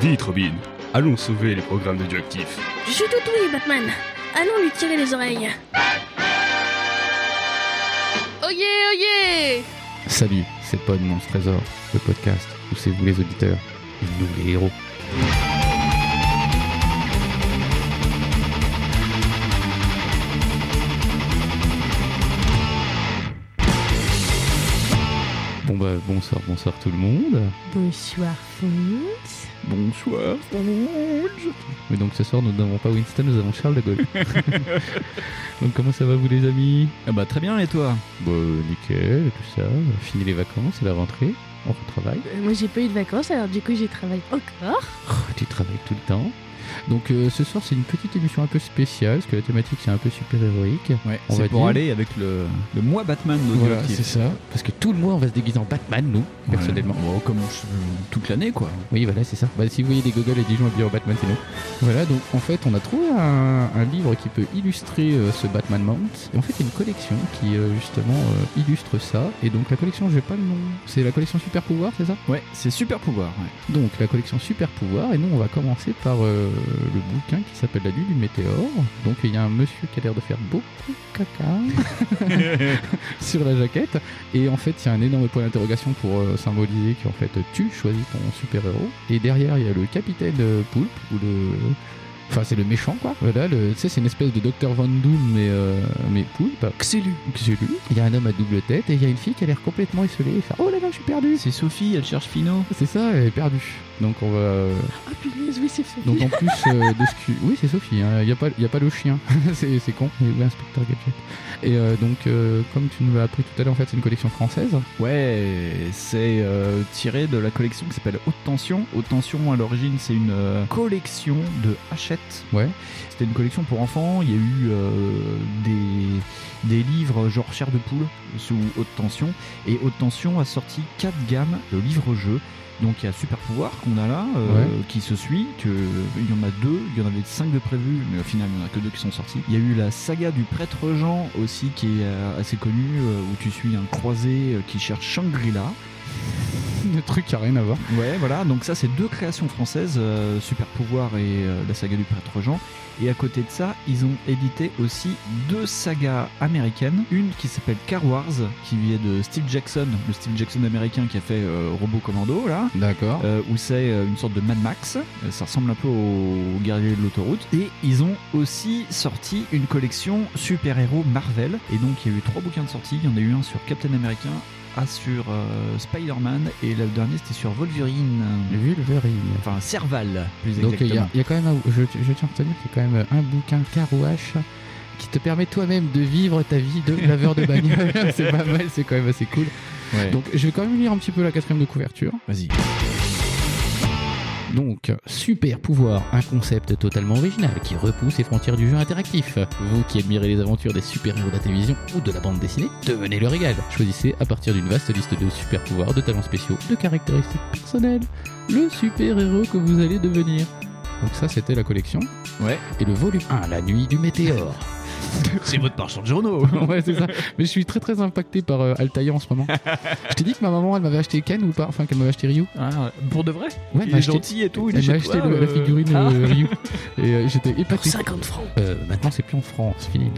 Vite, Robin, allons sauver les programmes radioactifs. Je suis tout oui, Batman. Allons lui tirer les oreilles. Oyez, oyez Salut, c'est Pod Monstre Trésor, le podcast où c'est vous les auditeurs et nous les héros. Bon bah bonsoir, bonsoir tout le monde. Bonsoir Font. Bonsoir. Mais donc ce soir nous n'avons pas Winston, nous avons Charles de Gaulle. donc comment ça va vous les amis Ah bah très bien et toi Bah nickel, tout ça. Fini les vacances, la rentrée, on retravaille. Euh, Moi j'ai pas eu de vacances alors du coup j'ai travaillé encore. Oh, tu travailles tout le temps. Donc euh, ce soir c'est une petite émission un peu spéciale parce que la thématique c'est un peu super héroïque. Ouais, On va c'est pour dire. aller avec le, le mois Batman de Voilà, Radioactive. c'est ça. Parce que tout le mois on va se déguiser en Batman nous, Ouais. personnellement. Bon, comme on se- toute l'année quoi. Oui, voilà, c'est ça. Bah, si vous voyez des gogoles et des gens habillés en Batman, c'est nous. Voilà, donc en fait, on a trouvé un, un livre qui peut illustrer euh, ce Batman Mount. Et en fait, il y a une collection qui euh, justement euh, illustre ça. Et donc, la collection, j'ai pas le nom. C'est la collection Super Pouvoir, c'est ça Ouais, c'est super pouvoir. ouais. Donc, la collection Super Pouvoir. Et nous, on va commencer par euh, le bouquin qui s'appelle La Lune du Météore. Donc, il y a un monsieur qui a l'air de faire beaucoup de caca sur la jaquette. Et en fait, il y a un énorme point d'interrogation pour euh, symboliser qu'en fait, tu choisis ton super-héros. Et derrière, il y a le capitaine euh, Poulpe, ou le. Enfin, c'est le méchant, quoi. Voilà, le... tu sais, c'est une espèce de Docteur Van Doom, mais, euh, mais Poulpe. Xélu. Xélu. Il y a un homme à double tête, et il y a une fille qui a l'air complètement isolée. et fait, oh là là, je suis perdu. c'est Sophie, elle cherche Fino. C'est ça, elle est perdue. Donc on va. euh, Ah, Oh punaise, oui c'est fait. Donc en plus euh, de ce que. Oui, c'est Sophie, hein. il n'y a, pas- y a pas le chien. c'est c'est con. Mais oui, inspecteur Gadget. Et euh, donc, euh, comme tu nous l'as appris tout à l'heure, en fait, c'est une collection française. Ouais, c'est euh, tiré de la collection qui s'appelle Haute Tension. Haute Tension à l'origine c'est une euh, collection de Hachette. Ouais. C'était une collection pour enfants. Il y a eu euh, des, des livres genre chair de poule sous Haute Tension. Et Haute Tension a sorti quatre gammes de livres-jeux. Donc il y a Super Pouvoir qu'on a là, euh, Ouais. qui se suit. Que, il y en a deux, il y en avait cinq de prévus, mais au final il n'y en a que deux qui sont sortis. Il y a eu la saga du prêtre Jean aussi, qui est euh, assez connue, euh, où tu suis un croisé euh, qui cherche Shangri-La. Le truc qui a rien à voir. Ouais, voilà, donc ça c'est deux créations françaises, euh, Super Pouvoir et euh, la saga du prêtre Jean. Et à côté de ça, ils ont édité aussi deux sagas américaines. Une qui s'appelle Car Wars, qui vient de Steve Jackson, le Steve Jackson américain qui a fait euh, Robot Commando, là. D'accord. euh, où c'est euh, une sorte de Mad Max, Euh, ça ressemble un peu au guerrier de l'autoroute. Et ils ont aussi sorti une collection super-héros Marvel. Et donc il y a eu trois bouquins de sortie, il y en a eu un sur Captain America, un sur euh, Spider-Man, et le dernier c'était sur Wolverine. Vulverine. Enfin, Serval, plus Donc il y, exactement. a il y a quand même, un- je, je tiens à retenir qu'il y a quand même un bouquin carouache qui te permet toi-même de vivre ta vie de laveur de bagnole. c'est pas mal, c'est quand même assez cool. Ouais. Donc je vais quand même lire un petit peu la quatrième de couverture. Vas-y. Donc, super pouvoir, un concept totalement original qui repousse les frontières du jeu interactif. Vous qui admirez les aventures des super-héros de la télévision ou de la bande dessinée, devenez le régal. Choisissez à partir d'une vaste liste de super pouvoirs, de talents spéciaux, de caractéristiques personnelles, le super-héros que vous allez devenir. Donc ça, c'était la collection. Ouais. Et le volume 1, la nuit du météore. C'est votre marchand de journaux. ouais, c'est ça. Mais je suis très très impacté par euh, Altaïa en ce moment. je t'ai dit que ma maman, elle m'avait acheté Ken ou pas Enfin, qu'elle m'avait acheté Ryu. Ah, pour de vrai Ouais, Il m'a est acheté- gentil et tout. il elle m'a achète- acheté Ah, le- la euh, figurine ah. euh, Ryu. Et euh, j'étais Pour épaté. 50 francs. Euh, maintenant, c'est plus en francs, c'est fini.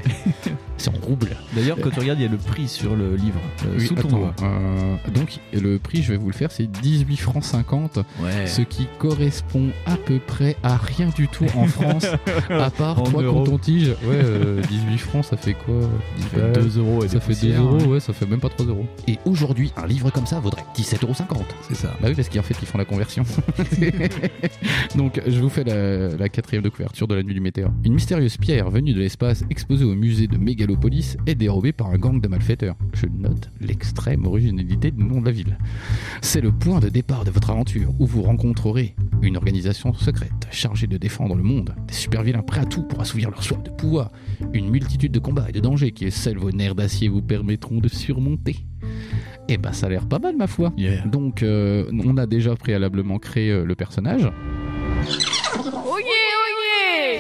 c'est en roubles. D'ailleurs, quand tu regardes, il y a le prix sur le livre. euh, Oui, sous ton attends, doigt. euh, donc, le prix, je vais vous le faire, c'est 18 francs 50, Ouais. ce qui correspond à peu près à rien du tout en France, à part En 3 euros. cotons-tiges. Ouais, euh, 18 francs, ça fait quoi Ça 10 fait balles 2 euros et ça des fait 2 poussières, euros, hein. ouais, ça fait même pas 3 euros. Et aujourd'hui, un livre comme ça vaudrait 17,50 euros. C'est ça. Bah oui, parce qu'en fait, ils font la conversion. Donc, je vous fais la, la quatrième de couverture de la nuit du météore. Une mystérieuse pierre venue de l'espace, exposée au musée de Mégalopolis, est dérobée par un gang de malfaiteurs. Je note l'extrême originalité du nom de la ville. C'est le point de départ de votre aventure, où vous rencontrerez une organisation secrète chargée de défendre le monde, des super-vilains prêts à tout pour assouvir leur soif de pouvoir, une multitude de combats et de dangers qui, seuls vos nerfs d'acier vous permettront de surmonter. Eh ben, ça a l'air pas mal, ma foi. Yeah. Donc, euh, on a déjà préalablement créé euh, le personnage. Oyez, oyez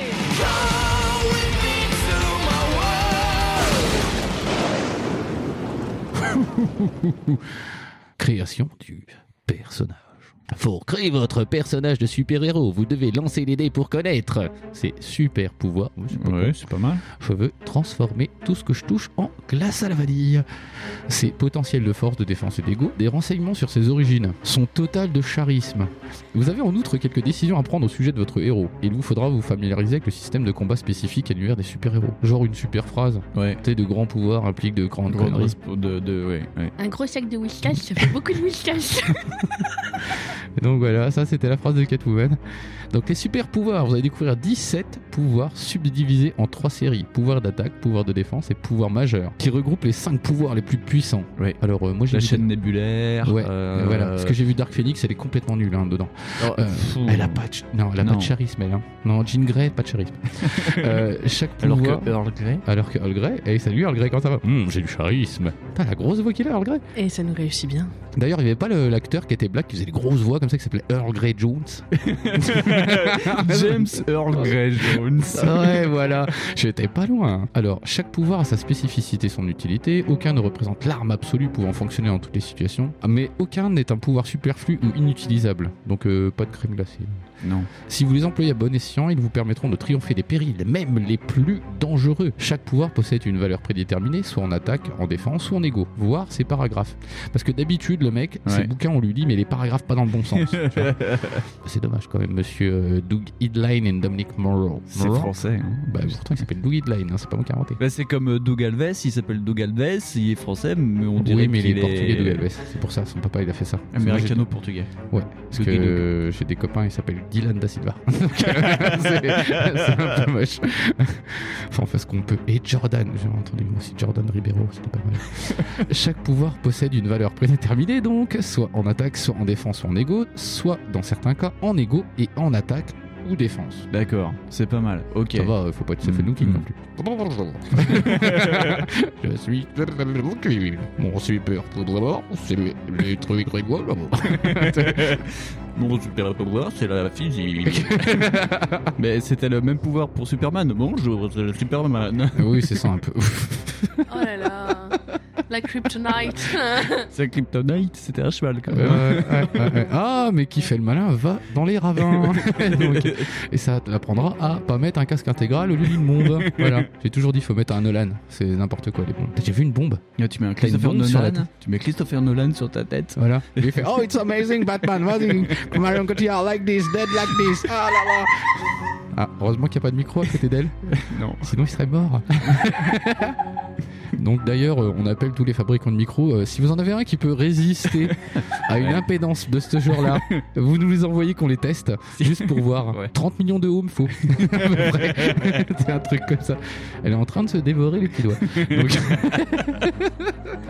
Création du personnage. Pour créer votre personnage de super-héros, vous devez lancer les dés pour connaître ses super pouvoirs. Oui, c'est pas con. c'est pas mal. Je veux transformer tout ce que je touche en glace à la vanille. Ses potentiels de force, de défense et d'ego, des renseignements sur ses origines, son total de charisme. Vous avez en outre quelques décisions à prendre au sujet de votre héros. Il vous faudra vous familiariser avec le système de combat spécifique annuaire des super-héros. Genre une super phrase. Ouais. Tu sais, de grands pouvoirs implique de grandes conneries. de, de, ouais, ouais. Un gros sac de whiskas, ça fait beaucoup de whiskas. Donc voilà, ça c'était la phrase de Catwoman. Donc les super pouvoirs, vous allez découvrir 17 pouvoirs subdivisés en trois séries. Pouvoir d'attaque, pouvoir de défense et pouvoir majeur, qui regroupent les 5 pouvoirs les plus puissants. Ouais. Alors euh, moi j'ai La vu- chaîne nébulaire. Ouais, euh, voilà. Parce que j'ai vu Dark Phoenix, elle est complètement nulle hein, dedans. oh, euh, pfff. Elle a pas de, ch- non, elle a Non. pas de charisme, elle. hein. Non, Jean Grey, pas de charisme. Euh, chaque pouvoir. Alors que Hmm, Earl Grey. Alors que Earl Grey, hey, salut Earl Grey, quand ça va Hum, J'ai du charisme. T'as la grosse voix qu'il a, Earl Grey. Et ça nous réussit bien. D'ailleurs, il n'y avait pas le- l'acteur qui était black qui faisait des grosses voix comme ça qui s'appelait Earl Grey Jones. James Earl Grey Jones. ouais, voilà, j'étais pas loin. Alors, chaque pouvoir a sa spécificité, son utilité. Aucun ne représente l'arme absolue pouvant fonctionner dans toutes les situations. Mais aucun n'est un pouvoir superflu ou inutilisable. Donc, euh, pas de crème glacée. Non. Si vous les employez à bon escient, ils vous permettront de triompher des périls, même les plus dangereux. Chaque pouvoir possède une valeur prédéterminée, soit en attaque, en défense ou en égo, voire ses paragraphes. Parce que d'habitude, le mec, ses Ouais. bouquins, on lui dit, mais les paragraphes pas dans le bon sens. tu vois. C'est dommage quand même, monsieur euh, Doug Hidline et Dominic Morrow. C'est Morrow français. hein. Bah, pourtant, il s'appelle Doug Hidline, hein, c'est pas moi qui ai inventé. Bah, c'est comme euh, Doug Alves, il s'appelle Doug Alves, il est français, mais on dirait Oui, mais qu'il il est portugais, est Doug Alves. C'est pour ça, son papa, il a fait ça. Parce que moi, j'ai- Américano-portugais. Ouais, parce Doug que et Doug. euh, j'ai des copains, ils s'appellent Dylan da Silva. Donc, euh, c'est c'est un peu moche. enfin, on fait ce qu'on peut. Et Jordan, j'ai entendu le mot aussi, Jordan Ribeiro, c'était pas mal. Chaque pouvoir possède une valeur prédéterminée, donc, soit en attaque, soit en défense ou en égo, soit, dans certains cas, en égo et en attaque ou défense. D'accord, c'est pas mal. Ok. Ça va, euh, faut pas être ça fait Mm. looking Mm. non plus. Je suis mon super pouvoir, c'est le, le truc rigolo. Mon super pouvoir, c'est la physique. mais c'était le même pouvoir pour Superman. Bonjour, c'est le Superman. oui, c'est ça un peu. Oh là là. La kryptonite. C'est Kryptonite, c'était un cheval quand Ouais, même. ouais, ouais, ouais. Ah, mais qui fait le malin va dans les ravins. Donc, et ça t'apprendra à pas mettre un casque intégral au lieu d'une bombe. Voilà. J'ai toujours dit faut mettre un Nolan. C'est n'importe quoi les bombes. T'as déjà vu une bombe Là, Ah, tu mets un T'as une Christopher bombe sur la Nolan. Tu mets Christopher Nolan sur ta tête. Voilà. Et il fait Oh, it's amazing, Batman. Vas-y. Marion Cotillard, like this, dead like this. Ah là là. Ah, heureusement qu'il n'y a pas de micro à côté d'elle. Non. Sinon, il serait mort. Donc d'ailleurs, euh, on appelle tous les fabricants de micros. Euh, si vous en avez un qui peut résister à une Ouais. impédance de ce genre-là, vous nous les envoyez qu'on les teste, juste pour voir. Ouais. 30 millions de ohms, faux. À peu près. C'est un truc comme ça. Elle est en train de se dévorer les petits doigts. Donc,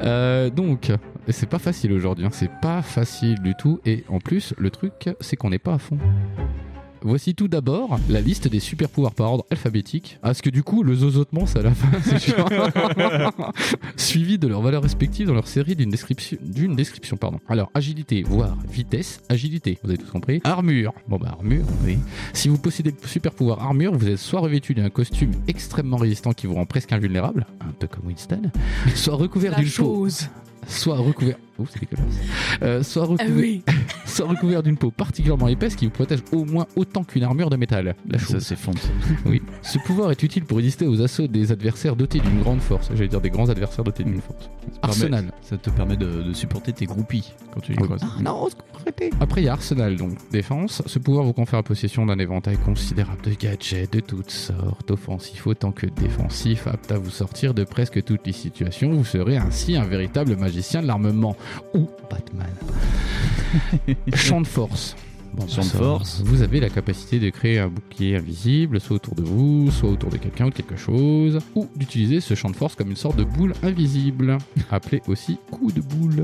Euh, donc, c'est pas facile aujourd'hui. hein. C'est pas facile du tout. Et en plus, le truc, c'est qu'on n'est pas à fond. Voici tout d'abord la liste des super pouvoirs par ordre alphabétique. Ah, Parce que du coup, le zozotement, c'est à la fin. c'est chiant. Suivi de leurs valeurs respectives dans leur série d'une description. D'une description pardon. Alors, agilité, voire vitesse, agilité. Vous avez tous compris. Armure. Bon, bah, armure, oui. Si vous possédez le super pouvoir armure, vous êtes soit revêtu d'un costume extrêmement résistant qui vous rend presque invulnérable, un peu comme Winston, soit recouvert d'une peau. Soit recouvert. Oh, c'est dégueulasse. Euh, soit Ah recouvert oui. soit recouvert d'une peau particulièrement épaisse qui vous protège au moins autant qu'une armure de métal. La chose. c'est fond. Oui. Ce pouvoir est utile pour résister aux assauts des adversaires dotés d'une grande force. J'allais dire des grands adversaires dotés d'une force. Arsenal. Ça te permet de, de supporter tes groupies quand tu les Oui. croises. Ah non, on se court, arrêtez. Après, il y a Arsenal, donc défense. Ce pouvoir vous confère la possession d'un éventail considérable de gadgets de toutes sortes, offensifs autant que défensifs, aptes à vous sortir de presque toutes les situations. Vous serez ainsi un véritable magicien de l'armement ou Batman. Champ de force. Bon, Champ de ça, force. Vous avez la capacité de créer un bouclier invisible, soit autour de vous, soit autour de quelqu'un ou de quelque chose, ou d'utiliser ce champ de force comme une sorte de boule invisible, appelée aussi coup de boule.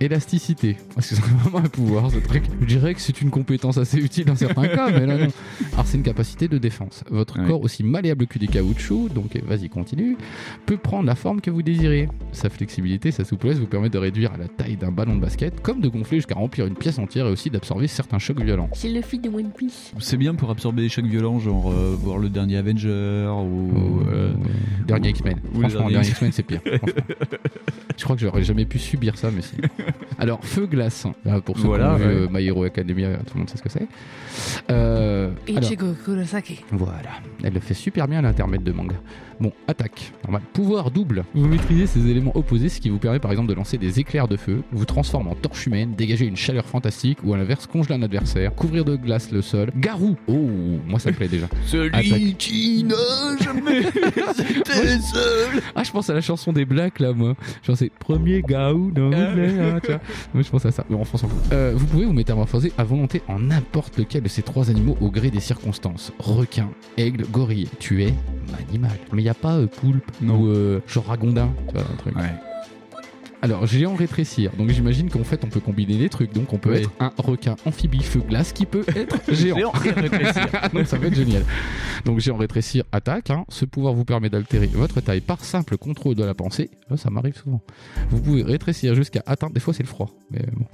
Élasticité. Parce que c'est vraiment un pouvoir ce truc. Je dirais que c'est une compétence assez utile dans certains cas, mais là non. Alors c'est une capacité de défense. Votre Ouais. corps aussi malléable que des caoutchoucs, donc euh, vas-y continue, peut prendre la forme que vous désirez. Sa flexibilité, sa souplesse vous permet de réduire à la taille d'un ballon de basket, comme de gonfler jusqu'à remplir une pièce entière et aussi d'absorber certains chocs violents. C'est le fil de One Piece. C'est bien pour absorber les chocs violents, genre euh, voir le dernier Avenger ou. euh, dernier X-Men. ou le Franchement, dernier dernier X-Men c'est pire. franchement. Je crois que j'aurais jamais pu subir ça, mais si. Alors, feu glace. Là, pour ceux Voilà, qui ont vu ouais. euh, My Hero Academia, tout le monde sait ce que c'est. Euh, alors, Ichigo Kurosaki. voilà, elle le fait super bien à l'intermède de manga. Bon, attaque, normal. Pouvoir double. Vous maîtrisez ces éléments opposés, ce qui vous permet par exemple de lancer des éclairs de feu, vous transforme en torche humaine, dégager une chaleur fantastique ou à l'inverse congeler un adversaire, couvrir de glace le sol. Garou Oh, moi ça me plaît déjà. Celui Attaque. qui n'a jamais été seul. Ah, je pense à la chanson des Blacks là, moi. Genre, c'est premier gaou dans le blé, hein, tu vois. Moi, je pense à ça. Mais en France, on fout. Euh, Vous pouvez vous métamorphoser à volonté en n'importe lequel de ces trois animaux au gré des circonstances. Requin, aigle, gorille. Tu es animal. Mais il n'y a pas euh, poulpe Non. ou euh, genre ragondin, tu vois, un truc. Ouais. Alors, géant rétrécir. Donc, j'imagine qu'en fait, on peut combiner des trucs. Donc, on peut Ouais. être un requin amphibie feu glace qui peut être géant. Donc ça va être génial. Donc j'ai en rétrécir attaque. hein. Ce pouvoir vous permet d'altérer votre taille par simple contrôle de la pensée. Ouais, ça m'arrive souvent. Vous pouvez rétrécir jusqu'à atteindre, des fois c'est le froid, mais bon,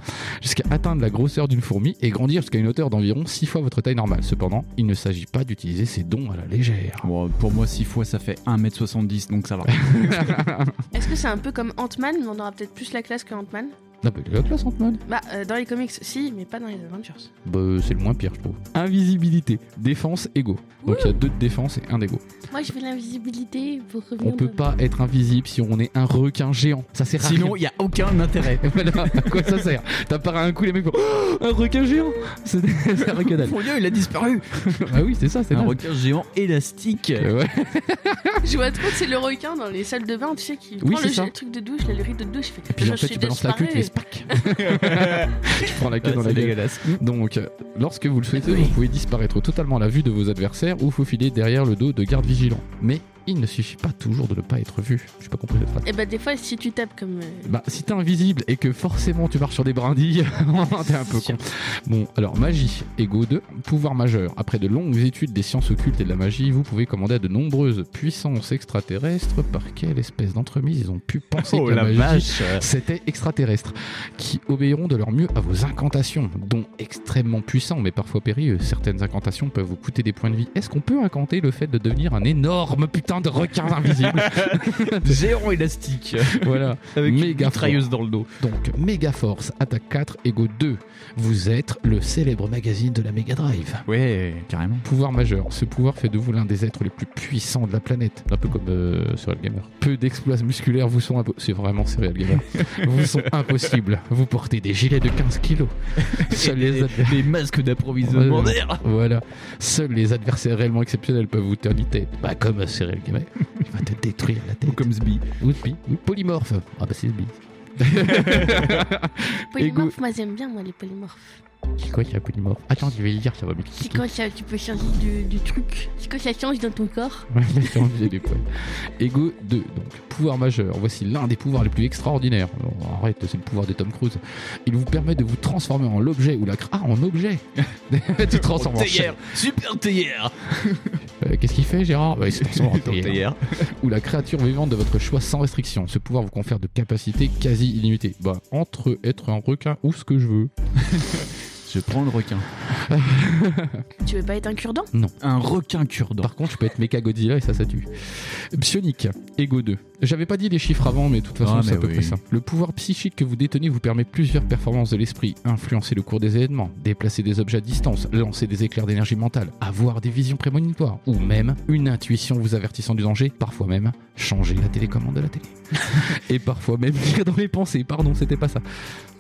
jusqu'à atteindre la grosseur d'une fourmi et grandir jusqu'à une hauteur d'environ 6 fois votre taille normale. Cependant, il ne s'agit pas d'utiliser ces dons à la légère. Bon, pour moi, 6 fois, ça fait 1m70, donc ça va. Est-ce que c'est un peu comme Ant-Man, mais on aura peut-être plus la classe que Ant-Man Non, mais la classe Ant-Man. Bah, euh, dans les comics, si, mais pas dans les Avengers. Bah, c'est le moins pire, je trouve. Invisibilité, défense, ego. Donc il y a deux de défense et un d'ego. Moi, je veux l'invisibilité pour revenir. On peut dans- pas être invisible si on est un requin géant. Ça sert à rien. Sinon, il n'y a aucun intérêt. Voilà, à quoi ça sert T'as paré un coup, les mecs font Oh, un requin géant C'est c'est un requin dalle. Mon dieu, il a disparu Ah oui, c'est ça, c'est Un dingue. requin géant élastique. Euh, ouais. Je vois trop, c'est le requin dans les salles de bain, tu sais, qui Oui, prend c'est le, ça. le truc de douche, là, le rideau de douche. Fait, Et puis en fait, je tu balances la queue, tu fais disparu. spac Tu prends la queue Ouais, dans la Ah, gueule. c'est dégueulasse. Donc, euh, lorsque vous le souhaitez, vous pouvez disparaître totalement à la vue de vos adversaires ou faufiler derrière le dos de garde vigilant. Mais il ne suffit pas toujours de ne pas être vu. J'ai pas compris cette phrase. Et bah, des fois, si tu tapes comme. euh, Bah, si t'es invisible et que forcément tu marches sur des brindilles, t'es un peu con. Bon, alors magie, ego 2, pouvoir majeur. Après de longues études des sciences occultes et de la magie, vous pouvez commander à de nombreuses puissances extraterrestres. Par quelle espèce d'entremise ils ont pu penser Oh que la, la magie vache c'était extraterrestre, qui obéiront de leur mieux à vos incantations, dont extrêmement puissants mais parfois périlleux. Certaines incantations peuvent vous coûter des points de vie. Est-ce qu'on peut incanter le fait de devenir un énorme putain de requin invisible Géant élastique Voilà. Avec Méga une mitrailleuse dans le dos. Donc, Mega Force, attaque 4, Ego 2. Vous êtes le célèbre magazine de la Mega Drive. Ouais, carrément. Pouvoir majeur. Ce pouvoir fait de vous l'un des êtres les plus puissants de la planète. Un peu comme euh, Serial Gamer. Peu d'exploits musculaires vous sont impo- C'est vraiment Serial Gamer. vous sont impossibles. Vous portez des gilets de 15 kilos. Seuls les, Les, ad- les masques d'approvisionnement Ouais. d'air voilà. Seuls les adversaires réellement exceptionnels peuvent vous tenir tête. Bah, comme Serial Gamer. Il va te détruire la tête. Ou comme Sbi. Ou Sbi. Ou polymorphe. Ah, bah, c'est Sbi. Polymorphe, moi, j'aime bien, moi, les polymorphes. C'est quoi, il y a un polymorphe Attends, je vais le dire, ça va C'est m'expliquer. quand ça, tu peux changer de, de truc. C'est quand ça change dans ton corps. Ouais, mais j'ai enlevé les poils. Ego 2, donc pouvoir majeur. Voici l'un des pouvoirs les plus extraordinaires. Oh, arrête, c'est le pouvoir de Tom Cruise. Il vous permet de vous transformer en l'objet ou la cra- Ah, en objet Tu te transformes en chèvre. Théière Super théière Euh, Qu'est-ce qu'il fait, Gérard Bah, Il se transforme en Dans théière. théière. Ou la créature vivante de votre choix sans restriction. Ce pouvoir vous confère de capacités quasi illimitées. Bah, entre être un requin ou ce que je veux. Je prends le requin. Tu veux pas être un cure-dent Un requin cure-dent. Par contre, je peux être Mecha Godzilla et ça, ça tue. Psionique, Ego 2. J'avais pas dit les chiffres avant, mais de toute façon, Ah, c'est à mais peu oui. près ça. Le pouvoir psychique que vous détenez vous permet plusieurs performances de l'esprit. Influencer le cours des événements, déplacer des objets à distance, lancer des éclairs d'énergie mentale, avoir des visions prémonitoires, ou même une intuition vous avertissant du danger, parfois même changer la télécommande de la télé. et parfois même lire dans les pensées. Pardon, c'était pas ça.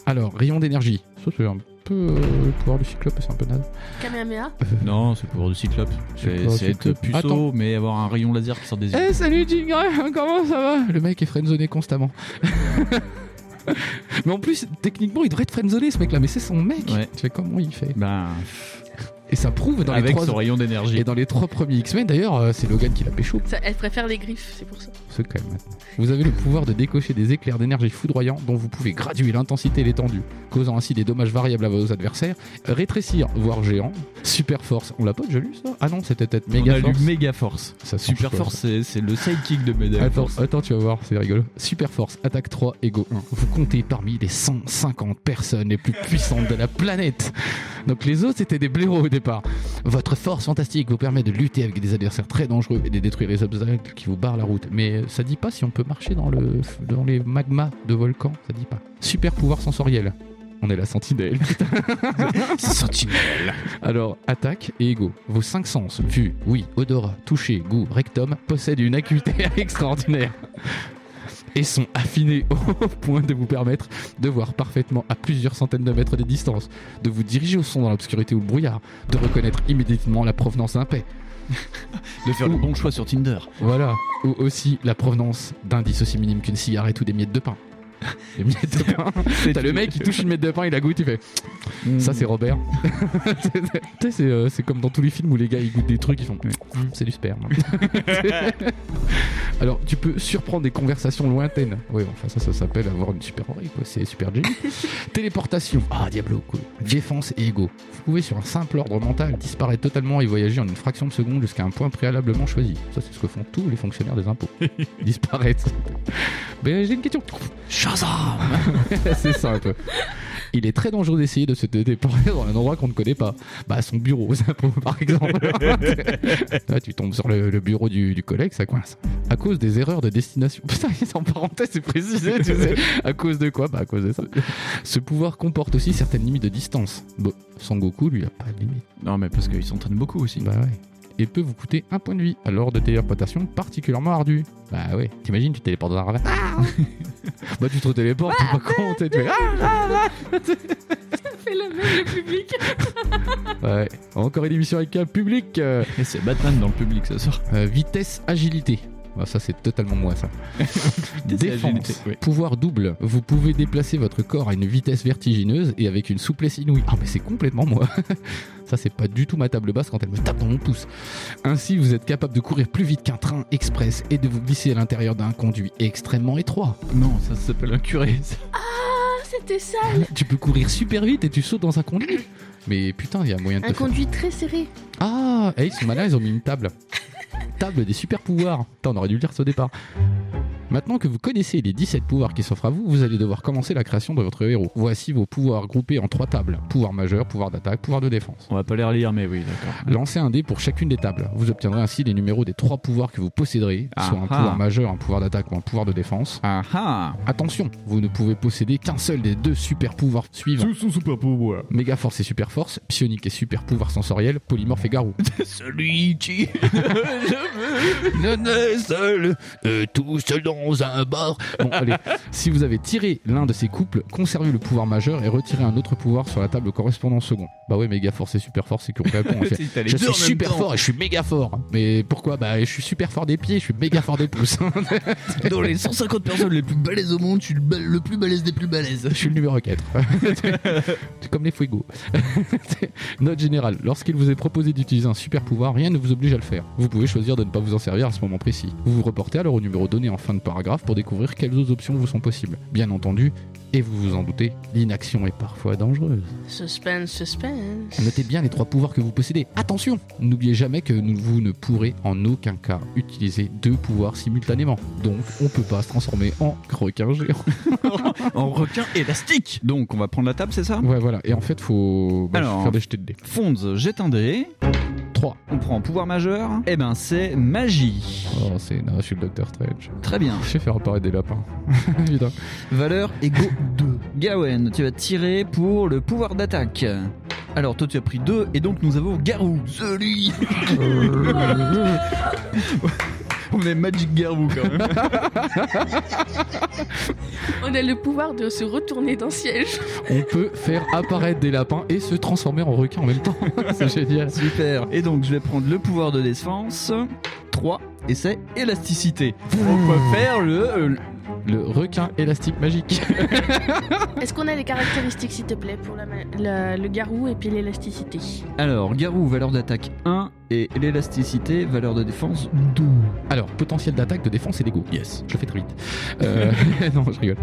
Alors, rayon d'énergie. Ça, c'est un peu euh, le pouvoir du cyclope, c'est un peu naze. Kamehameha Non, c'est pour du cyclope. C'est C'est pas c'est être cyclope. puceau, Attends. mais avoir un rayon laser qui sort des Eh yeux. salut Jingle, comment ça va Le mec est friendzoné constamment. mais en plus, techniquement, il devrait être friendzoné ce mec-là, mais c'est son mec. Ouais. Tu fais comment il fait Ben, Et ça prouve dans les avec trois. son rayon Et d'énergie. dans les trois premiers X-Men, d'ailleurs, euh, c'est Logan qui l'a pécho. Ça, Elle préfère les griffes, c'est pour ça. C'est quand même. Vous avez le pouvoir de décocher des éclairs d'énergie foudroyants dont vous pouvez graduer l'intensité et l'étendue, causant ainsi des dommages variables à vos adversaires, rétrécir, voire géant, super force. On l'a pas déjà lu ça Ah non, c'était peut-être On méga a lu force. méga force. Ça change Super pas, force, c'est c'est le sidekick de Mega Attends, Force. attends, tu vas voir, c'est rigolo. Super Force, attaque 3, Ego 1. Vous comptez parmi les 150 personnes les plus puissantes de la planète. Donc les autres, c'était des blaireaux au départ. Votre force fantastique vous permet de lutter avec des adversaires très dangereux et de détruire les obstacles qui vous barrent la route. Mais euh, ça dit pas si on peut marcher dans, le, dans les magmas de volcans, ça dit pas. Super pouvoir sensoriel. On est la sentinelle. Sentinelle. Alors, attaque et ego. Vos cinq sens, vue, oui, odorat, toucher, goût, rectum, possèdent une acuité extraordinaire et sont affinés au point de vous permettre de voir parfaitement à plusieurs centaines de mètres de distance, de vous diriger au son dans l'obscurité ou le brouillard, de reconnaître immédiatement la provenance d'un paix, De faire le bon choix sur Tinder. voilà, ou aussi la provenance d'indices aussi minimes qu'une cigarette ou des miettes de pain. Des miettes de pain. T'as le mec qui touche une miette de pain, il la goûte, il fait Mm. Mmh. ça c'est Robert. Tu sais, c'est euh, c'est comme dans tous les films où les gars ils goûtent des trucs, ils font Hum, c'est du sperme. Alors tu peux surprendre des conversations lointaines. Oui, enfin ça ça s'appelle avoir une super oreille quoi, c'est super génial. Téléportation. Ah Diablo cool. Défense et ego. Vous pouvez sur un simple ordre mental disparaître totalement et voyager en une fraction de seconde jusqu'à un point préalablement choisi. Ça c'est ce que font tous les fonctionnaires des impôts. Ils disparaissent. Mais j'ai une question. c'est ça un peu. Il est très dangereux d'essayer de se téléporter dans un endroit qu'on ne connaît pas. Bah, son bureau aux impôts, par exemple. Là, tu tombes sur le, le bureau du, du collègue, ça coince. À cause des erreurs de destination. Putain, c'est en parenthèse, c'est précisé, tu sais. À cause de quoi Bah, à cause de ça. Ce pouvoir comporte aussi certaines limites de distance. Bon, Sangoku, lui, il a pas de limite. Non, mais parce qu'ils s'entraînent beaucoup aussi. Bah ouais. Et peut vous coûter un point de vie, alors de téléportation particulièrement ardue. Bah ouais, t'imagines, tu te téléportes dans un ravin. Ah bah tu te téléportes, t'es pas con, t'es- tu fais, Ah Fais la même, le public. Ouais. Encore une émission avec un public. euh, Et c'est Batman dans le public ce soir. euh, vitesse, agilité. Ah, ça, c'est totalement moi, ça. agilité, Défense. oui. Pouvoir double. Vous pouvez déplacer votre corps à une vitesse vertigineuse et avec une souplesse inouïe. Ah, mais c'est complètement moi. ça, c'est pas du tout ma table basse quand elle me tape dans mon pouce. Ainsi, vous êtes capable de courir plus vite qu'un train express et de vous glisser à l'intérieur d'un conduit extrêmement étroit. Non, ça s'appelle un curé. ça. C'était ça tu peux courir super vite et tu sautes dans un conduit. Mais putain, il y a moyen de Un te faire conduit très serré. Ah, eh, ils sont malins, ils ont mis une table. table des super pouvoirs. Putain, on aurait dû le dire ça au départ. Maintenant que vous connaissez les 17 pouvoirs qui s'offrent à vous, vous allez devoir commencer la création de votre héros. Voici vos pouvoirs groupés en trois tables. Pouvoir majeur, pouvoir d'attaque, pouvoir de défense. On va pas les relire, mais oui, d'accord. Lancez un dé pour chacune des tables. Vous obtiendrez ainsi les numéros des trois pouvoirs que vous posséderez, Ah soit un ah. pouvoir majeur, un pouvoir d'attaque ou un pouvoir de défense. Ah ah Attention, vous ne pouvez posséder qu'un seul des deux super pouvoirs suivants. Méga force et super force, psionique et super pouvoir sensoriel, polymorphe et garou. Celui qui je venais seul, euh, tout seul dans un bar. Bon, allez. Si vous avez tiré l'un de ces couples, conservez le pouvoir majeur et retirez un autre pouvoir sur la table correspondant au second. Bah ouais, méga force et super force, c'est qu'on répond. T'as les Je deux suis en même super temps. fort et je suis méga fort. Mais pourquoi Bah, je suis super fort des pieds, je suis méga fort des pouces. Dans les 150 personnes les plus balèzes au monde, je suis le, bal- le plus balèze des plus balèzes. Je suis le numéro 4. C'est comme les fuego. Note générale, lorsqu'il vous est proposé d'utiliser un super pouvoir, rien ne vous oblige à le faire. Vous pouvez choisir de ne pas vous en servir à ce moment précis. Vous vous reportez alors au numéro donné en fin de paragraphe pour découvrir quelles autres options vous sont possibles. Bien entendu, et vous vous en doutez, l'inaction est parfois dangereuse. Suspense, suspense. Notez bien les trois pouvoirs que vous possédez. Attention N'oubliez jamais que nous- vous ne pourrez en aucun cas utiliser deux pouvoirs simultanément. Donc, on peut pas se transformer en requin géant. En requin élastique Donc, on va prendre la table, c'est ça Ouais, voilà. Et en fait, faut bah, Alors, faire des jetés de dés. Fonds, jette un dé. 3. On prend pouvoir majeur. Eh ben, c'est magie. Oh, c'est non, je suis le docteur Strange. Très bien. Je vais faire apparaître des lapins. Évidemment. Valeur égaux 2. Gawen, tu vas tirer pour le pouvoir d'attaque. Alors, toi, tu as pris 2, et donc nous avons Garou. Celui Euh, On est Magic Garou quand même. On a le pouvoir de se retourner d'un siège. On peut faire apparaître des lapins et se transformer en requin en même temps. c'est génial. Super. Et donc, je vais prendre le pouvoir de défense. 3. Et c'est élasticité. On peut faire le. euh, le- Le requin élastique magique. Est-ce qu'on a les caractéristiques, s'il te plaît, pour la ma- la- le garou et puis l'élasticité Alors, Garou, valeur d'attaque 1. Et l'élasticité, valeur de défense 2. Alors, potentiel d'attaque, de défense et d'ego. Yes. Je le fais très vite. Euh, non, je rigole.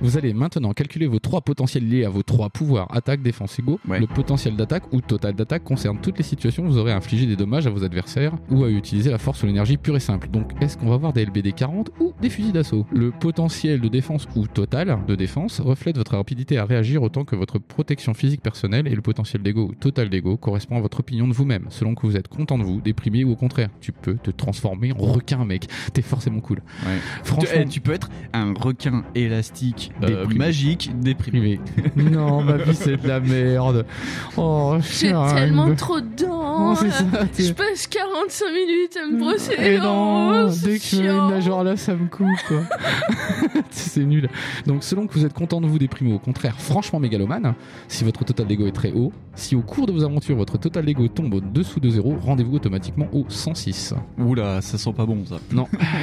Vous allez maintenant calculer vos trois potentiels liés à vos trois pouvoirs attaque, défense, ego. Ouais. Le potentiel d'attaque ou total d'attaque concerne toutes les situations où vous aurez infligé des dommages à vos adversaires ou à utiliser la force ou l'énergie pure et simple. Donc, est-ce qu'on va avoir des LBD 40 ou des fusils d'assaut Le potentiel de défense ou total de défense reflète votre rapidité à réagir autant que votre protection physique personnelle et le potentiel d'ego ou total d'ego correspond à votre opinion de vous-même, selon que vous êtes content de vous, déprimé ou au contraire. Tu peux te transformer en requin, mec. T'es forcément cool. Ouais. Tu, Franchement, eh, tu peux être un requin élastique, Euh, déprimé. magique, déprimé. déprimé. non, ma vie c'est de la merde. Oh, J'ai tellement trop de dents. Non, c'est ça. Je t'es- passe 45 minutes à me brosser Et les dents. Oh, non, c'est dès que je mets chiant. une nageoire là, ça me coupe. quoi. c'est nul. Donc, selon que vous êtes content de vous déprimer, au contraire, franchement mégalomane, si votre total d'ego est très haut, si au cours de vos aventures votre total d'ego tombe au-dessous de zéro, rendez-vous automatiquement au 106. Oula, ça sent pas bon ça.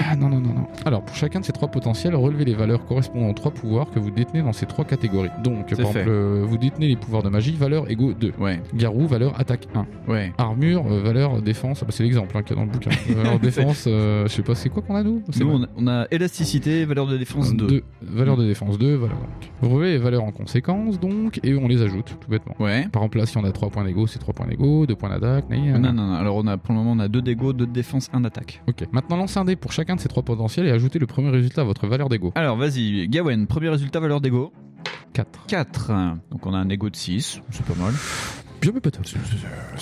Ah non, non, non, non. Alors, pour chacun de ces trois potentiels, relevez les valeurs correspondant aux trois pouvoirs que vous détenez dans ces trois catégories. Donc, par fait. exemple, euh, vous détenez les pouvoirs de magie, valeur ego 2, Ouais, garou, valeur attaque 1. ouais. Armure, euh, valeur, défense, ah bah, c'est l'exemple hein, qu'il y a dans le bouquin. Valeur défense, euh, je sais pas, c'est quoi qu'on a nous C'est Nous, on a, on a élasticité, valeur de défense 2. Deux. Valeur de défense 2, valeur donc. Vous relevez les valeurs en conséquence, donc, et on les ajoute, tout bêtement. Ouais. Par exemple, là, si on a 3 points d'ego, c'est 3 points d'ego, 2 points d'attaque, naïe, Non, naïe. non, non. Alors, on a, pour le moment, on a deux d'ego, deux de défense, un d'attaque. Ok. Maintenant, lancez un dé pour chacun de ces trois potentiels et ajoutez le premier résultat à votre valeur d'ego. Alors, vas-y, Gawen, premier résultat, valeur d'ego. 4. 4. Donc, on a un ego de 6. C'est pas mal. Bien, mais pas top.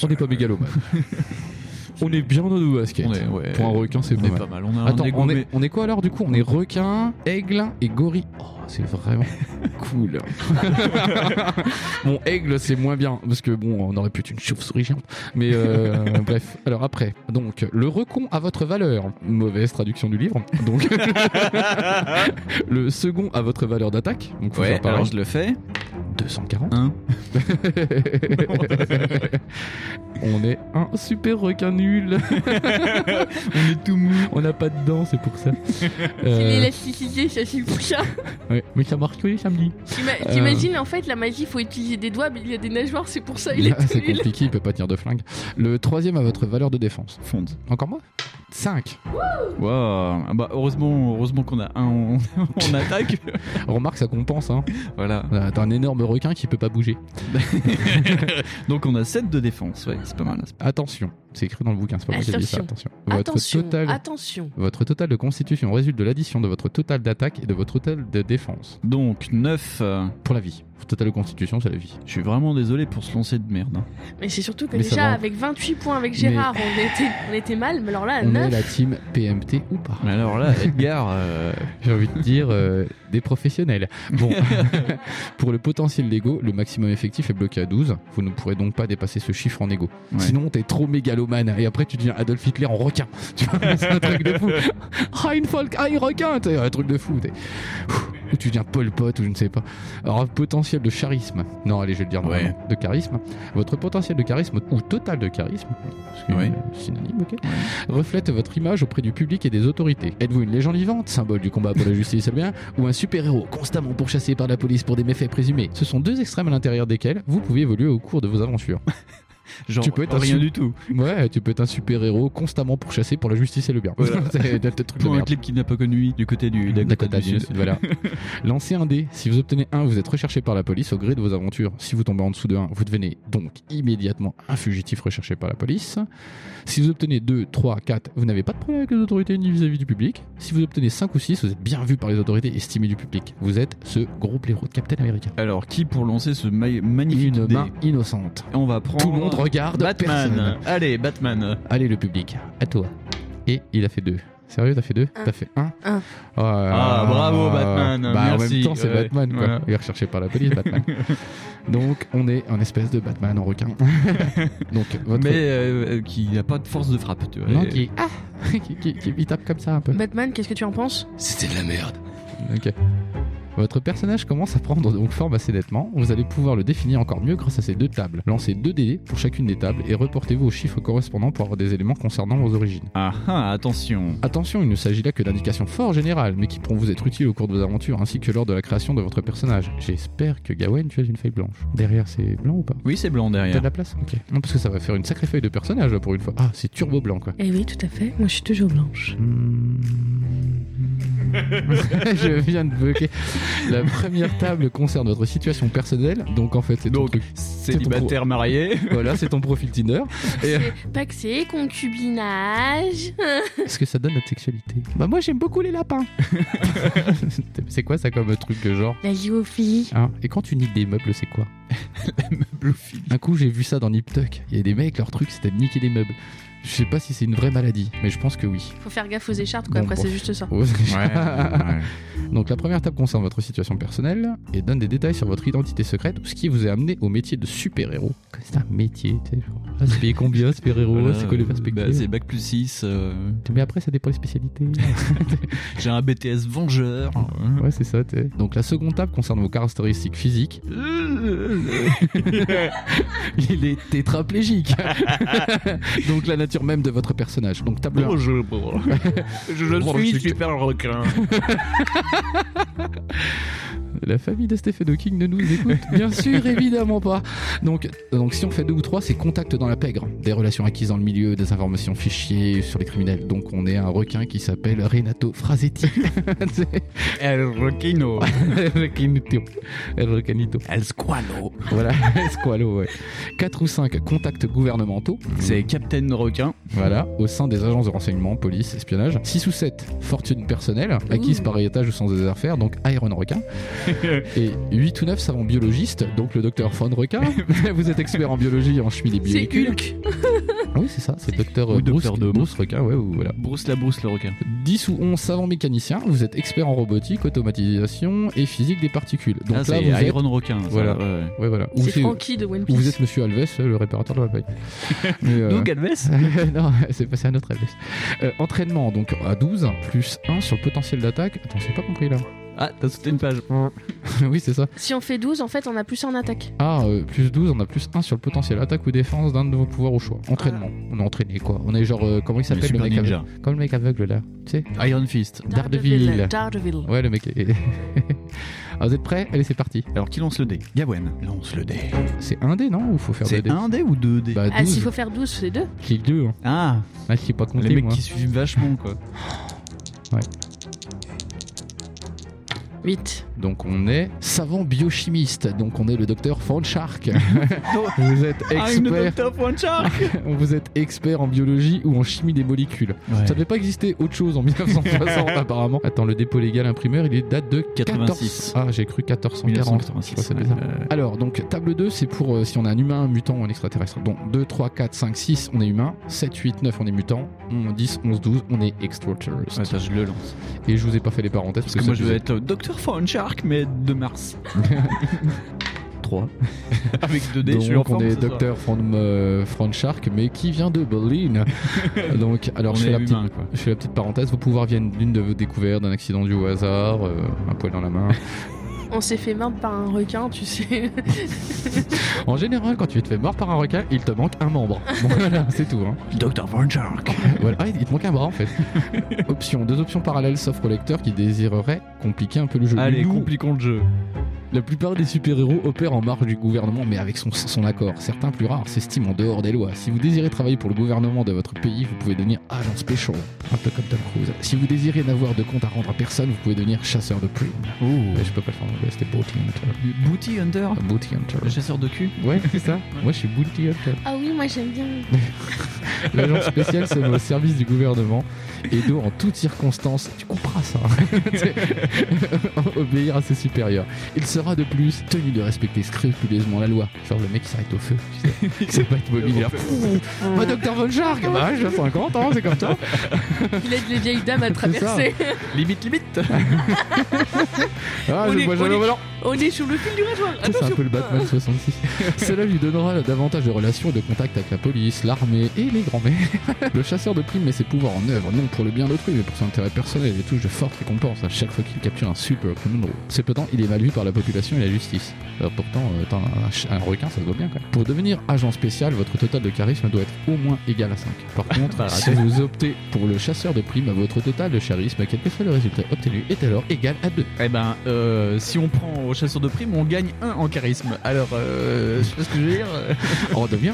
On n'est pas mégalomane. on est bien dans nos baskets. On est, ouais. Pour un requin, c'est on pas est mal. pas mal. On a Attends, un ego, on est, mais- on est quoi alors du coup On est requin, aigle et gorille. Oh, c'est vraiment cool. bon, aigle, c'est moins bien parce que bon, on aurait pu être une chauve-souris géante. Mais euh, bref, alors après, donc le recon à votre valeur. Mauvaise traduction du livre. Donc le second à votre valeur d'attaque. Donc faut Ouais, faire pareil. alors je le fais. 240. Un. on est un super requin nul. On est tout mou. on n'a pas de dents, c'est pour ça. C'est Euh, l'élasticité, ça c'est pour ça. ouais. Mais ça marche tous les samedis. T'ima- euh, T'imagines, en fait, la magie, faut utiliser des doigts, mais il y a des nageoires, c'est pour ça, il Là, est tout Ah, c'est nul. compliqué, il peut pas tenir de flingue. Le troisième à votre valeur de défense. Fonde. Encore moi 5. Wow. Ah Bah, heureusement heureusement qu'on a un on, on attaque. Remarque, ça compense. Hein. voilà. Là, T'as un énorme requin qui peut pas bouger. Donc on a 7 de défense. Ouais, c'est pas mal. Attention, c'est écrit dans le bouquin, c'est pas moi qui ai dit ça. Attention. Votre attention, total. attention. votre total de constitution résulte de l'addition de votre total d'attaque et de votre total de défense. Donc 9. Pour la vie. Votre total de constitution, c'est la vie. je suis vraiment désolé pour se lancer de merde. hein. Mais c'est surtout que Mais ça déjà, va. avec 28 points avec Gérard, on, était, on était mal, mais alors là, à On est 9, la team PMT ou pas Mais alors là, Edgar, euh, J'ai envie de dire euh, des professionnels. Bon, pour le potentiel d'ego, le maximum effectif est bloqué à 12. Vous ne pourrez donc pas dépasser ce chiffre en ego. Ouais. Sinon, t'es trop mégalomane et après tu deviens Adolf Hitler en requin. Tu vois, c'est un truc de fou. Ein Volk, ein requin, t'es un truc de fou. t'es- Ou tu deviens Pol Pot ou je ne sais pas. Alors, potentiel de charisme. Non, allez, je vais le dire normalement. De charisme. Votre potentiel de charisme ou total de charisme, parce que Ouais. euh, synonyme, ok reflète votre image auprès du public et des autorités. Êtes-vous une légende vivante, symbole du combat pour la justice, eh bien, ou un super-héros constamment pourchassé par la police pour des méfaits présumés Ce sont deux extrêmes à l'intérieur desquels vous pouvez évoluer au cours de vos aventures. genre Tu peux être un rien sou- du tout. Ouais, tu peux être un super-héros constamment pourchassé pour la justice et le bien. Voilà. C'est le truc de Pour un merde. clip qui n'a pas connu du côté du Dakota du du Sud, voilà. Lancez un dé. Si vous obtenez un, vous êtes recherché par la police au gré de vos aventures. Si vous tombez en dessous de 1, vous devenez donc immédiatement un fugitif recherché par la police. Si vous obtenez 2, 3, 4, vous n'avez pas de problème avec les autorités ni vis-à-vis du public. Si vous obtenez 5 ou 6, vous êtes bien vu par les autorités, estimé du public. Vous êtes ce gros blaireau de Captain America. Alors qui pour lancer ce ma- magnifique Une dé main innocente. On va prendre Tout le monde regarde Batman. personne. Allez, Batman. Allez le public, à toi. Et il a fait 2. Sérieux, t'as fait 2 T'as fait 1 Un. Ah, bravo, Batman, Bah, merci, en même temps, c'est ouais, Batman, quoi. voilà. Il est recherché par la police, Batman. Donc, on est en espèce de Batman en requin. Donc, votre... Mais euh, euh, qui n'a pas de force de frappe, tu vois. Non, Et- qui... Ah qui, qui- qui- il tape comme ça un peu. Batman, qu'est-ce que tu en penses C'était de la merde. Ok. Votre personnage commence à prendre donc forme assez nettement. Vous allez pouvoir le définir encore mieux grâce à ces deux tables. Lancez deux dés pour chacune des tables et reportez-vous aux chiffres correspondants pour avoir des éléments concernant vos origines. Ah ah, attention. Attention, il ne s'agit là que d'indications fort générales, mais qui pourront vous être utiles au cours de vos aventures ainsi que lors de la création de votre personnage. J'espère que Gawain, tu as une feuille blanche. Derrière, c'est blanc ou pas Oui, c'est blanc T'as derrière. de la place Ok. Non, parce que ça va faire une sacrée feuille de personnage là, pour une fois. Ah, c'est turbo blanc quoi. Eh oui, tout à fait. Moi, je suis toujours blanche. Hmm. je viens de bloquer. La première table concerne votre situation personnelle. Donc en fait, c'est ton Donc, truc. célibataire marié. Voilà, c'est ton profil Tinder. Et- C'est paxé, concubinage. Est-ce que ça donne notre sexualité Bah moi j'aime beaucoup les lapins. c'est quoi ça comme truc de genre La géophilie. Hein Et quand tu nies des meubles, c'est quoi Un coup, j'ai vu ça dans Nip Tuck. Il y a des mecs, leur truc, c'était de niquer des meubles. Je sais pas si c'est une vraie maladie, mais je pense que oui. Faut faire gaffe aux écharpes, quoi. Bon, Après, bon. c'est juste ça. Donc la première table concerne votre situation personnelle et donne des détails sur votre identité secrète ou ce qui vous a amené au métier de super-héros. C'est un métier, tu sais, genre, ah, c'est payé combien super-héros, Voilà, c'est quoi les euh, perspectives bah, C'est bac plus 6. Mais après ça dépend des spécialités. J'ai un BTS vengeur. ouais, c'est ça, tu sais. Donc la seconde table concerne vos caractéristiques physiques. Il est tétraplégique. Donc la nature même de votre personnage. Donc table un. Bonjour. Bonjour, suis je- super requin. La famille de Stephen Hawking ne nous écoute bien sûr évidemment pas. Donc, euh, donc si on fait deux ou trois, c'est contact dans la pègre. Des relations acquises dans le milieu, des informations fichiers sur les criminels. Donc on est un requin qui s'appelle Renato Frasetti. C'est- El requino. Requinito. El requinito. El squalo. Voilà, Squalo, ouais. 4 ou 5 contacts gouvernementaux. C'est Captain Requin. Voilà, au sein des agences de renseignement, police, espionnage. 6 ou 7, fortune personnelle, acquise par héritage ou sans des affaires, donc Iron Requin. Et 8 ou 9, savants biologistes, donc le docteur Von Requin. Vous êtes expert en biologie, en chimie des C'est biomolécules. Hulk. Oui, c'est ça, c'est docteur Ou euh, Bruce, docteur de Bruce Requin, ouais, ou voilà. Bruce la Bruce le requin. 10 ou 11 savants mécaniciens, vous êtes expert en robotique, automatisation et physique des particules. Donc Ah, là, c'est vous êtes... Iron Requin. ça, Voilà. ouais. Ouais, voilà. Ou C'est c'est- Frankie de One ou Piece. vous êtes monsieur Alves, euh, le réparateur de la paille. Mais, euh, Nous, Galvez non, c'est passé à notre adresse. Euh, entraînement, donc à 12, plus 1 sur le potentiel d'attaque. Attends, j'ai pas compris là. Ah, t'as sauté une page. oui, c'est ça. Si on fait 12, en fait, on a plus en attaque. Ah, euh, plus 12, on a plus 1 sur le potentiel attaque ou défense d'un de vos pouvoirs au choix. Entraînement. On a entraîné quoi On est genre, euh, comment il s'appelle le, Ah. Super mec aveugle Ninja. Comme le mec aveugle là. Tu sais Iron Fist. Daredevil. Daredevil. Ouais, le mec est. Ah, vous êtes prêts Allez, c'est parti. Alors, qui lance le dé Gawen. Lance le dé. C'est un dé, non Ou faut faire deux C'est dés un dé ou deux dés Bah, Ah, s'il 12. faut faire 12, c'est 2. clique 2. Hein. Ah, Ah, je sais pas compté, les mecs moi. qui suivent vachement, quoi. 8. Donc, on est savant biochimiste. Donc, on est le docteur Fanchark. vous êtes Ah, expert Ah, Vous êtes expert en biologie ou en chimie des molécules. Ça devait pas exister autre chose en 1960 apparemment. Attends, le dépôt légal imprimeur, il est date de 86. 14... Ah, j'ai cru 1440. Je crois que 1986. c'est bizarre. Alors, donc, table 2, c'est pour euh, si on a un humain, un mutant ou un extraterrestre. Donc, 2, 3, 4, 5, 6, on est humain. 7, 8, 9, on est mutant. 11, 10, 11, 12, on est extraterrestre. Attends, je le lance. Et je vous ai pas fait les parenthèses parce, Parce que moi, je vais vais être Docteur Fawn Shark, mais de Mars. 3. Avec 2 dés, je suis en Donc, on forme. est ce soir. docteur Fran, euh, Fran Shark, mais qui vient de Berlin. donc, alors, On je fais est la petite humain, quoi. Je fais la petite parenthèse, vos pouvoirs viennent d'une de vos découvertes, d'un accident dû au hasard, euh, un poil dans la main. On s'est fait mordre par un requin, tu sais. En général, quand tu te fais mort par un requin, il te manque un membre. Bon, voilà, c'est tout. hein. Docteur Fawn Shark. Voilà. Ah, il te manque un bras en fait. Option, deux options parallèles sauf au lecteur qui désirerait compliquer un peu le jeu. Allez, Nous, compliquons le jeu. la plupart des super-héros opèrent en marge du gouvernement, mais avec son, son accord. Certains plus rares s'estiment en dehors des lois. Si vous désirez travailler pour le gouvernement de votre pays, vous pouvez devenir agent spécial, un peu comme Tom Cruise. Si vous désirez n'avoir de compte à rendre à personne, vous pouvez devenir chasseur de plumes. Oh. Ouais, Je peux pas le faire en anglais, c'était Bounty Hunter. Ah, Booty Hunter. Bounty Hunter. Le chasseur de cul. Ouais, c'est ça. Moi, je suis Bounty Hunter. Ah oui, moi j'aime bien. L'agent spécial, c'est au service du gouvernement. Et donc, en toutes circonstances, tu couperas ça. C'est- Obéir à ses supérieurs. Il sera de plus tenu de respecter scrupuleusement la loi. Genre le mec qui s'arrête au feu, tu sais. C'est pas être mobile. il est là, Pouh, Ma docteur Von Jarg, bah, j'ai 50 ans, c'est comme ça. Il aide les vieilles dames à traverser. Limite, limite. Ah, On je est- vois on jamais est- au volant. On est sur le fil du rasoir. Ça, C'est un Attention. peu le Batman 66. Cela lui donnera davantage de relations et de contacts avec la police, l'armée et les grands-mères. Le chasseur de primes met ses pouvoirs en œuvre, non pour le bien d'autrui, mais pour son intérêt personnel et touche de fortes récompenses à chaque fois qu'il capture un super criminal. Cependant, il est mal vu par la population et la justice. Euh, pourtant, euh, attends, un, ch- un requin, ça se voit bien quand même. Pour devenir agent spécial, votre total de charisme doit être au moins égal à 5. Par contre, si vous optez pour le chasseur de primes, votre total de charisme, quel que soit le résultat obtenu, est alors égal à 2. Eh ben, euh, si on prend au chasseur de primes, on gagne 1 en charisme. Alors, euh, je sais pas ce que je veux dire. On devient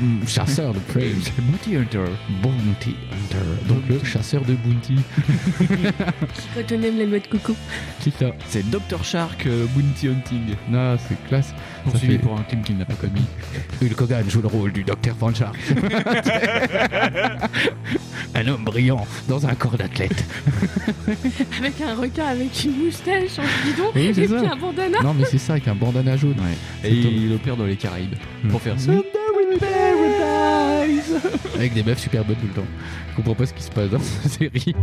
mm, chasseur de primes. Bounty Hunter. Bounty Hunter. Donc le chasseur de bounty. Quand on aime la noix de coco. Kita. C'est Dr. Shark euh, Bounty Hunting. Non, c'est classe. Poursuivi fait- pour un crime qu'il n'a pas commis. Hulk Hogan joue le rôle du docteur Vanchar. un homme brillant dans un corps d'athlète. Avec un requin avec une moustache en bidon Oui, c'est et ça. puis un bandana. Non, mais c'est ça, avec un bandana jaune. Et C'est Hmm. il opère dans les Caraïbes. Pour faire ça. Avec des meufs super bonnes tout le temps. Je comprends pas ce qui se passe dans cette série.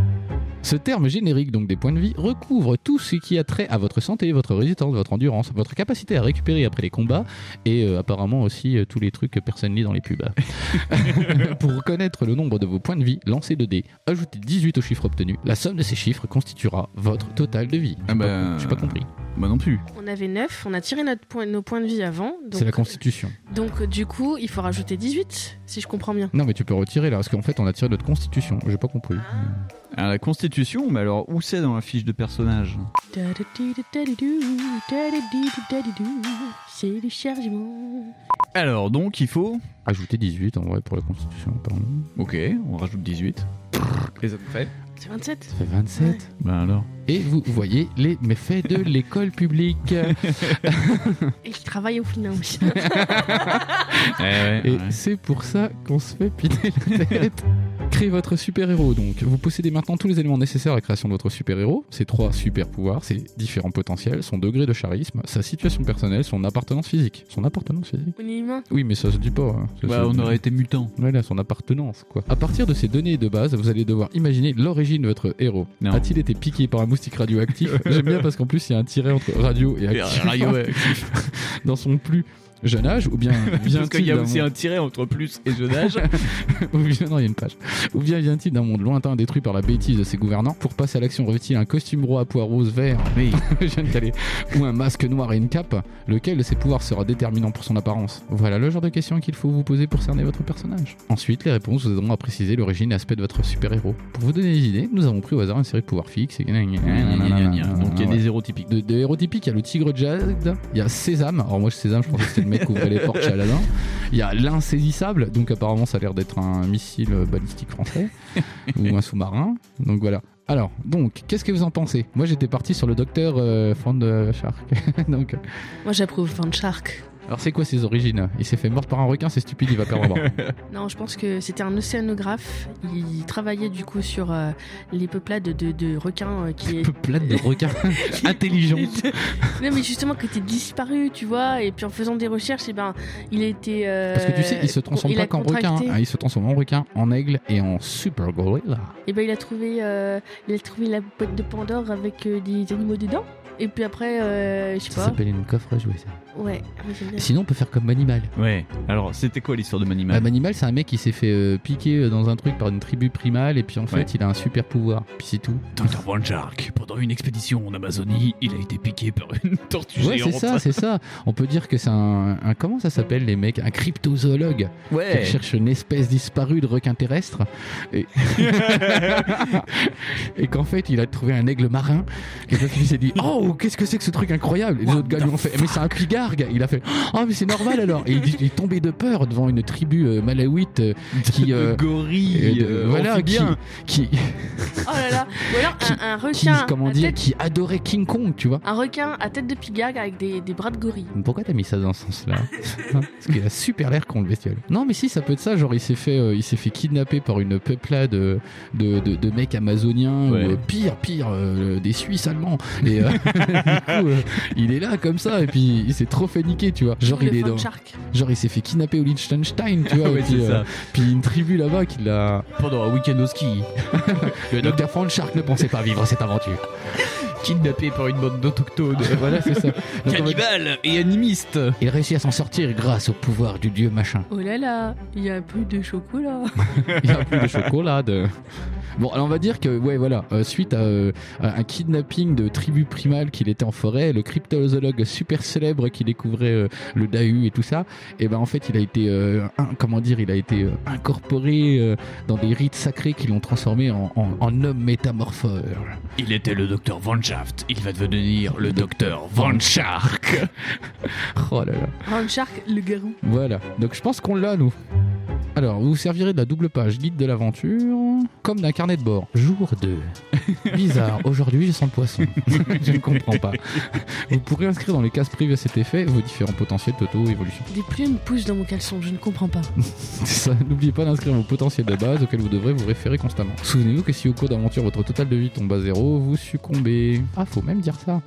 Ce terme générique, donc des points de vie, recouvre tout ce qui a trait à votre santé, votre résistance, votre endurance, votre capacité à récupérer après les combats et euh, apparemment aussi euh, tous les trucs que personne lit dans les pubs. Pour connaître le nombre de vos points de vie, lancez 2 dés. Ajoutez 18 au chiffre obtenu. La somme de ces chiffres constituera votre total de vie. Ah J'ai pas- ben, J'ai pas compris. Moi non plus. On avait 9, on a tiré notre point, nos points de vie avant. C'est Donc, la constitution. donc, euh, du coup, il faut rajouter 18, si je comprends bien. Non mais tu peux retirer là, parce qu'en fait on a tiré notre constitution. J'ai pas compris. À la Constitution, mais alors où c'est dans la fiche de personnage C'est le chargement. Alors donc il faut. Ajouter 18 en vrai pour la constitution, pardon. Ok, on rajoute 18. Et ça fait C'est 27. Ça fait 27. Ben alors. et vous voyez les méfaits de l'école publique. Et je travaille au finance. Eh Et c'est pour ça qu'on se fait piter la tête. Créez votre super-héros donc. Vous possédez maintenant tous les éléments nécessaires à la création de votre super-héros, ses trois super-pouvoirs, ses différents potentiels, son degré de charisme, sa situation personnelle, son appartenance physique. Son appartenance physique On est humain. Oui, mais ça se dit pas. hein. Ça Bah, se- on aurait été mutant. Voilà, son appartenance, quoi. À partir de ces données de base, vous allez devoir imaginer l'origine de votre héros. Non. A-t-il été piqué par un moustique radioactif J'aime bien parce qu'en plus, il y a un tiret entre radio Ah, et actif. Dans son plus jeune âge, ou bien Parce qu'il vient-il y a d'un aussi monde... un tiret entre plus et jeune âge. ou bien- non, il y a une page. Ou bien vient-il d'un monde lointain détruit par la bêtise de ses gouvernants Pour passer à l'action, revêt-il un costume roi à poids rose vert Oui. Je viens de caler. Ou un masque noir et une cape Lequel de ses pouvoirs sera déterminant pour son apparence Voilà le genre de questions qu'il faut vous poser pour cerner votre personnage. Ensuite, les réponses vous aideront à préciser l'origine et aspect de votre super-héros. Pour vous donner des idées, nous avons pris au hasard une série de pouvoirs fixes. Et... Donc il y a Voilà. des héros typiques. De, de héros typiques, il y a le tigre Jade, il y a Sésame, alors moi Sésame je pensais que c'était le mec qui ouvrait les portes chez Aladdin, il y a l'insaisissable, donc apparemment ça a l'air d'être un missile balistique français, ou un sous-marin, donc voilà. Alors, donc, qu'est-ce que vous en pensez Moi j'étais parti sur le docteur euh, Frank de Shark, donc... Moi, j'approuve Van Shark. Alors c'est quoi ses origines Il s'est fait mordre par un requin, c'est stupide, il va perdre un bras. Non, je pense que c'était un océanographe. Il travaillait du coup sur euh, les peuplades de, de requins euh, qui. Peuplade de requins intelligente non, mais justement, qui étaient disparus, tu vois. Et puis en faisant des recherches, et ben, il était. euh, Parce que tu sais, il se transforme il pas a qu'en contracté. requin, hein. il se transforme en requin, en aigle et en super gorilla. Et ben, il a trouvé, euh, il a trouvé la boîte de Pandore avec euh, des animaux dedans. Et puis après, euh, je sais Ça pas. s'appelle une coffre à jouer ça. Ouais. ouais, j'aime bien. Sinon on peut faire comme Manimal. Ouais. Alors c'était quoi l'histoire de Bah, Ah, Manimal Manimal, c'est un mec qui s'est fait euh, piquer euh, dans un truc par une tribu primale et puis en fait Ouais. il a un super pouvoir. Puis c'est tout. Dr. Von Shark, bah, pendant une expédition en Amazonie, il a été piqué par une tortue ouais, c'est ça, c'est ça. On peut dire que c'est un, un- Comment ça s'appelle les mecs Un cryptozoologue qui Ouais. cherche une espèce disparue de requin terrestre. Et, et qu'en fait il a trouvé un aigle marin. Et donc il s'est dit Oh, qu'est-ce que c'est que ce truc incroyable Et les autres gars lui ont fait Mais c'est un pigargue Il a fait Oh, mais c'est normal alors Et il, dit- il est tombé de peur devant une tribu euh, malawite euh, qui. euh, euh, Gorille. de- voilà, qui, bien. qui, Oh là là. Ou alors Qui- un, un qui, requin. comment à dire, tête- qui adorait King Kong, tu vois. Un requin à tête de pigargue avec des, des bras de gorille. Mais Pourquoi t'as mis ça dans ce sens-là Hein Parce qu'il a super l'air con le bestiole. Non, mais si, ça peut être ça. Genre, il s'est fait, euh, il s'est fait kidnapper par une peuplade euh, de, de, de mecs amazoniens, Ouais. ou euh, pire, pire, euh, des Suisses allemands. Et euh, du coup, euh, il est là comme ça, et puis il s'est trop fait niquer, tu vois. Genre, Le il est Van dans, Shark. genre, il s'est fait kidnapper au Liechtenstein, tu vois. et Ah, Ouais, puis, c'est euh, ça. puis une tribu là-bas qui l'a. Pendant un week-end au ski, Le docteur Frank Shark ne pensait pas vivre cette aventure. kidnappé par une bande d'autochtones. voilà, c'est ça. Donc, en fait, Cannibale et animiste. il réussit à s'en sortir grâce au pouvoir du dieu machin. Oh là là, il y a plus de chocolat. Il n'y a plus de chocolat. de- Bon, alors on va dire que, ouais, voilà, euh, suite à, euh, à un kidnapping de tribu primale qu'il était en forêt, le cryptozoologue super célèbre qui découvrait euh, le Dahu et tout ça, et ben en fait, il a été, euh, un- comment dire, il a été euh, incorporé euh, dans des rites sacrés qui l'ont transformé en, en- en homme métamorphore. Il était le docteur Van Schaft. Il va devenir le docteur Van Shark. Oh là là. Ron Shark, le garou. Voilà, donc je pense qu'on l'a, nous. Alors, vous vous servirez de la double page guide de l'aventure, comme d'un carnet de bord. Jour 2. Bizarre, aujourd'hui j'ai 100 poissons. je ne comprends pas. Vous pourrez inscrire dans les cases privées à cet effet vos différents potentiels totaux évolution. Des plumes poussent dans mon caleçon, je ne comprends pas. Ça, N'oubliez pas d'inscrire vos potentiels de base auxquels vous devrez vous référer constamment. Souvenez-vous que si au cours d'aventure votre total de vie tombe à zéro, vous succombez. Ah, faut même dire ça.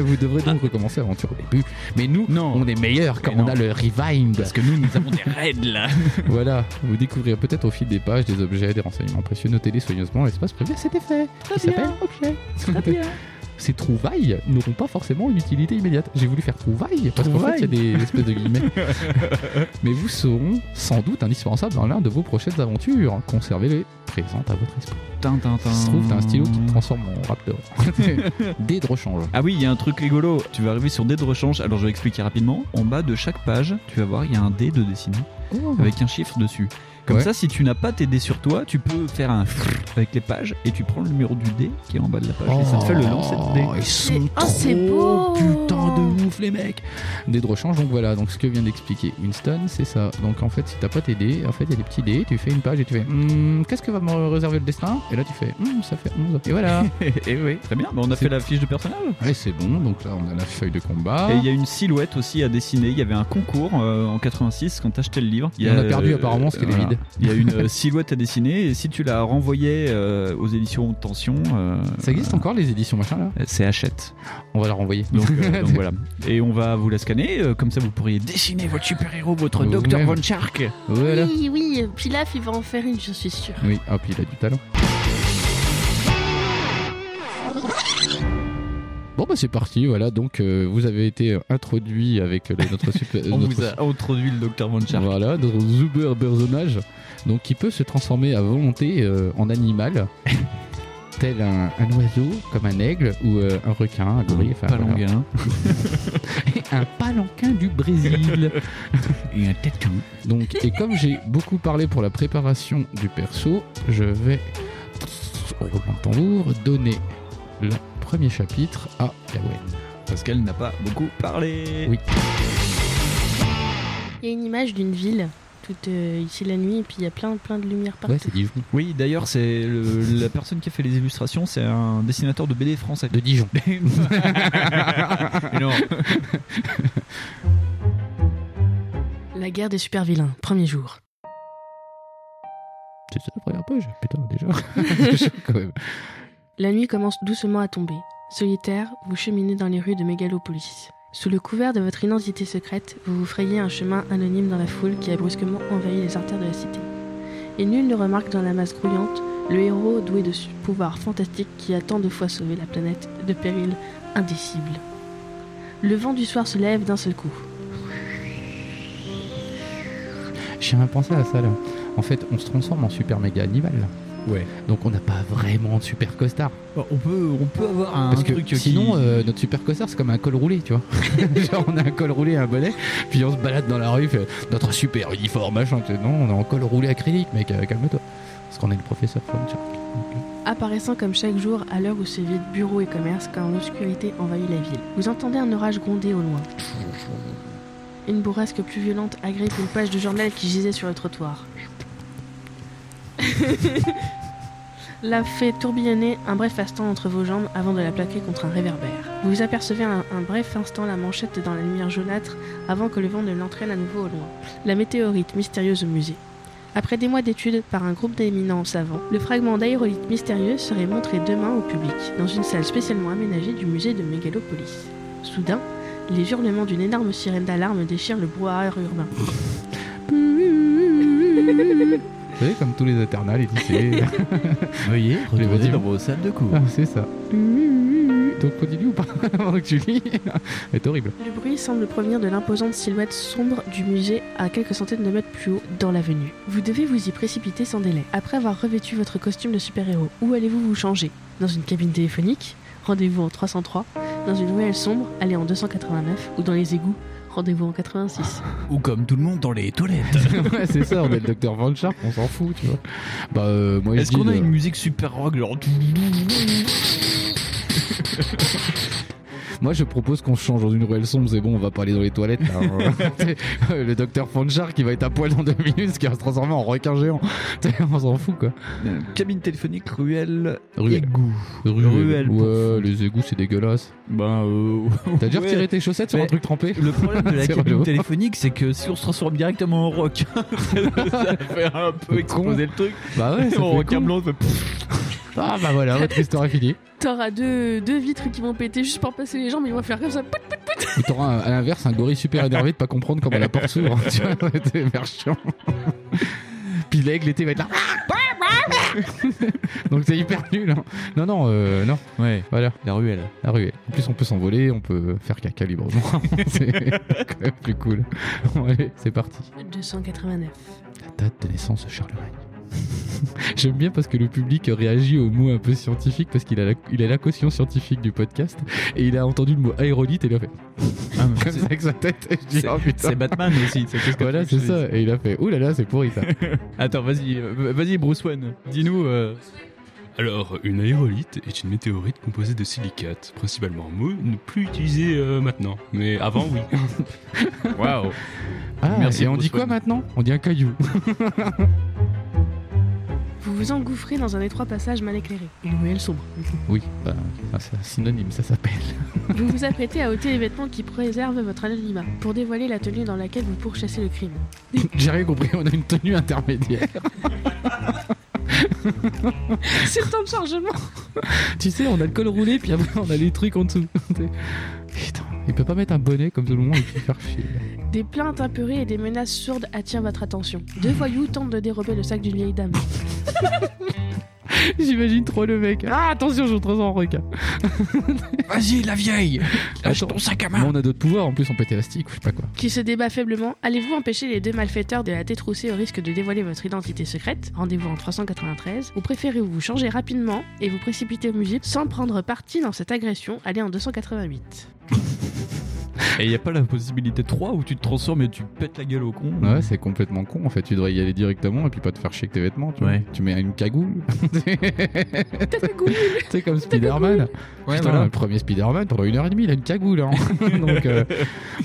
vous devrez donc recommencer l'aventure au début. Mais nous, Non. on est meilleurs quand Mais on non. a le rewind. Parce que nous, nous avons des raids là. Voilà, vous découvrirez peut-être au fil des pages des objets, des renseignements précieux, notez-les soigneusement, l'espace prévu à cet effet. Très qui s'appelle objet. Ces trouvailles n'auront pas forcément une utilité immédiate. J'ai voulu faire trouvailles parce qu'en fait, il y a des espèces de guillemets. Mais vous seront sans doute indispensables dans l'un de vos prochaines aventures. Conservez-les présentes à votre esprit. Tin, tin, tin. Ça se trouve, t'as un stylo qui te transforme en rap d'or. Dés de rechange. Ah oui, il y a un truc rigolo. Tu vas arriver sur dé de rechange. Alors je vais expliquer rapidement. En bas de chaque page, tu vas voir, il y a un dé de dessiner Oh, avec un chiffre dessus. Comme Ouais. ça, si tu n'as pas tes dés sur toi, tu peux faire un avec les pages et tu prends le numéro du dé qui est en bas de la page et ça te fait le lancer de dé. Oh, Ils Mais- sont oh, c'est trop beau. putain de ouf les mecs. Des de rechange donc voilà donc ce que vient d'expliquer Winston c'est ça. Donc en fait si t'as pas tes dés en fait il y a des petits dés tu fais une page et tu fais Hmm, qu'est-ce que va me réserver le destin et là tu fais Hmm, ça fait 11 et voilà. et oui, très bien. Bah, on a C'est- fait la fiche de personnage. et c'est bon donc là on a la feuille de combat. Et il y a une silhouette aussi à dessiner. Il y avait un concours euh, en 86 quand t'achetais le livre. Il y euh, Et on a perdu apparemment parce qu'elle est voilà. vide. Il y a une euh, silhouette à dessiner et si tu la renvoyais euh, aux éditions Tension, euh, Ça existe encore les éditions machin là euh, c'est Hachette. On va la renvoyer. Donc, euh, donc voilà. Et on va vous la scanner, euh, comme ça vous pourriez dessiner votre super-héros, votre Vous Dr. même. Euh, Von Shark. Voilà. Oui, oui, Pilaf, il va en faire une, je suis sûre. Oui, ah puis il a du talent. Bon bah c'est parti, voilà, donc euh, vous avez été introduit avec euh, notre super... On notre vous a introduit le Dr. Von Shark. Voilà, notre super personnage, donc qui peut se transformer à volonté euh, en animal, tel un, un oiseau, comme un aigle, ou euh, un requin, un gorille, enfin, voilà. Palanguin. un palanquin du Brésil. Et un tête Donc, et comme j'ai beaucoup parlé pour la préparation du perso, je vais, roulement de tambour, donner le premier chapitre à Gawain. Parce qu'elle n'a pas beaucoup parlé. Oui. Il y a une image d'une ville, toute euh, ici la nuit, et puis il y a plein, plein de lumière partout. Ouais, c'est Dijon. Oui, d'ailleurs, c'est le- la personne qui a fait les illustrations, c'est un dessinateur de BD français. De Dijon. non. La guerre des super vilains, premier jour. C'est ça la première page, putain, déjà. Je- quand même. La nuit commence doucement à tomber. Solitaire, vous cheminez dans les rues de Mégalopolis. Sous le couvert de votre identité secrète, vous vous frayez un chemin anonyme dans la foule qui a brusquement envahi les artères de la cité. Et nul ne remarque dans la masse grouillante le héros doué de ce pouvoir fantastique qui a tant de fois sauvé la planète de périls indicibles. Le vent du soir se lève d'un seul coup. J'ai rien pensé à ça là. En fait, on se transforme en super méga animal. là. Ouais. Donc on n'a pas vraiment de super costard. Bah, On peut, on peut avoir un Parce que truc qui- sinon, euh, notre super costard, c'est comme un col roulé, tu vois. Genre, on a un col roulé et un bonnet, puis on se balade dans la rue, fait, notre super uniforme, machin. tu sais. Non, on est en col roulé acrylique, mec, euh, calme-toi. Parce qu'on est le professeur Fun, tu vois. Apparaissant comme chaque jour à l'heure où se vident bureaux et commerces quand l'obscurité envahit la ville. Vous entendez un orage gronder au loin. Une bourrasque plus violente agrippe une page de journal qui gisait sur le trottoir. la fait tourbillonner un bref instant entre vos jambes avant de la plaquer contre un réverbère. Vous apercevez un, un bref instant la manchette dans la lumière jaunâtre avant que le vent ne l'entraîne à nouveau au loin. La météorite mystérieuse au musée. Après des mois d'études par un groupe d'éminents savants, le fragment d'aérolite mystérieux serait montré demain au public, dans une salle spécialement aménagée du musée de Mégalopolis. Soudain, les hurlements d'une énorme sirène d'alarme déchirent le brouhaha urbain. Vous savez, comme tous les internats, les lycées. Veuillez retourner dans vos salles de cours. Ah, c'est ça. plus. Donc continue ou pas Pendant que tu lis. Elle est horrible. Le bruit semble provenir de l'imposante silhouette sombre du musée à quelques centaines de mètres plus haut dans l'avenue. Vous devez vous y précipiter sans délai. Après avoir revêtu votre costume de super-héros, où allez-vous vous changer Dans une cabine téléphonique Rendez-vous en 303. Dans une ruelle sombre Allez en 289. Ou dans les égouts Rendez-vous en 86. Ou comme tout le monde dans les toilettes. ouais, c'est ça, on est le docteur Van Sharp, on s'en fout, tu vois. Bah, euh, moi, je Est-ce dis qu'on a de- une musique super rock genre Moi, je propose qu'on se change dans une ruelle sombre, c'est bon, on va pas aller dans les toilettes. là. T'sais, euh, le docteur Fanchar qui va être à poil dans deux minutes, qui va se transformer en requin géant. T'sais, on s'en fout, quoi. Euh, cabine téléphonique, ruelle, Ruelle. égout. Ruelle, Ouais, pour- les égouts, c'est dégueulasse. Ben, euh, T'as déjà Ouais. retiré tes chaussettes sur Mais- un truc trempé Le problème de la C'est cabine relou. téléphonique, c'est que si on se transforme directement en rock, ça fait un peu Con. exploser le truc. Bah ouais, Et c'est mon requin blanc, il fait pfff. Ah bah voilà, votre histoire est finie. T'auras deux, deux vitres qui vont péter juste pour passer les gens, mais ils vont faire comme ça. Pout Ou t'auras un- à l'inverse un gorille super énervé de pas comprendre comment la porte s'ouvre. hein. tu vois, t'es hyper chiant. Puis l'aigle l'été va être là. Donc c'est hyper nul. hein. Non, non, euh, non, Ouais, voilà. la ruelle. La ruée. En plus, on peut s'envoler, on peut faire caca librement. c'est quand même plus cool. Bon, allez, c'est parti. 289. La date de naissance de Charlemagne. J'aime bien parce que le public réagit aux mots un peu scientifiques parce qu'il a, la- il a la caution scientifique du podcast et il a entendu le mot aérolite et il a fait comme ça avec sa tête. Et je dis, c'est- oh putain. C'est Batman aussi. c'est qu'est-ce que Voilà, tu c'est veux que je te ça. Et il a fait, oulala, là là, c'est pourri ça. Attends, vas-y, euh, vas-y Bruce Wayne, dis-nous. euh, Alors, une aérolite est une météorite composée de silicates, principalement mou, ne plus utilisée euh, maintenant, mais avant oui. Waouh Ah, Merci, et on Bruce dit quoi Wayne. maintenant On dit un caillou. Vous vous engouffrez dans un étroit passage mal éclairé. Une ruelle sombre. Oui, bah, ah, c'est un synonyme, ça s'appelle. Vous vous apprêtez à ôter les vêtements qui préservent votre anonymat pour dévoiler la tenue dans laquelle vous pourchassez le crime. J'ai rien compris, on a une tenue intermédiaire. C'est le temps de chargement Tu sais, on a le col roulé, puis après on a les trucs en dessous. Putain, il peut pas mettre un bonnet comme tout le monde et puis faire chier. Des plaintes impurées et des menaces sourdes attirent votre attention. Deux voyous tentent de dérober le sac d'une vieille dame. J'imagine trop le mec. Ah, attention, je me transforme en requin. Vas-y, la vieille Lâche Attends. ton sac à Mais main on a d'autres pouvoirs, en plus on pète élastique ou je sais pas quoi. Qui se débat faiblement, allez-vous empêcher les deux malfaiteurs de la détrousser au risque de dévoiler votre identité secrète Rendez-vous en 393. Ou préférez-vous vous changer rapidement et vous précipiter au musée sans prendre parti dans cette agression Allez en 288. Et y a pas la possibilité 3 où tu te transformes et tu pètes la gueule au con Ouais, c'est complètement con en fait. Tu devrais y aller directement et puis pas te faire chier avec tes vêtements. Tu, vois. Ouais. tu mets une cagoule. c'est comme Spider-Man. Putain, le premier Spider-Man, pendant une heure et demie, il a une cagoule. hein. Donc, euh,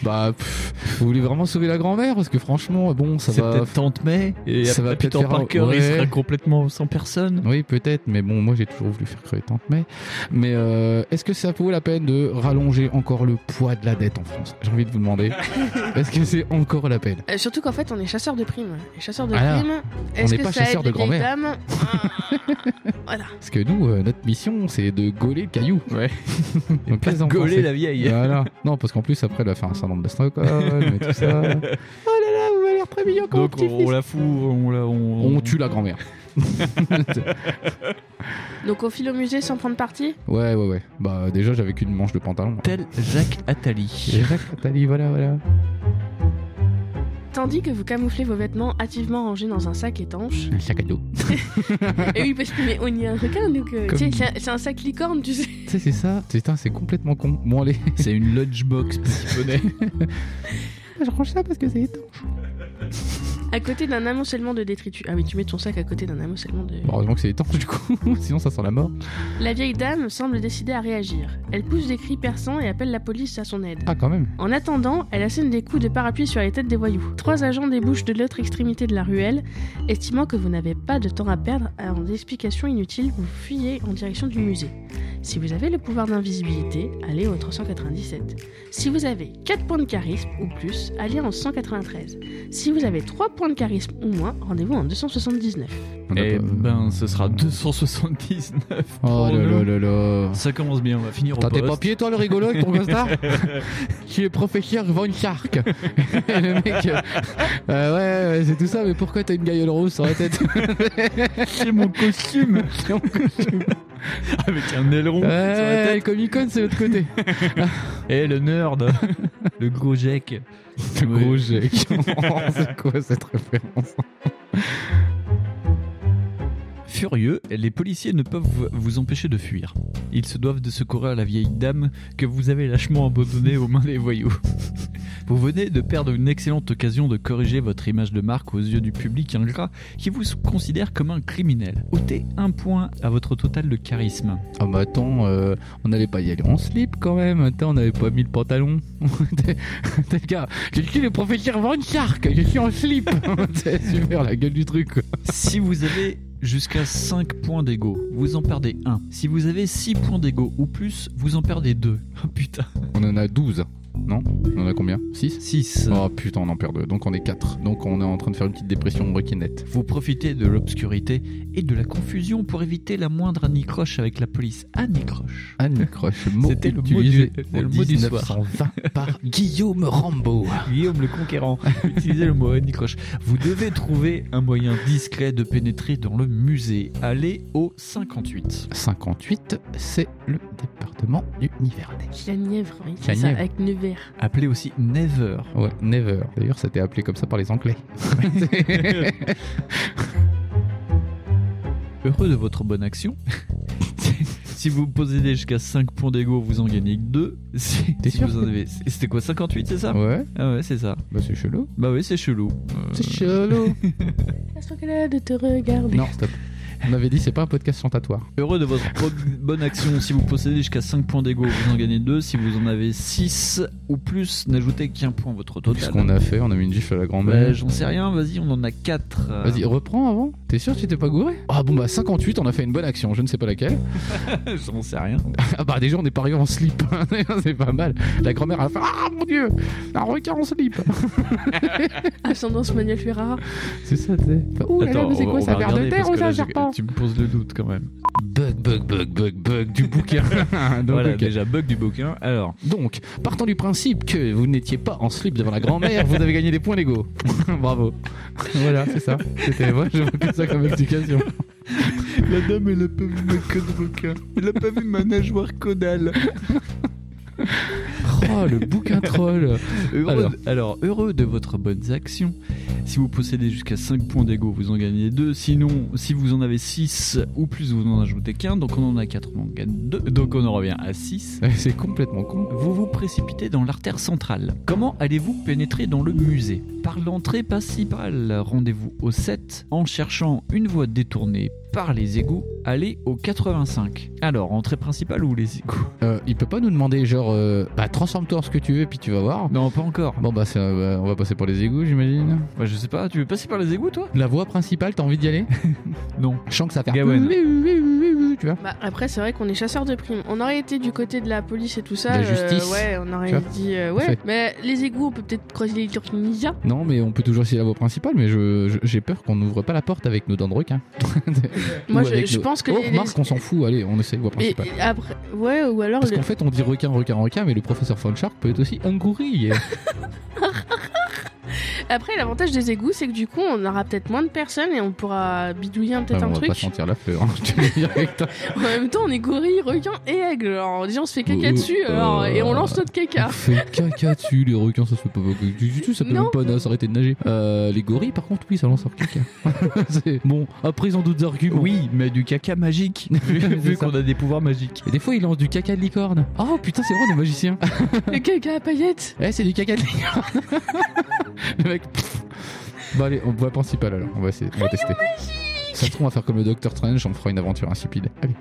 bah, pff, vous voulez vraiment sauver la grand-mère Parce que franchement, bon, ça C'est va. peut-être Tante May et ça va après peut-être Peter faire un- Parker il ouais. sera complètement sans personne. Oui, peut-être, mais bon, moi j'ai toujours voulu faire crever Tante May. Mais euh, est-ce que ça vaut la peine de rallonger encore le poids de la dette en France J'ai envie de vous demander. est-ce que c'est encore la peine Euh, surtout qu'en fait, on est chasseur de primes. Et chasseur de Ah, primes, on est-ce n'est que pas ça chasseur aide de les vieilles grand-mère. dames Ah. Voilà. Parce que nous, euh, notre mission, c'est de gauler le caillou. Ouais. Donc, qu'est-ce que vous en Gauler pensez la vieille. Voilà. Non, parce qu'en plus, après, elle va faire un syndrome de Stockholm et tout ça. Oh là là, vous avez l'air très mignon comme Donc petit on, on la fout, on la. On, On tue la grand-mère. Donc on file au musée sans prendre parti ouais, ouais, ouais. Bah, déjà, j'avais qu'une manche de pantalon. Tel Jacques Attali. Et là, Nathalie, voilà, voilà. Tandis que vous camouflez vos vêtements hâtivement rangés dans un sac étanche. Eh Un sac à dos. Et oui, parce que mais on y est un requin, donc. euh, Comme- tu sais, c'est un- c'est un, sac licorne, tu sais. Tu sais, c'est ça. Putain, c'est complètement con. Bon, allez. C'est une lunchbox petitonnée. Ah, Je range ça parce que c'est À côté d'un amoncellement de détritus. Ah oui, tu mets ton sac à côté d'un amoncellement de. Heureusement que c'est étanche du coup, sinon ça sent la mort. La vieille dame semble décidée à réagir. Elle pousse des cris perçants et appelle la police à son aide. Ah quand même. En attendant, elle assène des coups de parapluie sur les têtes des voyous. Trois agents débouchent de l'autre extrémité de la ruelle, estimant que vous n'avez pas de temps à perdre en explications inutiles, vous fuyez en direction du musée. Si vous avez le pouvoir d'invisibilité, allez au 397. Si vous avez 4 points de charisme ou plus, allez en 193. Si vous avez 3 points de charisme ou moins, rendez-vous en 279. On a Eh pas- ben, ce sera 279. Ah, Oh pour là là nous. là là. Ça commence bien, on va finir au T'as poste. tes papiers toi le rigolo avec ton costard Je suis le professeur Von Shark. Et le mec... euh, euh, ouais, ouais, c'est tout ça, mais pourquoi t'as une gaillole rose sur la tête C'est mon costume. Avec un aileron sur la tête. Ouais, Comic Con, c'est de l'autre côté. Eh, le nerd Le gros Jack Le gros jet. c'est quoi cette référence Furieux, les policiers ne peuvent vous- vous empêcher de fuir. Ils se doivent de secourir la vieille dame que vous avez lâchement abandonnée aux mains des voyous. Vous venez de perdre une excellente occasion de corriger votre image de marque aux yeux du public ingrat qui vous considère comme un criminel. Ôtez un point à votre total de charisme. Ah bah attends, euh, on n'allait pas y aller en slip quand même. Attends, on n'avait pas mis le pantalon. T'es- T'es le gars, je suis le professeur Van Shark, je suis en slip. C'est super la gueule du truc. quoi. Si vous avez jusqu'à 5 points d'ego, vous en perdez un. Si vous avez 6 points d'ego ou plus, vous en perdez 2. Oh putain. On en a 12, non On en a combien 6 6. Oh putain, on en perd deux. Donc on est 4. Donc on est en train de faire une petite dépression requinette. Vous profitez de l'obscurité et de la confusion pour éviter la moindre anicroche avec la police. Anicroche. Anne Croche, mot C'était le mot utilisé du- en le mot du soir. 1920 par Guillaume Rambo. Guillaume le Conquérant utilisez le mot anicroche. Vous devez trouver un moyen discret de pénétrer dans le musée. Allez au 58. 58, c'est le département du Nivernais. La Nièvre, oui, La c'est ça, Nièvre. avec Nevers. Appelez aussi Never. Ouais, Never. D'ailleurs, c'était appelé comme ça par les Anglais. Heureux de votre bonne action. Si vous possédez jusqu'à 5 points d'ego, vous en gagnez 2. Si, T'es si sûr vous en avez. C'était quoi 58, c'est ça ouais, Ah ouais, c'est ça. bah c'est chelou. Bah oui, c'est chelou. Euh, C'est chelou. Est-ce que là de te regarder non, stop. On avait dit, c'est pas un podcast chantatoire. Heureux de votre bo- bonne action. Si vous possédez jusqu'à 5 points d'ego, vous en gagnez 2. Si vous en avez 6 ou plus, n'ajoutez qu'un point à votre Qu'est-ce total. qu'on a fait On a mis une gifle à la grand-mère. Bah, J'en sais rien, vas-y, on en a Euh, 4. Vas-y, reprends avant. T'es sûr que tu t'es pas gouré Ah bon, bah 58, on a fait une bonne action, je ne sais pas laquelle. J'en sais rien. Ah bah déjà, on est parié en slip. c'est pas mal. La grand-mère, elle a fait Ah mon dieu Un requin en slip Ascendance Manuel Ferrara. C'est ça, c'est. Ouh là là, mais c'est quoi ça Vers de terre ou ça, serpent Tu me poses le doute quand même. Bug, bug, bug, bug, bug du bouquin. Donc, voilà, ok. déjà, bug du bouquin. Alors, Donc, partant du principe que vous n'étiez pas en slip devant la grand-mère, vous avez gagné des points d'ego. Bravo. Voilà, c'est ça. C'était moi, je vois que ça comme explication. La dame, elle a pas vu ma queue de requin. Elle a pas vu ma nageoire caudale. Oh, le bouquin troll. Heureux Alors. de- alors, heureux de votre bonne action. Si vous possédez jusqu'à 5 points d'ego, vous en gagnez 2. Sinon, si vous en avez 6 ou plus, vous en ajoutez qu'un. Donc on en a 4, on en gagne 2. Donc on en revient à 6. C'est complètement con. Vous vous précipitez dans l'artère centrale. Comment allez-vous pénétrer dans le musée Par l'entrée principale, rendez-vous au 7. En cherchant une voie détournée par les égouts, allez au 85. Alors, entrée principale ou les égouts Euh, il peut pas nous demander, genre, euh, bah, transforme-toi en ce que tu veux, puis tu vas voir. Non, pas encore. Bon, bah, c'est, euh, bah, on va passer par les égouts, j'imagine. Bah, je sais pas, tu veux passer par les égouts toi La voie principale, t'as envie d'y aller Non. Je sens que ça fait. Gawen. Tu vois Bah, après, c'est vrai qu'on est chasseur de primes. On aurait été du côté de la police et tout ça. La euh, justice, ouais, on tu aurait vois. dit. euh, ouais, Fait. mais les égouts, on peut peut-être croiser les turcs ninja. Non, mais on peut toujours essayer la voie principale, mais je- je- j'ai peur qu'on n'ouvre pas la porte avec nos dents de requin. Moi, Ou je, avec je nos- pense que. Oh, les- remarque, on s'en fout, allez, on essaye voie et, principale. et après, ouais, ou alors Parce le- qu'en fait, on dit requin, requin, requin, mais le professeur Von Shark peut être aussi un gorille. après l'avantage des égouts, c'est que du coup, on aura peut-être moins de personnes et on pourra bidouiller un- peut-être Enfin, un on va pas truc. sentir la fleur. hein, je te le dis direct. En même temps, on est gorille, requin et aigle. Alors, déjà, on se fait caca Euh, dessus alors, euh, et on lance notre On caca. fait caca dessus, les requins, ça se fait pas du tout, ça peut Non. même pas na- s'arrêter de nager. Euh, les gorilles, par contre, oui, ça lance leur caca. C'est- bon, après, ils ont d'autres arguments. Oui, mais du caca magique, vu, C'est vu ça. qu'on a des pouvoirs magiques. Et des fois, ils lancent du caca de licorne. Oh putain, c'est vrai, on est magicien. Le caca à paillettes. eh, c'est du caca de licorne. le mec. pff. Bon, allez, on voit principale alors, on va essayer, on va tester. Ça se trouve, on va faire comme le Docteur Strange, on fera une aventure insipide. Allez.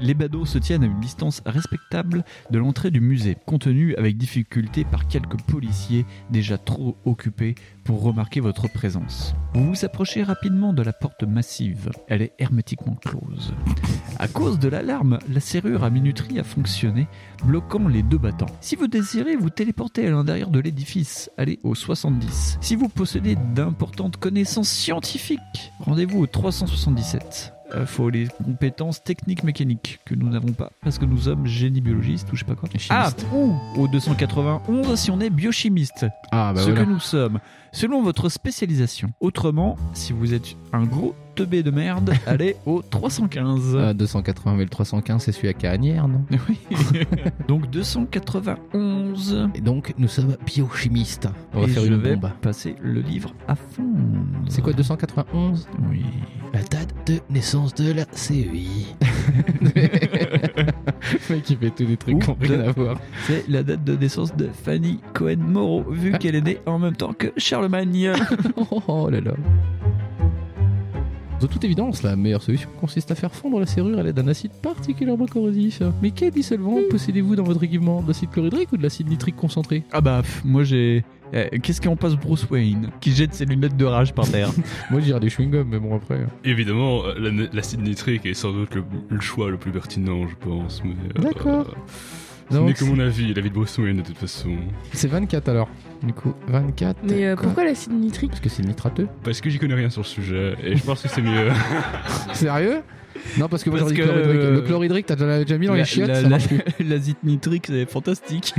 Les badauds se tiennent à une distance respectable de l'entrée du musée, contenue avec difficulté par quelques policiers déjà trop occupés pour remarquer votre présence. Vous vous approchez rapidement de la porte massive. Elle est hermétiquement close. À cause de l'alarme, la serrure à minuterie a fonctionné, bloquant les deux battants. Si vous désirez vous téléporter à l'intérieur de l'édifice, allez au 70. Si vous possédez d'importantes connaissances scientifiques, rendez-vous au 377. euh, faut les compétences techniques mécaniques que nous n'avons pas parce que nous sommes génie biologiste ou je sais pas quoi. Chimiste. Ah, ou au 291 si on est biochimiste, Ah, bah ce voilà. que nous sommes, selon votre spécialisation. Autrement, si vous êtes un gros teubé de merde, allez au 315. Ah, 280 mais le 315, c'est celui à Cagnières, non Oui. Donc 291. Et donc, nous sommes biochimistes. On va Et faire je une vais bombe. passer le livre à fond. C'est quoi 291 Oui. La date de naissance de la E CEI. Le mec, il fait tous des trucs Ou qui n'ont rien de- à voir. C'est la date de naissance de Fanny Cohen Moreau, vu qu'elle est née en même temps que Charlemagne. Oh, oh, oh là là. De toute évidence, la meilleure solution consiste à faire fondre la serrure à l'aide d'un acide particulièrement corrosif. Mais quel dissolvant possédez-vous dans votre équipement De l'acide chlorhydrique ou de l'acide nitrique concentré Ah bah, pff, moi j'ai. eh, Qu'est-ce qu'on passe Bruce Wayne qui jette ses lunettes de rage par terre Moi, j'irais des chewing-gums, mais bon, après. Évidemment, euh, la- l'acide nitrique est sans doute le, le choix le plus pertinent, je pense. mais, euh, D'accord. ce Donc, n'est que mon avis, l'avis de Brossouen de toute façon. C'est 24 alors. Du coup, 24. Mais euh, quoi. pourquoi l'acide nitrique Parce que c'est nitrateux. Parce que j'y connais rien sur le sujet, et je pense que c'est mieux. Sérieux Non, parce que moi, Parce j'aurais dit que, chlorhydrique. euh, Le chlorhydrique, t'as déjà, déjà mis dans les chiottes ça marche plus. L'azite nitrique, c'est fantastique.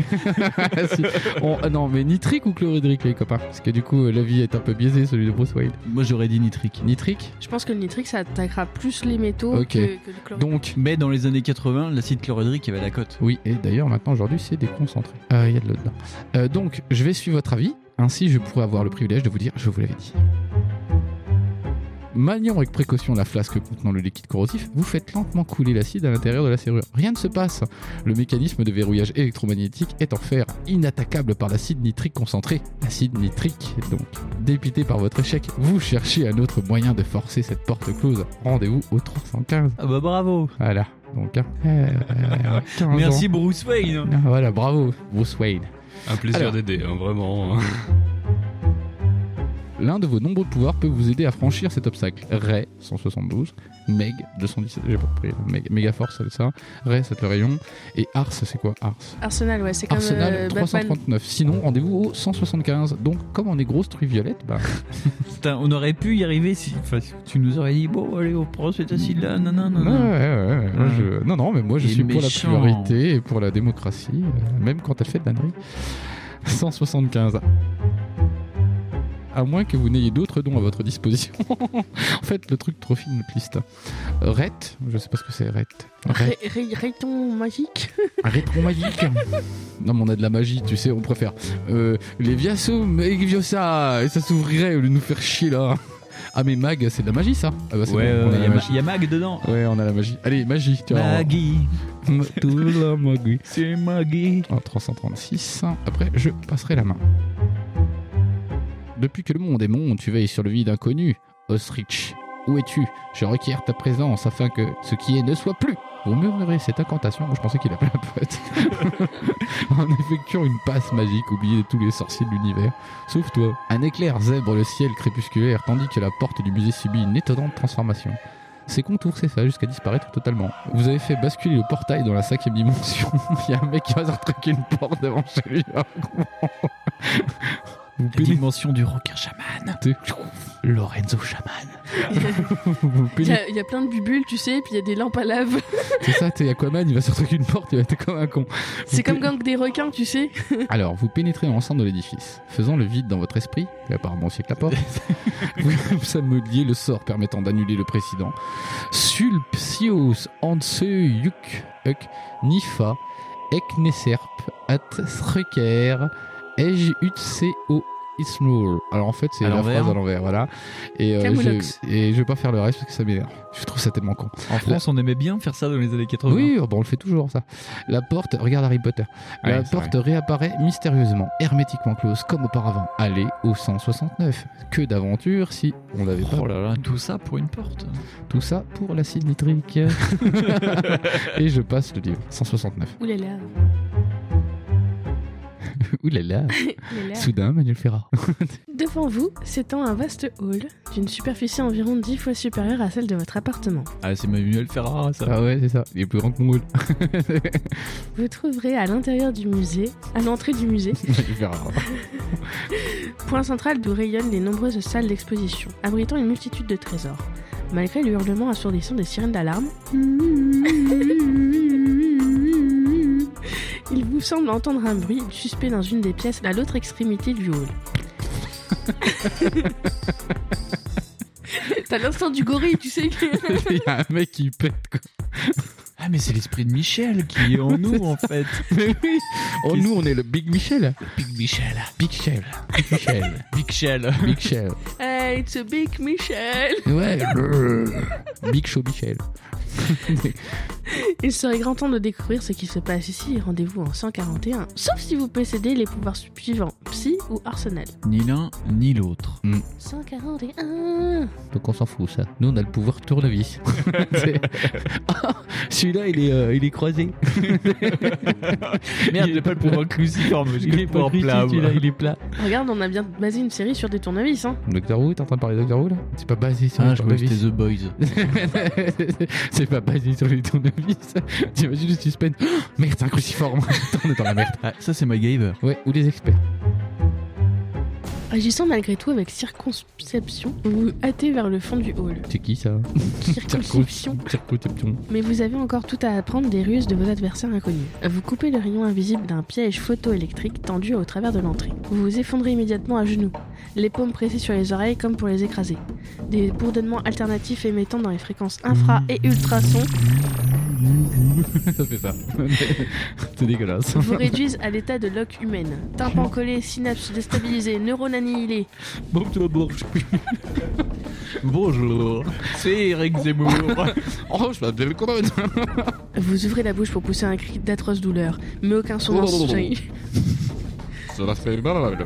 Ah, si. On- ah, non, mais nitrique ou chlorhydrique, les copains Parce que du coup, euh, l'avis est un peu biaisé, celui de Bruce Wayne. Moi j'aurais dit nitrique. Nitrique Je pense que le nitrique, ça attaquera plus les métaux Ok. que, que le chlorure. Donc, Mais dans les années 80, l'acide chlorhydrique avait la cote. Oui, et d'ailleurs maintenant aujourd'hui c'est déconcentré. Ah, Il y a de l'eau dedans. Euh, donc je vais suivre votre avis, ainsi je pourrai avoir le privilège de vous dire je vous l'avais dit. Maniant avec précaution la flasque contenant le liquide corrosif, vous faites lentement couler l'acide à l'intérieur de la serrure. Rien ne se passe. Le mécanisme de verrouillage électromagnétique est en fer, inattaquable par l'acide nitrique concentré. Acide nitrique, donc. Dépité par votre échec, vous cherchez un autre moyen de forcer cette porte close. Rendez-vous au 315. Ah bah bravo Voilà, donc. hein. Euh, 15 ans. Merci Bruce Wayne Ah, Voilà, bravo, Bruce Wayne. Un plaisir Alors. d'aider, hein, vraiment. hein. L'un de vos nombreux pouvoirs peut vous aider à franchir cet obstacle. Ray 172, Meg 217, j'ai pas compris, Meg, Megaforce c'est ça, Ray c'est le rayon, et Ars c'est quoi Ars Arsenal, ouais, c'est comme Arsenal euh, Batman. 339. Sinon, rendez-vous au 175. Donc, comme on est grosse truie violette, bah, Putain, on aurait pu y arriver si enfin, si tu nous aurais dit bon allez on prend cet acide là, non non non. ouais, ouais, non. ouais, ouais, moi, je- non, non, mais moi je Il est suis pour la méchant. priorité et pour la démocratie, euh, même quand elle fait de l'ânerie. 175. À moins que vous n'ayez d'autres dons à votre disposition. en fait, le truc trop finaliste. Rhett, je sais pas ce que c'est Rhett. Rhett. Ray- Ray- Rayton magique. Rétro magique. non, mais on a de la magie, tu sais, on préfère. Euh, les Viasum et Viosa, et ça s'ouvrirait au lieu de nous faire chier là. Ah, mais Mag, c'est de la magie ça Ah, bah c'est Ouais, bon, on a il y, la a Ma- magie. y a Mag dedans. Ouais, on a la magie. Allez, magie, tu vois. Maggie, Tout la magie. c'est Maggie. En 336. Après, je passerai la main. Depuis que le monde est monde, tu veilles sur le vide inconnu. Ostrich, où es-tu Je requiers ta présence afin que ce qui est ne soit plus. Vous murmurez cette incantation. Moi, je pensais qu'il appelait un pote. en effectuant une passe magique oubliée de tous les sorciers de l'univers. Sauf toi. Un éclair zèbre le ciel crépusculaire tandis que la porte du musée subit une étonnante transformation. Ses contours s'effacent jusqu'à disparaître totalement. Vous avez fait basculer le portail dans la cinquième dimension. Il y a un mec qui va se retraquer une porte devant chez lui. Vous La pénétrez. dimension du requin chaman. Lorenzo chaman. Vous Il y, pénétrez. a- il y a plein de bubules, tu sais, puis il y a des lampes à lave. C'est ça, t'es Aquaman, il va se retraquer une porte, il va être comme un con. C'est comme gang des requins, tu sais. Alors, vous pénétrez en l'enceinte de l'édifice, faisant le vide dans votre esprit, et apparemment aussi avec la porte. vous samodiez le sort permettant d'annuler le précédent. Sulpsios Anseyuk Uk Nifa Ekneserp Atstreker Ej Utseo Ismur. Alors en fait, c'est À la l'envers. hein. phrase à l'envers, voilà. Et, euh, Camoulox. je, et je vais pas faire le reste parce que ça m'énerve. Je trouve ça tellement con. En France, on aimait bien faire ça dans les années 80. Oui, oh, bah, on le fait toujours ça. La porte, regarde Harry Potter. La Ouais, c'est porte réapparaît mystérieusement, hermétiquement close comme auparavant. Allez au 169. Que d'aventure si on n'avait pas Oh là là, tout ça pour une porte. tout ça pour l'acide nitrique. Et je passe le livre 169. Oulala. Ouh là là. oulala. Soudain, Manuel Ferrat. Devant vous s'étend un vaste hall d'une superficie environ 10 fois supérieure à celle de votre appartement. Ah, c'est Manuel Ferrara, ça. Ah ouais, c'est ça. Il est plus grand que mon moule. Vous trouverez à l'intérieur du musée, à l'entrée du musée, Manuel Ferrat. point central d'où rayonnent les nombreuses salles d'exposition, abritant une multitude de trésors. Malgré le hurlement assourdissant des sirènes d'alarme, il vous semble entendre un bruit suspect dans une des pièces à l'autre extrémité du hall. T'as l'instant du gorille, tu sais que. Il y a un mec qui pète, quoi. Ah, mais c'est l'esprit de Michel qui est en nous, en fait. Mais oui Oh, Qu'est-ce- nous, on est le Big Michel Big Michel. Big Shell Big Shell Big Shell. Big Shell Hey, it's a big Michel Ouais brrr. Big Show Michel Il serait grand temps de découvrir ce qui se passe ici et rendez-vous en 141, sauf si vous possédez les pouvoirs suivants, psy ou arsenal. Ni l'un, ni l'autre. 141 Donc on s'en fout, ça. Nous, on a le pouvoir tournevis. C'est- Ah, Celui-là, il, est, euh, il est croisé. Merde, Il est j'ai pas le pouvoir cruciforme, j'ai que Il le est pas pouvoir critique, plat. celui-là, moi. il est plat. Regarde, on a bien basé une série sur des tournevis, hein Doctor Who, t'es en train de parler de Doctor Who, là C'est pas basé sur Ah, les je crois que tournevis. c'était The Boys. C'est pas basé sur les tournevis. T'imagines le suspense. Oh, merde, c'est un cruciforme. Attends, on est dans la merde. Ah, ça, c'est MacGyver. Ouais, ou les experts. Agissant malgré tout avec circonspection, vous vous hâtez vers le fond du hall. C'est qui, ça Circonspection Circonception. Mais vous avez encore tout à apprendre des ruses de vos adversaires inconnus. Vous coupez le rayon invisible d'un piège photoélectrique tendu au travers de l'entrée. Vous vous effondrez immédiatement à genoux, les paumes pressées sur les oreilles comme pour les écraser. Des bourdonnements alternatifs émettant dans les fréquences infra et ultrasons ça fait ça. c'est dégueulasse. vous réduisent à l'état de loque humaine. Tympan collé, synapses déstabilisées, neurones annihilés. Bonjour, c'est Eric Zemmour. Oh, je m'appelle comment Vous ouvrez la bouche pour pousser un cri d'atroce douleur, mais aucun son n'en surgit. Ça fait mal.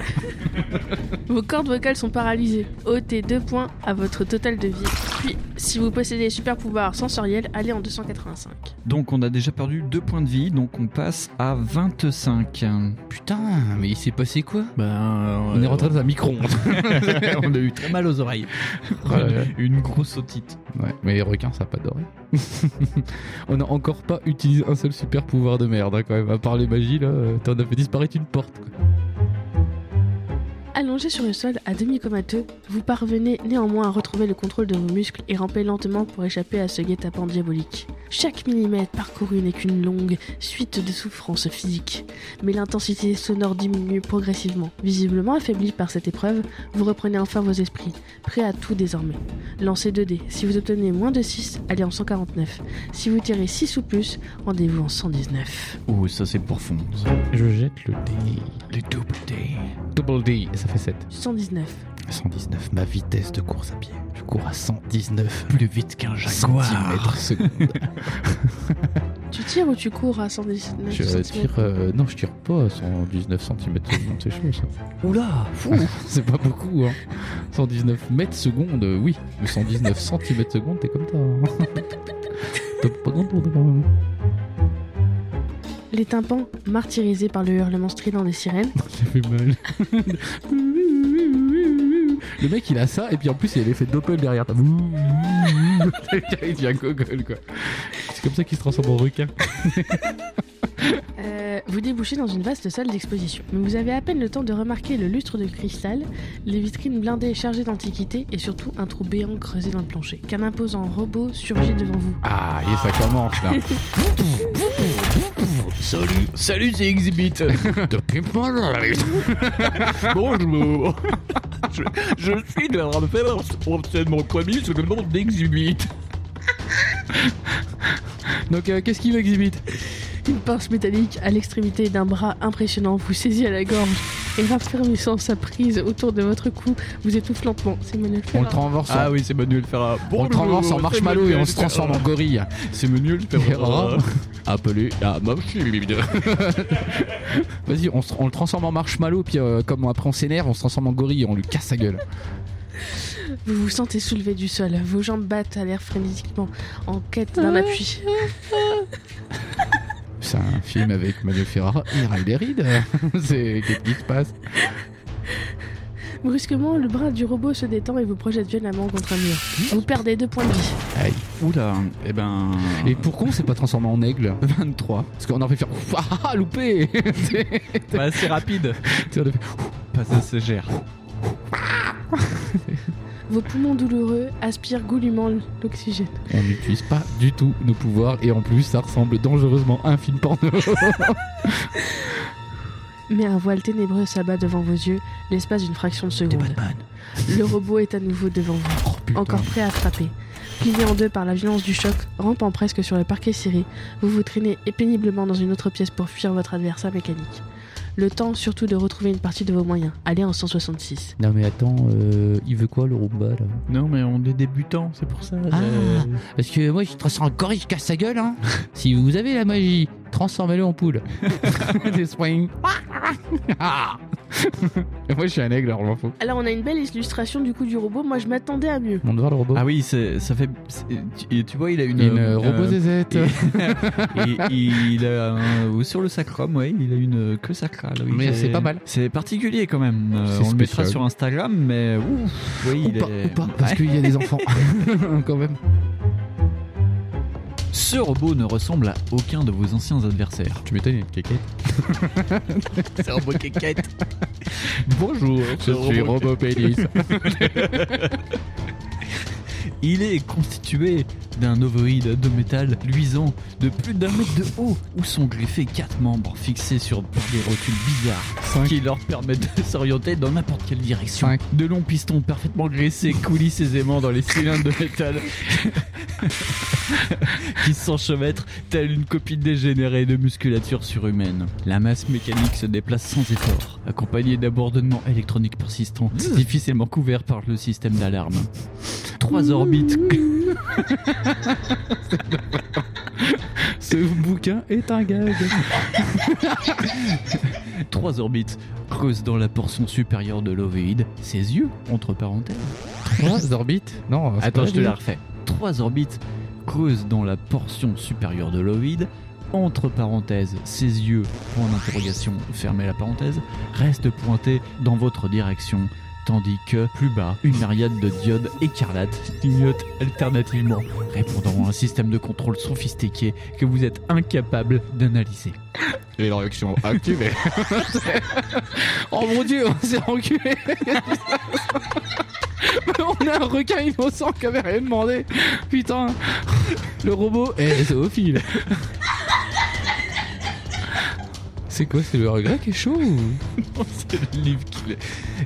Vos cordes vocales sont paralysées. ôtez 2 points à votre total de vie. Puis, si vous possédez super pouvoir sensoriel, allez en 285. Donc, on a déjà perdu 2 points de vie, donc on passe à 25. Putain, mais il s'est passé quoi Ben, On est rentré dans un micro-ondes. on a eu très mal aux oreilles. Ouais. Une grosse otite. Ouais, mais les requins, ça n'a pas d'oreille. on n'a encore pas utilisé un seul super pouvoir de merde, hein, quand même. À part les magies, là, euh, t'en as fait disparaître une porte. quoi. Allongé sur le sol, à demi comateux, vous parvenez néanmoins à retrouver le contrôle de vos muscles et ramper lentement pour échapper à ce guet-apens diabolique. Chaque millimètre parcouru n'est qu'une longue suite de souffrances physiques, mais l'intensité sonore diminue progressivement. Visiblement affaibli par cette épreuve, vous reprenez enfin vos esprits, prêts à tout désormais. Lancez 2 dés, si vous obtenez moins de 6, allez en 149. Si vous tirez 6 ou plus, rendez-vous en 119. Oh, ça, c'est pour fond. Je jette le dé. Les double D. Double D, ça fait 7. 119. 119, ma vitesse de course à pied. Je cours à 119 Plus vite qu'un centimètres secondes. Tu tires ou tu cours à 119 Je tire. centimètres euh, non, je tire pas à 119 centimètres secondes, c'est chaud ça. Oula C'est pas beaucoup, hein. 119 mètres secondes, euh, oui. Mais 119 centimètres secondes, t'es comme ça. hein. T'as pas grand tour de quand même. Les tympans, martyrisés par le hurlement strident des sirènes, Ça fait mal. Le mec il a ça et puis en plus il y a l'effet Doppel derrière. T'as- il devient gogol quoi. C'est comme ça qu'il se transforme en requin. euh, vous débouchez dans une vaste salle d'exposition. Mais vous avez à peine le temps de remarquer le lustre de cristal, les vitrines blindées chargées d'antiquités et surtout un trou béant creusé dans le plancher. Qu'un imposant robot surgit devant vous. Ah et ça commence là. Salut Salut, c'est Exhibit Bonjour je, je suis de la rappel obsèdement connu sous le nom d'Exhibit. Donc euh, qu'est-ce qu'il veut exhibit Une pince métallique à l'extrémité d'un bras impressionnant vous saisit à la gorge et raffermissant sa prise autour de votre cou, vous étouffe lentement. C'est Manuel On le Ferrara. transverse en, Ah oui, c'est Manuel Ferra. on le transverse en marshmallow et on se transforme en gorille. Ah, C'est Manuel Ferrara. Ferra. Appelé la marshmallow. Vas-y, on, se- on le transforme en marshmallow puis euh, comme après on s'énerve, on se transforme en gorille et on lui casse sa gueule. Vous vous sentez soulevé du sol, vos jambes battent à l'air frénétiquement en quête d'un appui. C'est un film avec Manuel Ferrara et Ray Derrida. C'est qu'est-ce qui se passe Brusquement, le bras du robot se détend et vous projette violemment contre un mur. Vous perdez deux points de vie. Oula, eh ben. Et pourquoi on s'est pas transformé en aigle 23. Parce qu'on aurait fait faire Ouf, ah, ah, loupé C'est- Pas assez rapide. c'est- on aurait fait- Pas assez gère. Vos poumons douloureux aspirent goulûment l'oxygène. On n'utilise pas du tout nos pouvoirs et en plus ça ressemble dangereusement à un film porno. Mais un voile ténébreux s'abat devant vos yeux, l'espace d'une fraction de seconde. Le robot est à nouveau devant vous. Oh, putain. encore prêt à frapper. Plié en deux par la violence du choc, rampant presque sur le parquet ciré, vous vous traînez et péniblement dans une autre pièce pour fuir votre adversaire mécanique. Le temps surtout de retrouver une partie de vos moyens. Allez en 166. Non mais attends, euh, il veut quoi le Roomba là Non, mais on est débutant, c'est pour ça. Ah. Parce que moi je transforme encore et je casse sa gueule hein Si vous avez la magie, transformez-le en poule. Des swings. Ah. moi je suis un aigle alors m'en faut. Alors on a une belle illustration du coup du robot, moi je m'attendais à mieux. On doit le robot. Ah oui, c'est- ça fait. c'est- Tu, et tu vois, il a une. Une euh, robot zézette. et- et- il a un- sur le sacrum, ouais, il a une queue sacrale. oui. Mais c'est pas mal. C'est particulier quand même. Euh, C'est on le mettra spécial. sur Instagram, mais ouf, oui, Ou il pas, est- ou pas, parce qu'il y a des enfants quand même. Ce robot ne ressemble à aucun de vos anciens adversaires. Tu m'étonnes, il y a une quéquette. C'est un beau quéquette. Bonjour, robot pénis. Il est constitué d'un ovoïde de métal luisant de plus d'un mètre de haut où sont greffés quatre membres fixés sur des rotules bizarres qui leur permettent de s'orienter dans n'importe quelle direction. Cinq. De longs pistons parfaitement graissés coulissent aisément dans les cylindres de métal qui s'enchevêtrent telle une copie dégénérée de musculature surhumaine. La masse mécanique se déplace sans effort, accompagnée d'abordonnements électroniques persistants difficilement couverts par le système d'alarme. Trois orbites Ce bouquin est un gag. Trois orbites creusent dans la portion supérieure de l'ovoïde. Ses yeux, entre parenthèses. Trois orbites Ah, Non, c'est Attends, pas je te la refais. Trois orbites creusent dans la portion supérieure de l'ovoïde. Entre parenthèses, ses yeux, point d'interrogation, fermez la parenthèse, restent pointés dans votre direction. Tandis que, plus bas, une myriade de diodes écarlates clignotent alternativement, répondant à un système de contrôle sophistiqué que vous êtes incapable d'analyser. Et leur réaction activée. oh mon dieu, on s'est reculé. on a un requin innocent qui avait rien demandé. Putain, le robot est zoophile. C'est quoi, c'est le regret qui est chaud ou... C'est le livre qui l'a-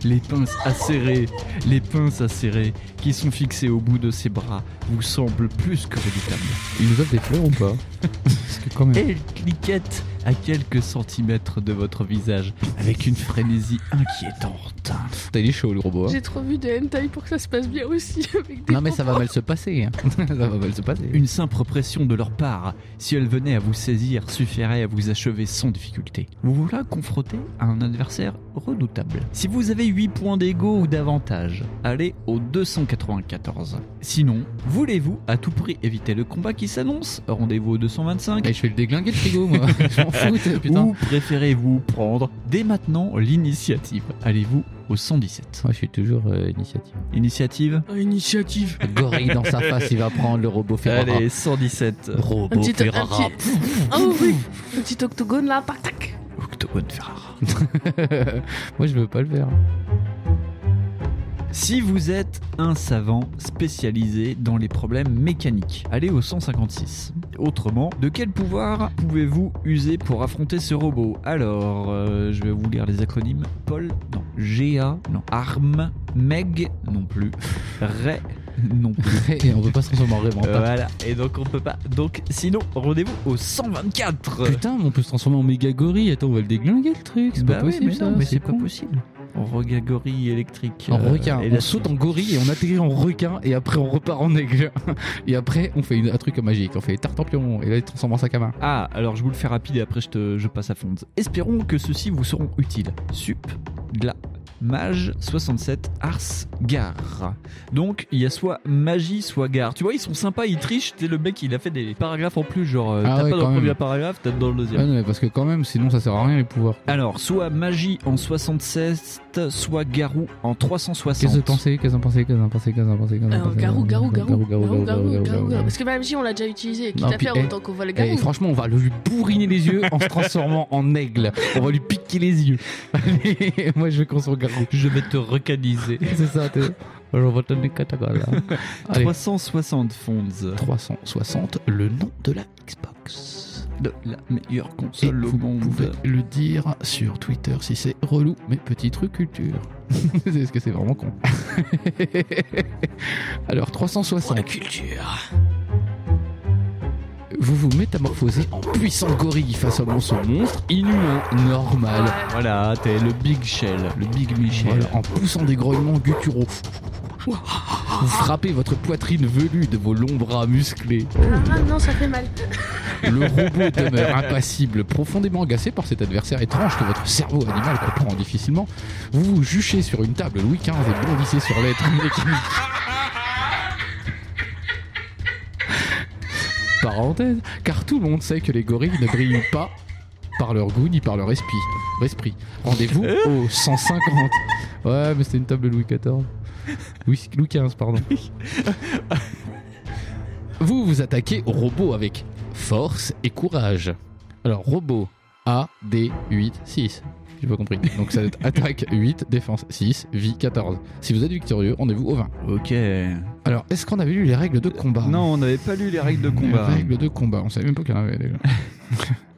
Les pinces acérées, les pinces acérées qui sont fixées au bout de ses bras vous semblent plus que redoutables. Il nous offre des fleurs ou pas Parce que quand même. Elle cliquette à quelques centimètres de votre visage avec une frénésie inquiétante. T'as dit chaud le robot. hein. J'ai trop vu de hentai pour que ça se passe bien aussi avec des Non mais ça va mal se passer. hein. ça va mal se passer. Une simple pression de leur part, si elle venait à vous saisir, suffirait à vous achever sans difficulté. Vous voilà confronté à un adversaire redoutable. Si vous avez 8 points d'ego ou davantage, allez au 294. Sinon, voulez-vous à tout prix éviter le combat qui s'annonce Rendez-vous au 225 Et je vais le déglinguer le frigo moi. je m'en fous putain. Ou préférez-vous prendre dès maintenant l'initiative Allez-vous au 117. Moi je suis toujours euh, initiative. Initiative Ah, Initiative. Gorille dans sa face, il va prendre le robot Ferrara. Allez, 117. Robot petit- un Ferrara. Oh oui Un petit octogone là, pac tac Octogone Ferrara. Moi, je veux pas le faire. Si vous êtes un savant spécialisé dans les problèmes mécaniques, allez au 156. Autrement, de quel pouvoir pouvez-vous user pour affronter ce robot Alors, euh, je vais vous lire les acronymes. Paul, non. GA, non. ARM, MEG, non plus. RAY, non plus. Et on peut pas se transformer en rêve. hein. en pape. Voilà, et donc on peut pas. Donc sinon, rendez-vous au 124 Putain, mais on peut se transformer en méga gorille. Attends, on va le déglinguer le truc. C'est Bah pas oui, possible mais ça. non, mais c'est pas con. possible. En regagori électrique. En euh, requin, et on la- saute en gorille et on atterrit en requin et après on repart en aigle. Et après on fait une- un truc magique, on fait tartempion et là il se transforme en sac à main. Ah, alors je vous le fais rapide et après je, te, je passe à fond. Espérons que ceux-ci vous seront utiles. Sup, gla, mage, 67, ars, gare. Donc il y a soit magie, soit gare. Tu vois, ils sont sympas, ils trichent. C'est le mec, il a fait des paragraphes en plus. Genre, euh, Ah t'as ouais, pas dans quand le premier même. paragraphe, t'as dans le deuxième. Ah non, mais parce que quand même, sinon ça sert à rien les pouvoirs. Alors, soit magie en 76, soit garou en 360. Qu'est-ce que pensez Qu'est-ce que pensez Qu'est-ce que pensez Qu'est-ce que pensez Qu'est-ce Euh, que Alors, pensez garou, garou, garou, Euh, garou, garou, garou, garou. Parce que même si on l'a déjà utilisé, quitte Non, à puis, faire eh, autant qu'on voit le Et garou. franchement, on va lui bourriner les yeux en se transformant en aigle. On va lui piquer les yeux. Allez, moi je veux qu'on soit garou. Je vais te recaniser. C'est ça, t'es- Je vote les Katagala. Allez. 360 fonds. 360, le nom de la Xbox. De la meilleure Et console au vous monde. pouvez le dire sur Twitter si c'est relou, mais petit truc culture. Est-ce que c'est vraiment con Alors, 360. culture. Vous vous métamorphosez en puissant gorille face au monstre monstre inhumain normal. Voilà, t'es le Big Shell, le Big Michel. Voilà, en poussant des grognements gutturaux. Vous frappez votre poitrine velue de vos longs bras musclés. Ah non, ça fait mal. Le robot demeure impassible, profondément agacé par cet adversaire étrange que votre cerveau animal comprend difficilement. Vous vous juchez sur une table Louis XV et bondissez sur l'être mécanique. Parenthèse, car tout le monde sait que les gorilles ne brillent pas par leur goût ni par leur esprit. esprit. Rendez-vous au 150. Ouais, mais c'était une table Louis XIV. Louis, Louis XV, pardon. Vous vous attaquez au robot avec force et courage. Alors, robot A, D, 8, 6. J'ai pas compris. Donc, ça va être attaque 8, défense 6, vie 14. Si vous êtes victorieux, rendez-vous au 20. Ok. Alors, est-ce qu'on avait lu les règles de combat Non, on n'avait pas lu les règles de Bah. Les combat. règles de combat, on savait même pas qu'il y en avait déjà.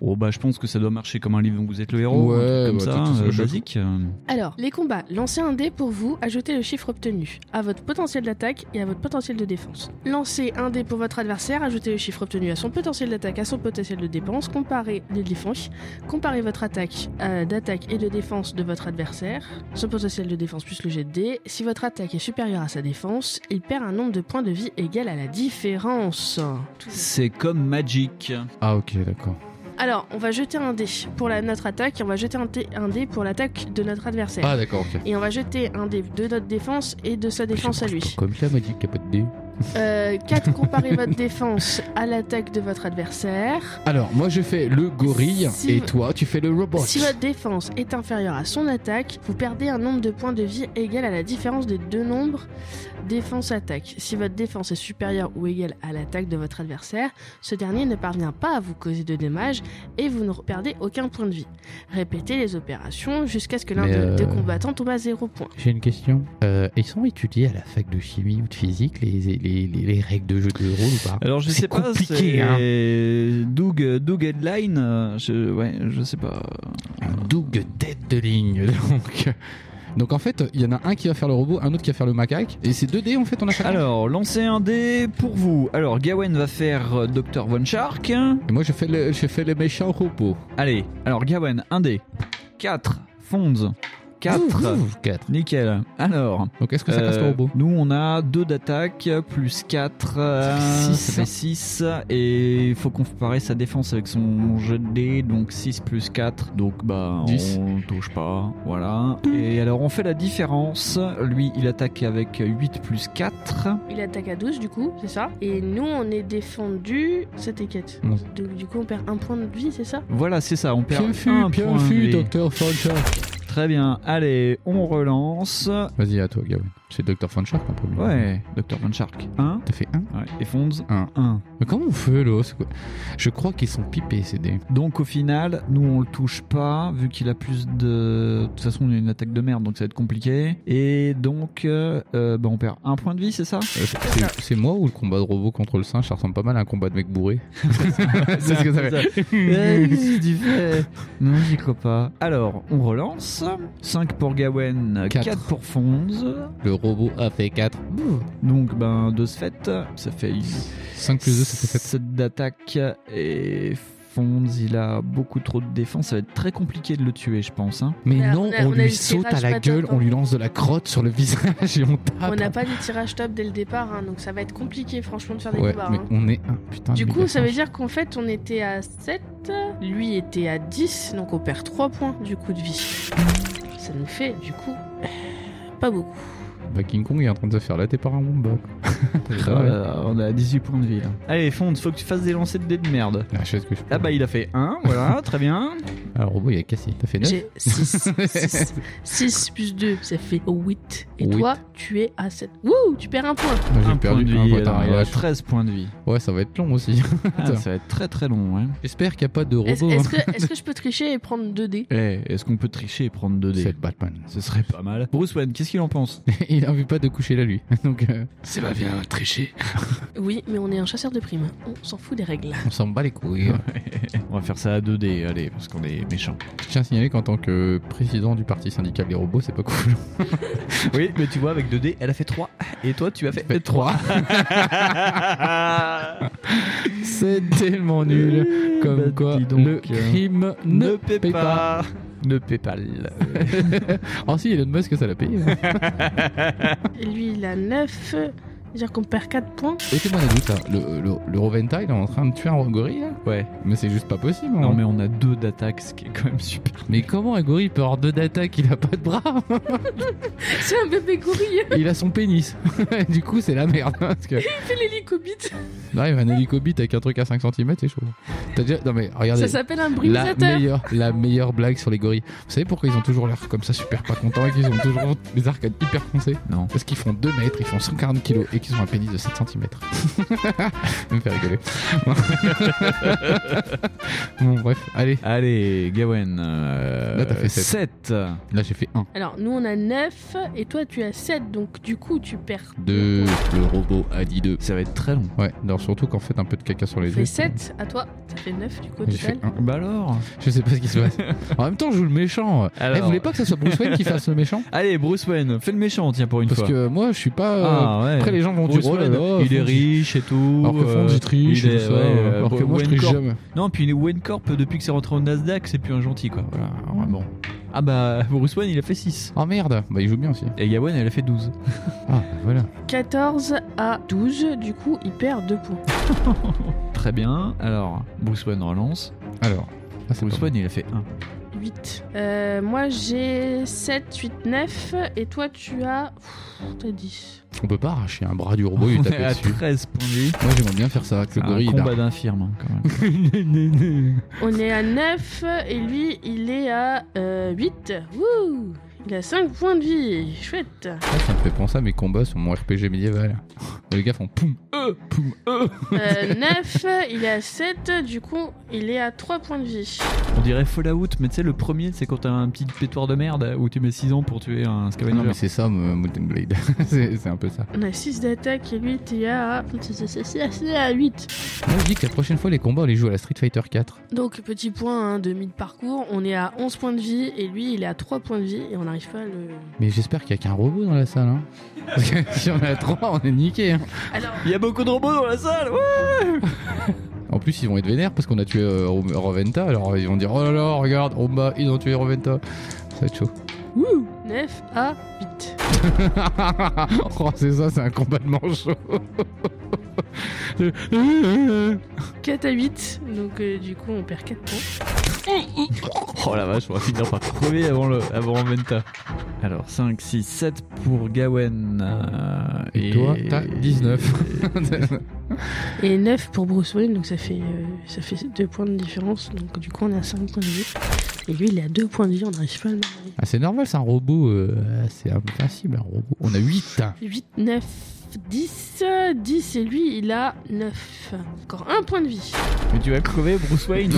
Oh bah je pense que ça doit marcher comme un livre dont vous êtes le héros, Ouais, un truc comme bah, ça, tout ça, euh, je- basique. euh. Alors, les combats. Lancez un dé pour vous, ajoutez le chiffre obtenu, à votre potentiel d'attaque et à votre potentiel de défense. Lancez un dé pour votre adversaire, ajoutez le chiffre obtenu à son potentiel d'attaque, à son potentiel de dépense, comparez les défenses, comparez votre attaque euh, d'attaque et de défense de votre adversaire, son potentiel de défense plus le jet de dé. Si votre attaque est supérieure à sa défense, il perd un nombre de points de vie égal à la différence. C'est comme Magic. Ah, ok, d'accord. Alors, on va jeter un dé pour la- notre attaque et on va jeter un, dé- un dé pour l'attaque de notre adversaire. Ah, d'accord, ok. Et on va jeter un dé de notre défense et de sa défense à lui. Comme ça m'a dit qu'il n'y a pas de dé. Euh, 4, comparez votre défense à l'attaque de votre adversaire. Alors, moi je fais le gorille Si et vo- toi tu fais le robot. Si votre défense est inférieure à son attaque, vous perdez un nombre de points de vie égal à la différence des deux nombres défense-attaque. Si votre défense est supérieure ou égale à l'attaque de votre adversaire, ce dernier ne parvient pas à vous causer de dommages et vous ne perdez aucun point de vie. Répétez les opérations jusqu'à ce que l'un Mais, des euh, des combattants tombe à 0 points. J'ai une question. Euh, ils sont étudiés à la fac de chimie ou de physique les, règles de jeu de rôle ou pas Alors je C'est sais pas, compliqué, hein. c'est- Doug, Doug Headline, euh, je, ouais, je sais pas. Un Doug tête de ligne, donc. Donc en fait, il y en a un qui va faire le robot, un autre qui va faire le macaque, et ces deux dés en fait on a chacun. Alors, lancez un dé pour vous. Alors, Gawen va faire euh, Dr. Von Shark. Et moi je fais le, je fais le méchant robot. Allez, alors Gawen, un dé. 4, Fonz. 4. 4. Nickel. Alors, Donc est-ce que ça casse le euh, robot nous on a 2 d'attaque plus euh, 4, Ça fait six. 6 et il faut comparer sa défense avec son jet de dé, donc 6 plus 4, donc bah Dix. on touche pas, voilà. Et alors on fait la différence, lui il attaque avec 8 plus 4, Il attaque à 12 du coup, c'est ça Et nous on est défendu, c'était 4. Onze. Donc du coup on perd un point de vie, c'est ça voilà c'est ça, on perd Bien vu, un bien point vu, de dé. docteur Fancher. Très bien, allez on relance, Vas-y à toi, Gawain. C'est docteur Fancher en premier. ouais, Dr. Van Shark, 1, T'as fait un et Fonds, Un. 1. Mais comment on fait là C'est quoi Je crois qu'ils sont pipés ces dés. Euh, Donc au final, nous on le touche pas vu qu'il a plus de. De toute façon, on a une attaque de merde, donc ça va être compliqué. Et donc, euh, euh, bah, on perd un point de vie, c'est ça Euh, c'est- c'est- C'est moi ou le combat de robot contre le singe Ça ressemble pas mal à un combat de mec bourré. c'est ce que ça fait. Eh, qu'est-ce que tu fais Non, j'y crois pas. Alors, on relance. 5 pour Gawen, Quatre. 4 pour Fonz. Le robot a fait 4. Donc, ben, de ce fait, ça fait 5 plus 2, ça fait 7. 7 d'attaque et. Fonz, il a beaucoup trop de défense, ça va être très compliqué de le tuer, je pense. hein. Mais On a- non, on a- on, on a eu lui le saute à tirage la pas gueule, top, hein. on lui lance de la crotte sur le visage et on tape. On n'a pas des tirages top dès le départ, hein, donc ça va être compliqué franchement de faire des Ouais, combats. mais hein. on est un putain Du de coup méga ça veut singe. dire qu'en fait on était à 7, lui était à 10, donc on perd 3 points du coup de vie. Ça nous fait du coup euh, pas beaucoup. Bah, King Kong est en train de se faire latter par un wombat. Ah Euh, on est à 18 points de vie Ah, là. Allez, Fonz, faut que tu fasses des lancers de dés de merde. bah, La chaise que je Ah bah il a fait 1, voilà, très bien. Alors, robot, il est cassé. T'as fait 9 J'ai 6. 6. 6 plus 2, ça fait 8. Et Huit. toi, tu es à 7. Wouh, tu perds un point. Moi, J'ai Un point perdu de un vie, point, alors, t'as il a un vache. 13 points de vie. Ouais, ça va être long aussi. Ah, Attends. ça va être très très long. ouais. J'espère qu'il n'y a pas de Est-ce robot. hein. est-ce que, est-ce que je peux tricher et prendre 2 dés Eh, Est-ce qu'on peut tricher et prendre 2 C'est dés le Batman. Ce serait pas mal. Bruce Wayne, qu'est-ce qu'il en pense il a envie pas de coucher là, lui. Donc, euh, C'est pas bien, tricher. Oui, mais on est un chasseur de primes. On s'en fout des règles. on s'en bat les couilles. On va faire ça à 2 dés, allez, parce qu'on est méchant. Je tiens à signaler qu'en tant que président du parti syndical des robots, c'est pas cool. Oui, mais tu vois, avec 2 dés, elle a fait 3. Et toi, tu as fait 3. C'est tellement nul. Comme Bah, quoi, le crime ne, paie, pas. Ne paie euh, pas. le- oh si, Elon Musk, ça l'a payé. hein. Et Lui, il a 9. C'est-à-dire qu'on perd 4 points. Mettez-moi des doutes, là. Le, le, le Roventa, il est en train de tuer un gorille, là Ouais. Mais c'est juste pas possible. hein. Non, mais on a 2 d'attaque, ce qui est quand même super. Mais comment un gorille peut avoir deux d'attaque Il a pas de bras. C'est un bébé gorille. il a son pénis. du coup, c'est la merde. hein, Parce que... Fais l'hélicobite. Non, il y avait un hélicobite avec un truc à 5 cm, c'est chaud. T'as déjà... Non, mais Ça regardez. s'appelle un la brumisateur. meilleure, la meilleure blague sur les gorilles. Vous savez pourquoi ils ont toujours l'air comme ça, super pas contents, et qu'ils ont toujours des arcades hyper foncées Non. Parce qu'ils font 2 mètres, ils font 140 kilos et qu'ils ont un pénis de 7 cm. Ça me fait rigoler. bon, bref, allez. Allez, Gawen. euh, Là, t'as fait sept. Euh, Là, j'ai fait 1. Alors, nous, on a 9. Et toi, tu as 7. Donc, du coup, tu perds. 2. Le robot a dit 2. Ça va être très long. Ouais, alors surtout qu'en fait, un peu de caca sur les Ça yeux. fait 7 à toi. Ça fait 9 du coup au J'ai fait total. 1. Bah alors Je sais pas ce qui se passe. En même temps, je joue le méchant. Alors. Eh, vous voulez pas que ça soit Bruce Wayne qui fasse le méchant Allez, Bruce Wayne, fais le méchant, tiens, pour une Parce fois. que moi, je suis pas. euh, Ah ouais. Après, les gens vont dire Bruce oh là Wayne, là, euh, il est Fonzie- riche et tout. Alors que euh, Fonzie triche, il est- tout ça, hein, ouais, euh, alors que Wayne moi je triche Corp. jamais. Non, puis Wayne Corp, depuis que c'est rentré au Nasdaq, c'est plus un gentil, quoi. Voilà, vraiment. Ah bah, Bruce Wayne, il a fait 6. Oh merde, bah il joue bien aussi. Et Gawen, elle a fait 12. bah, Ah voilà. 14 à 12. Du coup, il perd 2 points. Très bien. Alors, Bruce Wayne relance. Alors, ah, c'est Bruce pas Wayne, il a fait 1. 8. Euh, moi j'ai 7, 8, 9 et toi tu as. Pff, T'as 10. bon. on peut pas arracher un bras du robot et lui On est taper à dessus. 13 points de vie. Moi j'aimerais bien faire ça, que le Ah, Un gorille il combat d'infirme, hein, quand même. On est à 9 et lui il est à euh, 8. Wouh Il a 5 points de vie. Chouette. a- Ça me fait penser à mes combats sur mon RPG médiéval. Et les gars font poum, euh, poum, euh. Euh, 9, il est à 7, du coup il est à 3 points de vie. On dirait Fallout, mais tu sais, le premier, c'est quand t'as un petit pétoire de merde où tu mets 6 ans pour tuer un Scavenger. Non mais c'est ça, mon- Mountain Blade. c'est c'est un peu ça. On a 6 d'attaque et lui t'es à. C'est à 8. Moi je dis que la prochaine fois les combats on les joue à la Street Fighter 4. Donc petit point, hein, demi de parcours. On est à 11 points de vie et lui il est à 3 points de vie et on n'arrive pas à le. Mais j'espère qu'il y a qu'un robot dans la salle. Hein. Parce que si on a trois, on est niqué. hein. Alors. Il y a beaucoup de robots dans la salle ouais. En plus, ils vont être vénères parce qu'on a tué euh, Ro- Roventa. Alors, ils vont dire Oh là là, regarde, Romba, ils ont tué Roventa. Ça va être chaud. Wouh 9 à 8. oh, c'est ça, c'est un combat de manchot. Le- 4 à 8, donc euh, du coup on perd 4 points. Oh la vache, on va finir par crever avant, le, avant Venta. Alors, 5, 6, 7 pour Gawen. euh, Et toi, t'as 19. Et 9 pour Bruce Wayne, donc ça fait, euh, ça fait 2 points de différence, donc du coup on est à 5 points de vie. Et lui il est à 2 points de vie, on n'arrive pas à le marier. ah, c'est normal, c'est un robot. euh, c'est invincible, un robot. On a 8. 8, 9, 10, 10 et lui il a 9. Encore 1 point de vie. Mais tu vas crever, Bruce Wayne.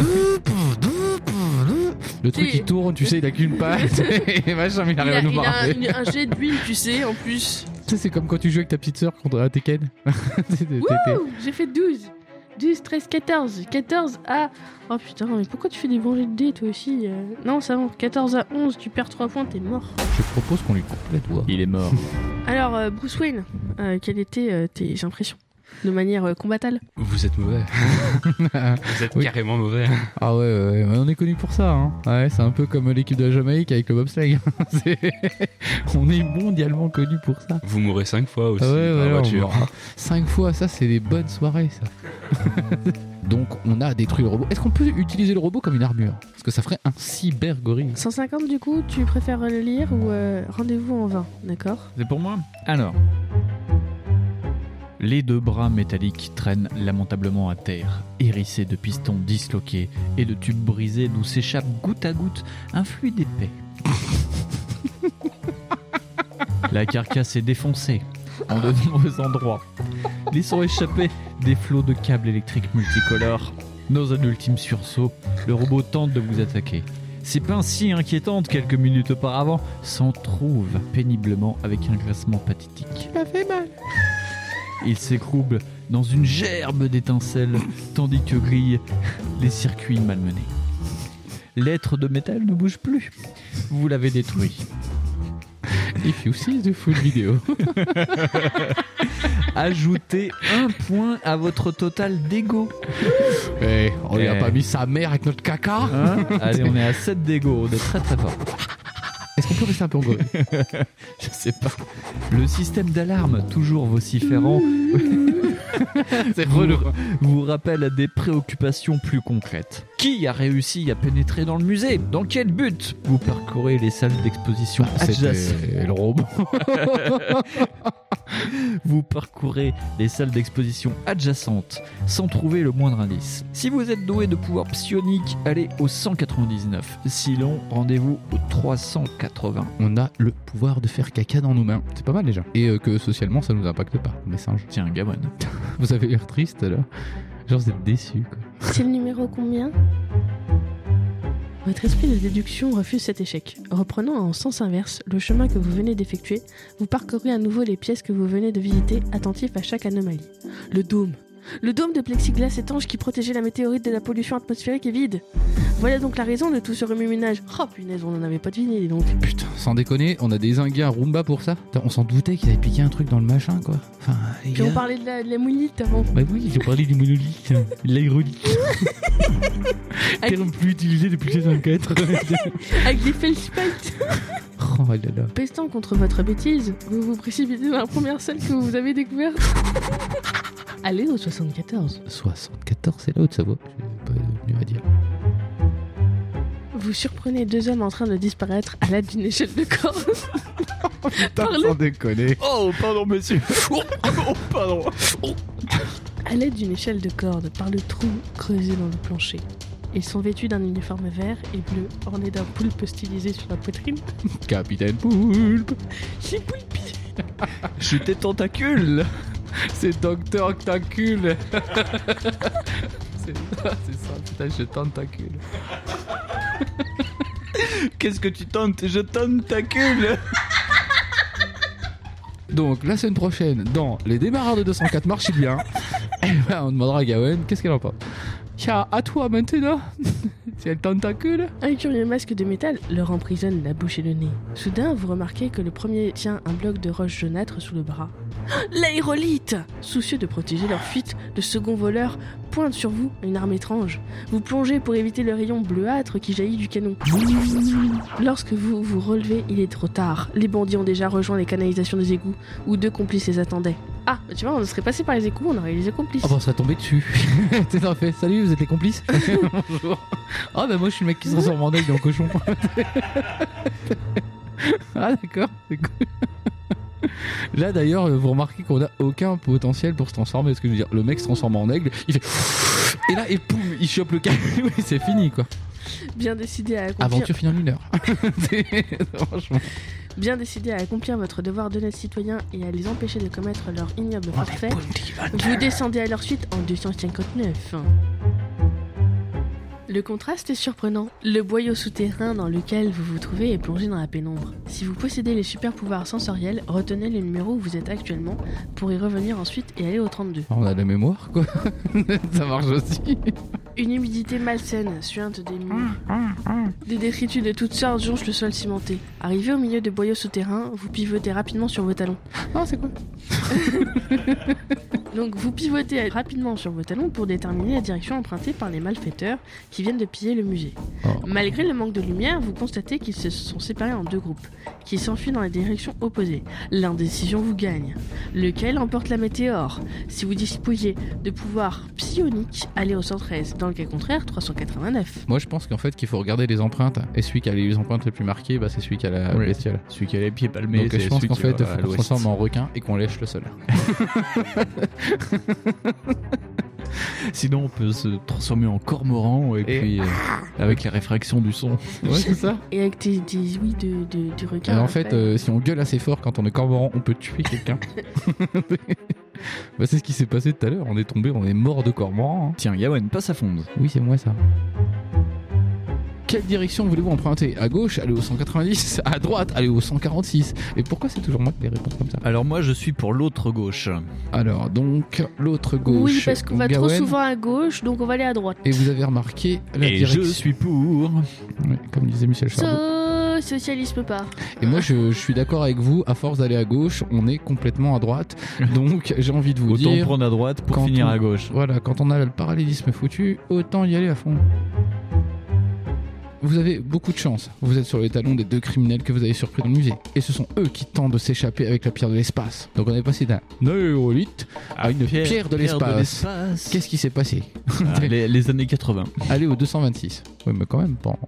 Le truc, Et- il tourne, tu sais, il a qu'une patte. Et machin, mais il Il arrive a, à nous il a un, marrer. une- un jet d'huile, tu sais, en plus. Tu sais, c'est comme quand tu joues avec ta petite sœur contre à Tekken. T'es- t'es- t'es- Ouh, J'ai fait 12. 12, 13, 14. 14 à. Oh putain, mais pourquoi tu fais des bons jets de dés toi aussi euh Non, ça va. 14 à 11, tu perds 3 points, t'es mort. Je propose qu'on lui coupe la doigt. Il est mort. Alors, euh, Bruce Wayne, euh, quelles étaient euh, tes impressions De manière euh, combattale Vous êtes mauvais. Vous êtes Oui. carrément mauvais. Ah ouais, ouais, ouais, on est connu pour ça. Hein. Ouais, c'est un peu comme l'équipe de la Jamaïque avec le bobsleigh. C'est- on est mondialement connu pour ça. Vous mourrez cinq fois aussi Ah ouais, dans la ouais, on voiture. verra. Cinq fois, ça, c'est des bonnes soirées, ça. Donc, on a détruit le robot. Est-ce qu'on peut utiliser le robot comme une armure Parce que ça ferait un cyber gorille. 150 du coup, tu préfères le lire ou euh, rendez-vous en vain, d'accord C'est pour moi Alors. Les deux bras métalliques traînent lamentablement à terre, hérissés de pistons disloqués et de tubes brisés d'où s'échappe goutte à goutte un fluide épais. La carcasse est défoncée en de nombreux endroits, laissant échapper des flots de câbles électriques multicolores. Dans un ultime sursaut, le robot tente de vous attaquer. Ses pinces si inquiétantes quelques minutes auparavant s'en trouvent péniblement avec un glacement pathétique. Il s'écroule dans une gerbe d'étincelles, tandis que grillent les circuits malmenés. L'être de métal ne bouge plus. Vous l'avez détruit. If you see the full video. Ajoutez un point à votre total d'ego. Eh, on lui a Eh. pas mis sa mère avec notre caca Hein Allez, on est à 7 d'ego. On est très très fort. Est-ce qu'on peut rester un peu en gros Je sais pas. Le système d'alarme, toujours vociférant, C'est vous, relou. vous rappelle à des préoccupations plus concrètes. Qui a réussi à pénétrer dans le musée Dans quel but Vous parcourez les salles d'exposition Ah, adjacentes. C'était le robot. Vous parcourez les salles d'exposition adjacentes sans trouver le moindre indice. Si vous êtes doué de pouvoir psionique, allez au 199. Sinon, rendez-vous au 380. On a le pouvoir de faire caca dans nos mains. C'est pas mal déjà. Et euh, que socialement, ça nous impacte pas, les singes. Tiens, Gamon. Vous avez l'air triste là. Genre, vous êtes déçus quoi. C'est le numéro combien Votre esprit de déduction refuse cet échec. Reprenant en sens inverse le chemin que vous venez d'effectuer, vous parcourez à nouveau les pièces que vous venez de visiter, attentif à chaque anomalie. Le dôme. Le dôme de plexiglas étanche qui protégeait la météorite de la pollution atmosphérique est vide. Voilà donc la raison de tout ce remue-ménage. Oh punaise, on n'en avait pas deviné, dis donc. Putain, sans déconner, on a désingué un Roomba pour ça. Putain, On s'en doutait qu'ils avaient piqué un truc dans le machin quoi. Enfin, les Puis on gars. parlait de la, de la moulite avant. Bah oui, j'ai parlé du monolithe, l'aérolithe. Terme plus utilisé depuis 1904. Avec des felspikes. oh là là. Pestant contre votre bêtise, vous vous précipitez dans la première salle que vous avez découverte. Allez au 74. 74, c'est là où ça va. J'ai pas mieux à dire. Vous surprenez deux hommes en train de disparaître à l'aide d'une échelle de corps. Parlez. sans déconner. Oh, pardon, monsieur. Oh, pardon. À l'aide d'une échelle de corde par le trou creusé dans le plancher. Ils sont vêtus d'un uniforme vert et bleu orné d'un poulpe stylisé sur la poitrine. Capitaine Poulpe, J'ai poulpi Je t'ai tentacule. c'est Docteur Octacule. c'est ça, c'est ça, putain, je tentacule. Qu'est-ce que tu tentes Je tentacule. Donc, la semaine prochaine, dans les démarreurs de 204 marchent bien, eh ben, on demandera à Gawen qu'est-ce qu'elle en pense. Tiens, à toi maintenant, c'est le tentacule. Un curieux masque de métal leur emprisonne la bouche et le nez. Soudain, vous remarquez que le premier tient un bloc de roche jaunâtre sous le bras. L'aérolite Soucieux de protéger leur fuite, le second voleur pointe sur vous une arme étrange. Vous plongez pour éviter le rayon bleuâtre qui jaillit du canon. Lorsque vous vous relevez, il est trop tard. Les bandits ont déjà rejoint les canalisations des égouts, où deux complices les attendaient. Ah, bah tu vois, on serait passé par les égouts, on aurait eu les complices. Ah bah, on serait tombé dessus. T'es dans le fait. Salut, vous êtes les complices Bonjour. Ah bah, moi, je suis le mec qui se transforme en aigle dans le cochon. ah d'accord, c'est cool. Là d'ailleurs, euh, vous remarquez qu'on a aucun potentiel pour se transformer. Parce que je veux dire, le mec se transforme en aigle, il fait. Et là, et poum, il chope le caillou et c'est fini quoi. Bien décidé à accomplir... Aventure finale une heure. Franchement. Bien décidé à accomplir votre devoir d'honnête citoyen et à les empêcher de commettre leur ignoble forfait, vous descendez à leur suite en 259. Le contraste est surprenant. Le boyau souterrain dans lequel vous vous trouvez est plongé dans la pénombre. Si vous possédez les super pouvoirs sensoriels, retenez le numéro où vous êtes actuellement pour y revenir ensuite et aller au 32. Ah, On a de la mémoire quoi. Ça marche aussi. Une humidité malsaine suinte des murs. Des détritus de toutes sortes jonchent le sol cimenté. Arrivé au milieu de boyaux souterrains, vous pivotez rapidement sur vos talons. Ah c'est quoi Donc vous pivotez rapidement sur vos talons pour déterminer la direction empruntée par les malfaiteurs qui viennent de piller le musée. Oh. Malgré le manque de lumière, vous constatez qu'ils se sont séparés en deux groupes, qui s'enfuient dans les directions opposées. L'indécision vous gagne. Lequel emporte la météore Si vous disposez de pouvoirs psioniques, allez au 113. Dans le cas contraire, 389. Moi, je pense qu'en fait, qu'il faut regarder les empreintes. Et celui qui a les empreintes les plus marquées, bah, c'est celui qui a la Oui. bestiale. Celui qui a les pieds palmés, Donc, c'est je pense celui qu'en qui fait, va il à faut qu'on se l'ouest. transforme en requin et qu'on lèche le sol. Sinon, on peut se transformer en cormoran et, Et- puis euh, avec les réfractions du son. Ouais, c'est ça. Et avec tes, tes ouïes de, de- bah, du requin. Et Ah, en bah fait, euh, si on gueule assez fort quand on est cormoran, on peut tuer quelqu'un. Bah, c'est ce qui s'est passé tout à l'heure. On est tombé, on est mort de cormoran. hein. Tiens, Yawen, passe à fond. Oui, c'est moi ça. Quelle direction voulez-vous emprunter À gauche, allez au 190. À droite, allez au 146. Et pourquoi c'est toujours moi qui les réponds comme ça Alors moi, je suis pour l'autre gauche. Alors, donc, l'autre gauche. Oui, parce qu'on va trop Gawen. souvent à gauche, donc on va aller à droite. Et vous avez remarqué la Et direction. je suis pour. Ouais, comme disait Michel Chardon. So, socialisme part. Et moi, je, je suis d'accord avec vous. À force d'aller à gauche, on est complètement à droite. Donc, j'ai envie de vous Autant dire. prendre à droite pour quand finir on- à gauche. Voilà, quand on a le parallélisme foutu, autant y aller à fond. Vous avez beaucoup de chance. Vous êtes sur les talons des deux criminels que vous avez surpris dans le musée. Et ce sont eux qui tentent de s'échapper avec la pierre de l'espace. Donc on est passé d'un aérolithe à une pierre, de l'espace. Qu'est-ce qui s'est passé Ah, les, les années 80. Allez au 226. Oui, mais quand même, pas en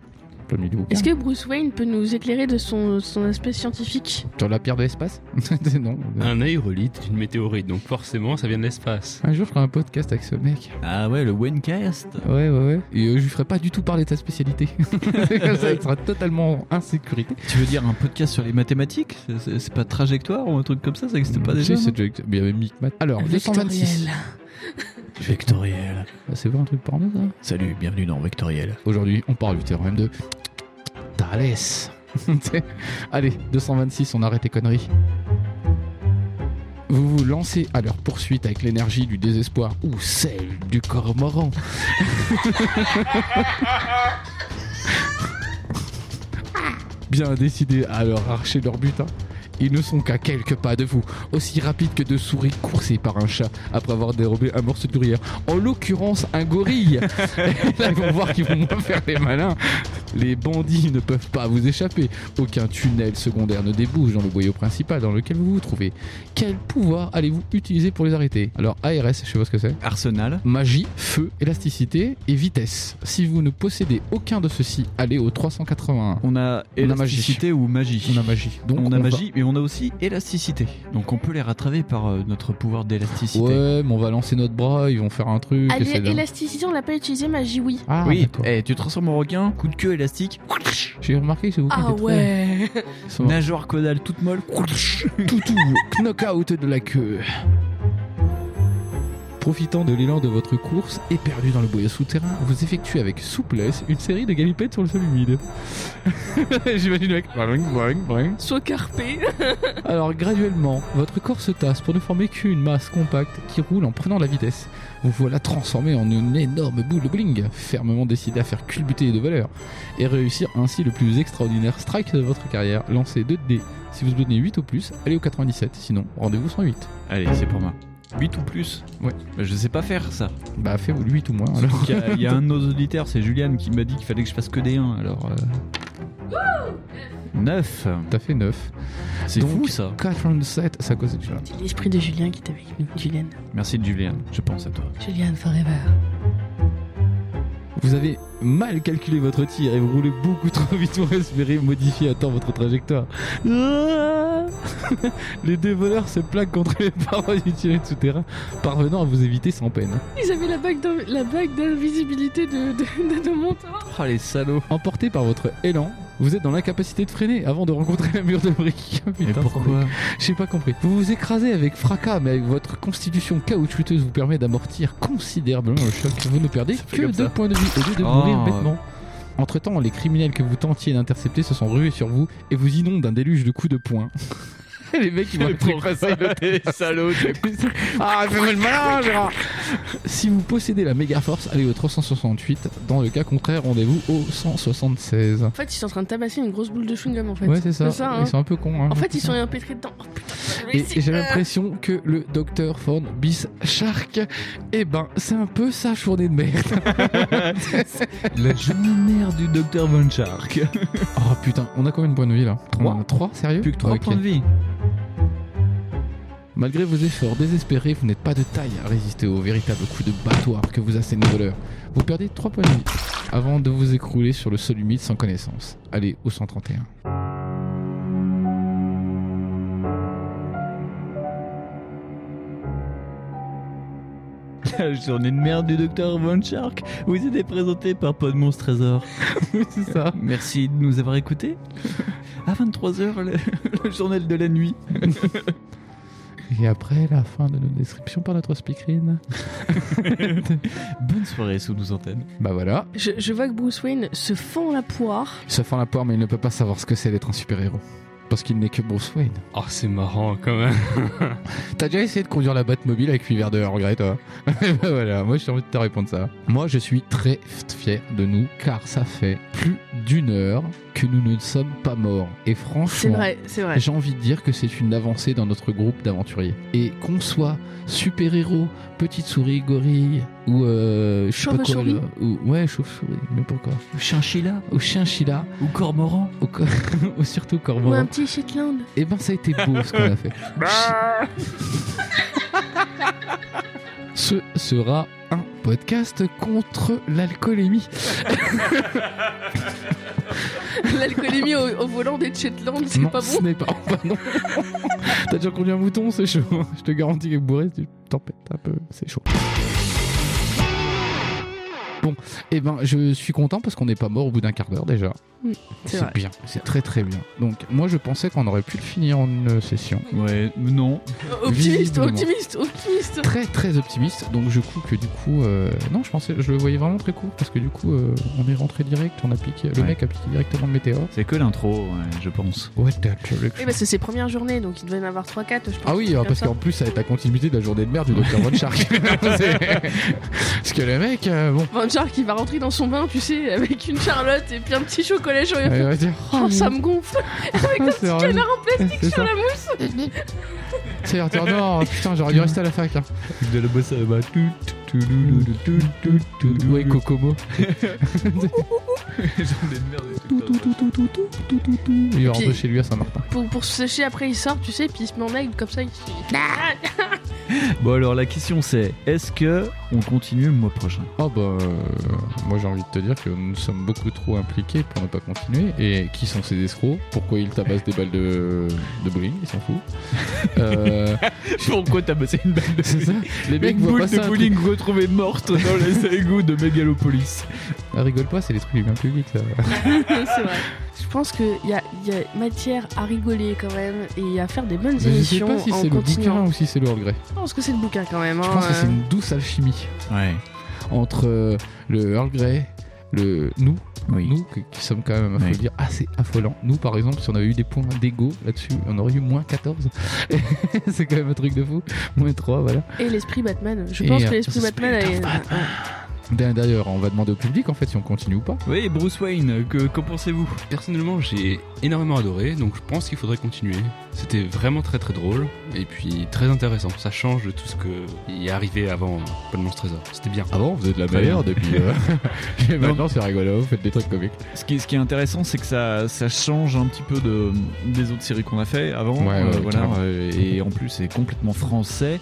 plein milieu du bouquin. Est-ce que Bruce Wayne peut nous éclairer de son, son aspect scientifique Sur la pierre de l'espace Non. Un aérolite est une météorite, donc forcément ça vient de l'espace. Un jour, je ferai un podcast avec ce mec. Ah ouais, le Wencast. Ouais, ouais, ouais. Et euh, je lui ferai pas du tout parler de sa spécialité. Comme ça, il sera totalement en insécurité. Tu veux dire un podcast sur les mathématiques C'est- C'est c'est pas trajectoire ou un truc comme ça Ça n'existe pas Si, déjà c'est non déjà- Mais il y avait Mick Matt. Alors, 226. Vectoriel. Ah, C'est pas un truc par nous, ça Salut, bienvenue dans Vectoriel. Aujourd'hui, on parle du théorème de Thalès. T'sais. Allez, 226, on arrête les conneries. Vous vous lancez à leur poursuite avec l'énergie du désespoir ou celle du cormoran. Bien décidés à leur archer leur butin, ils ne sont qu'à quelques pas de vous, aussi rapides que deux souris coursées par un chat après avoir dérobé un morceau de gruyère. En l'occurrence, un gorille. Et là, ils vont voir qu'ils vont moins faire les malins. Les bandits ne peuvent pas vous échapper. Aucun tunnel secondaire ne débouche dans le boyau principal dans lequel vous vous trouvez. Quel pouvoir allez-vous utiliser pour les arrêter Alors, ARS, je sais pas ce que c'est. Arsenal. Magie, feu, élasticité et vitesse. Si vous ne possédez aucun de ceux-ci, allez au 381. On On a a élasticité ou magie. On a magie. Donc, On a va- magie, mais on a aussi élasticité. Donc on peut les rattraper par euh, notre pouvoir d'élasticité. Ouais, mais on va lancer notre bras, ils vont faire un truc. Allez, c'est dingue. élasticité, on l'a pas utilisé, magie, oui. Ah, oui, d'accord. Eh, tu te transformes en requin, coup de queue élastique, J'ai remarqué que ce bouquin Ah était très- ouais. Ils sont- nageoire caudale toute molle. toutou, knock-out de la queue. Profitant de l'élan de votre course, éperdu dans le boyau souterrain, vous effectuez avec souplesse une série de galipettes sur le sol humide. J'imagine le mec. Boing, boing, boing. Soit carpé. Alors graduellement, votre corps se tasse pour ne former qu'une masse compacte qui roule en prenant la vitesse. Vous voilà transformé en une énorme boule de bowling, fermement décidé à faire culbuter les deux valeurs, et réussir ainsi le plus extraordinaire strike de votre carrière. Lancez 2 dés. Si vous donnez 8 ou plus, allez au 97, sinon rendez-vous 108. Allez, c'est pour moi. 8 ou plus Ouais. Bah, je sais pas faire ça. Bah fais 8 ou moins alors. Il y, a- il y a un de nos auditeurs, c'est Juliane, qui m'a dit qu'il fallait que je fasse que des 1. Alors. 9 T'as fait 9. C'est Donc- fou ça 47, ça cause du C'est l'esprit de Julien qui est avec nous. Julien. Merci Juliane, je pense à toi. Julien Forever. Vous avez mal calculé votre tir et vous roulez beaucoup trop vite pour espérer modifier à temps votre trajectoire. Ah les deux voleurs se plaquent contre les parois du tunnel souterrain, parvenant à vous éviter sans peine. Ils avaient la bague d'in- la bague d'invisibilité de, de, de, de mon temps. Oh les salauds Emporté par votre élan, vous êtes dans l'incapacité de freiner avant de rencontrer le mur de briques. Putain, Mais pourquoi J'ai pas compris. Vous vous écrasez avec fracas, mais avec votre constitution caoutchouteuse vous permet d'amortir considérablement le choc. Vous ne perdez fait que comme deux ça. points de vie au lieu de Oh. mourir bêtement. Entre temps, les criminels que vous tentiez d'intercepter se sont rués sur vous et vous inondent d'un déluge de coups de poing. les mecs, ils vont être passer le Ah, fais-moi le malin, Gérard Si vous possédez la méga force, allez au 368. Dans le cas contraire, rendez-vous au 176. En fait, ils sont en train de tabasser une grosse boule de chewing-gum en fait. Ouais, c'est ça. ça, hein. Ils sont un peu cons. hein. En fait, ils sont empêtrés dedans. Oh putain. Et j'ai l'impression que le docteur Von Bis Shark, eh ben, c'est un peu sa journée de merde. La journée de merde du docteur Von Shark. Oh putain, on a combien de points de vie là Trois. 3 Sérieux Plus que 3 Ok. points de vie. Malgré vos efforts désespérés, vous n'êtes pas de taille à résister aux véritables coups de battoir que vous assénez de l'heure. Vous perdez 3 points de vie avant de vous écrouler sur le sol humide sans connaissance. Allez au 131. La journée de merde du docteur Von Shark vous était présentée par Podmonstre Trésor. C'est ça. Merci de nous avoir écoutés. À 23h, le, le journal de la nuit. Et après la fin de notre description par notre speakerine. Bonne soirée sous nos antennes. Bah voilà, Je, je vois que Bruce Wayne se fend la poire. il se fend la poire mais il ne peut pas savoir ce que c'est d'être un super-héros. Parce qu'il n'est que Bruce Wayne. Oh, c'est marrant quand même. T'as déjà essayé de conduire la Batmobile avec 8 verres de regret, toi Eh ben voilà, moi j'ai envie de te répondre ça. Moi je suis très fier de nous car ça fait plus d'une heure que nous ne sommes pas morts. Et franchement, C'est vrai, c'est vrai. j'ai envie de dire que c'est une avancée dans notre groupe d'aventuriers. Et qu'on soit super-héros, petite souris, gorille ou euh, je sais pas quoi, Chauve-souris. là, ou ouais chauve-souris, mais pourquoi Ou Chinchilla, Au chinchilla, ou Cormoran. au co- ou surtout corbeau. Ou un petit Shetland. Et ben ça a été beau ce qu'on a fait. ce sera un podcast contre l'alcoolémie. L'alcoolémie au, au volant des Shetland, c'est Non, pas bon. ce n'est pas. oh, bah non. T'as déjà conduit un mouton, c'est chaud. Je te garantis que bourré, tu t'en pètes un peu, c'est chaud. Bon, eh ben, je suis content parce qu'on n'est pas mort au bout d'un quart d'heure déjà. Oui, c'est C'est vrai. bien, c'est très très bien. Donc, moi, je pensais qu'on aurait pu le finir en une session. Ouais, non. Optimiste, visiblement. optimiste, optimiste. très très optimiste donc je coup que du coup euh, non je pensais je le voyais vraiment très court parce que du coup euh, on est rentré direct on a piqué le Ouais. mec a piqué directement le météore C'est que l'intro, ouais, je pense. What the fuck Oui, parce que c'est première journée, donc il devait y en avoir 3-4, je pense. ah oui, un truc parce comme qu'en plus, ça va être la continuité de la journée de merde du Dr. Von Shark. parce que le mec, euh, bon, ça. Van Shark, il va rentrer dans son bain, tu sais, avec une charlotte et puis un petit chocolat chaud. il va dire Oh, ça me gonfle avec un petit canard en plastique sur la mousse. C'est ça. dire, non, putain, j'aurais dû rester à la fac. Hein. De la bossa là-bas. Ouais, Kokomo. Il va Puis- rentrer chez lui à Saint-Martin. Pour, pour se sécher, après il sort, tu sais, puis il se met en aigle comme ça. Il... se- Bon alors la question c'est, est-ce que on continue le mois prochain Oh bah, euh, moi j'ai envie de te dire que nous sommes beaucoup trop impliqués pour ne pas continuer. Et qui sont ces escrocs Pourquoi ils tabassent des balles de, de bowling Ils s'en foutent. Euh, Pourquoi t'as bossé une balle de c'est ça Les mecs voient pas ça. retrouvée morte dans les égouts de Mégalopolis. Ah, Rigole pas, c'est les trucs du bien public ça. c'est vrai. Je pense qu'il y a, il y a matière à rigoler quand même et à faire des bonnes Mais Bah, je sais émissions pas si en c'est le bouquin continuant. ou si c'est le regret. Je pense que c'est le bouquin quand même. Je hein, pense que euh. c'est une douce alchimie Ouais. entre euh, le Earl Grey, le nous, Oui. nous que- qui sommes quand même, faut Oui. le dire, assez affolants. Nous, par exemple, si on avait eu des points d'ego là-dessus, on aurait eu moins 14. c'est quand même un truc de fou. Moins 3, voilà. Et l'esprit Batman. Je Et, pense euh, que l'esprit Batman est. D'ailleurs, D'ailleurs, on va demander au public en fait si on continue ou pas. Oui, Bruce Wayne, que qu'en pensez-vous Personnellement, j'ai énormément adoré, donc je pense qu'il faudrait continuer. C'était vraiment très très drôle, et puis très intéressant. Ça change de tout ce que y est arrivé avant Pas de Monstre Trésor. C'était bien. Avant, Ah vous êtes de la Très meilleure depuis. euh. maintenant, c'est rigolo, vous faites des trucs comiques. ce qui, ce qui est intéressant, c'est que ça, ça change un petit peu de, des autres séries qu'on a fait avant. Ouais, ouais, voilà, carrément. euh, et en plus, c'est complètement français.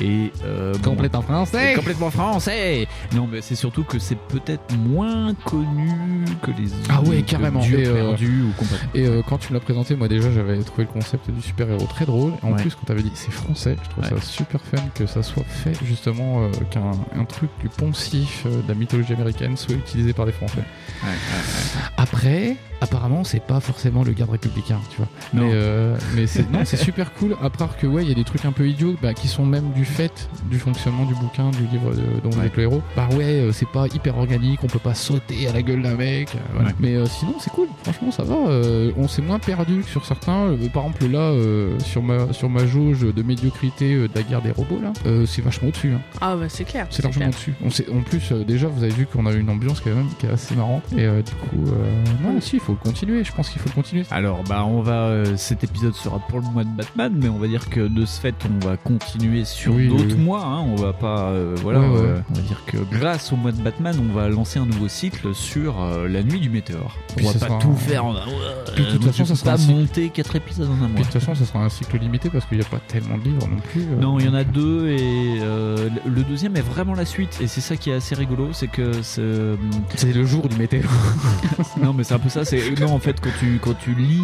Et euh, bon, Complètement c'est français complètement français. Non, mais c'est surtout que c'est peut-être moins connu que les Ah ouais, autres carrément. dieux Et, euh, perdus ou complètement. Et euh, quand tu me l'as présenté, moi déjà j'avais trouvé le concept du super-héros très drôle. En Ouais. plus, quand t'avais dit c'est français, je trouve Ouais. ça super fun que ça soit fait justement euh, qu'un un truc du poncif euh, de la mythologie américaine soit utilisé par des Français. Après, apparemment, c'est pas forcément le garde républicain, tu vois. Non. Mais, euh, mais c'est non, c'est super cool. À part que ouais, il y a des trucs un peu idiots bah, qui sont même du fait du fonctionnement du bouquin, du livre de, dont vous Ouais. êtes le héros. Bah ouais, euh, c'est pas hyper organique, on peut pas sauter à la gueule d'un mec. euh, voilà. Ouais. Mais euh, sinon, c'est cool. Franchement, ça va. euh, on s'est moins perdu que sur certains. Euh, par exemple, là, euh, sur, ma, sur ma jauge de médiocrité euh, de la guerre des robots, là, euh, c'est vachement au-dessus. hein. Ah bah c'est clair. C'est largement au-dessus. On sait- En plus, euh, déjà, vous avez vu qu'on a une ambiance quand même qui est assez marrante. Et euh, du coup, euh, non, si, il faut le continuer. Je pense qu'il faut le continuer. Alors bah on va euh, cet épisode sera pour le mois de Batman mais on va dire que de ce fait on va continuer sur Oui, d'autres oui, oui. mois hein, on va pas euh, voilà Ouais, ouais. euh, on va dire que grâce au mois de Batman on va lancer un nouveau cycle sur euh, la nuit du météore. Puis on ça va pas sera tout un- faire en un Puis de toute façon, ça sera un pas cycle. monter quatre épisodes en un Puis mois. de toute façon, ça sera un cycle limité parce qu'il n'y a pas tellement de livres non plus. euh. Non, il y en a deux et euh, le deuxième est vraiment la suite et c'est ça qui est assez rigolo, c'est que ce- C'est le jour du météore. non mais c'est un peu ça, c'est non en fait quand tu quand tu lis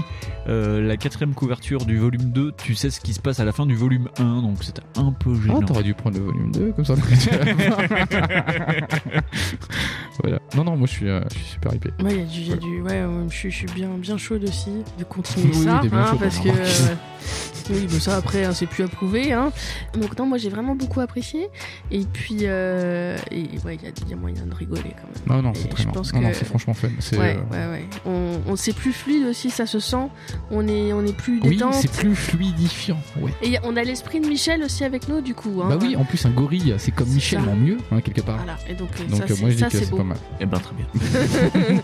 euh, la quatrième couverture du volume 2, tu sais ce qui se passe à la fin du volume 1 donc c'était un peu Ah, gênant. t'aurais dû prendre le volume 2, comme ça. on aurait dû l'avoir. voilà. Non, non, moi, je suis, euh, je suis super hypé. Ouais, il y a du, il y a du- ouais, ouais, je suis, je suis bien, bien chaude aussi de continuer Oui, ça, t'es bien hein, chaude, parce on que a euh, oui, bon, ça après hein, c'est plus approuvé. Hein. Donc non, moi j'ai vraiment beaucoup apprécié. Et puis euh, et ouais, il y a- il y, a moyen de rigoler quand même. Non, non, Et c'est très je bien. pense Non, non, que- c'est franchement fun. C'est, Ouais, euh, ouais, ouais. On, on c'est plus fluide aussi, ça se sent. On est, on est plus Oui, détente. c'est plus fluidifiant. Ouais. Et y a- on a l'esprit de Michel aussi avec nous du coup. Hein. Bah oui, en plus, un gorille, c'est comme C'est Michel, ça. mais en mieux, hein, quelque part. Voilà. Et donc, euh, Donc, ça, euh, moi, je c'est- dis ça que c'est c'est beau. pas mal. Eh ben très bien. Voilà,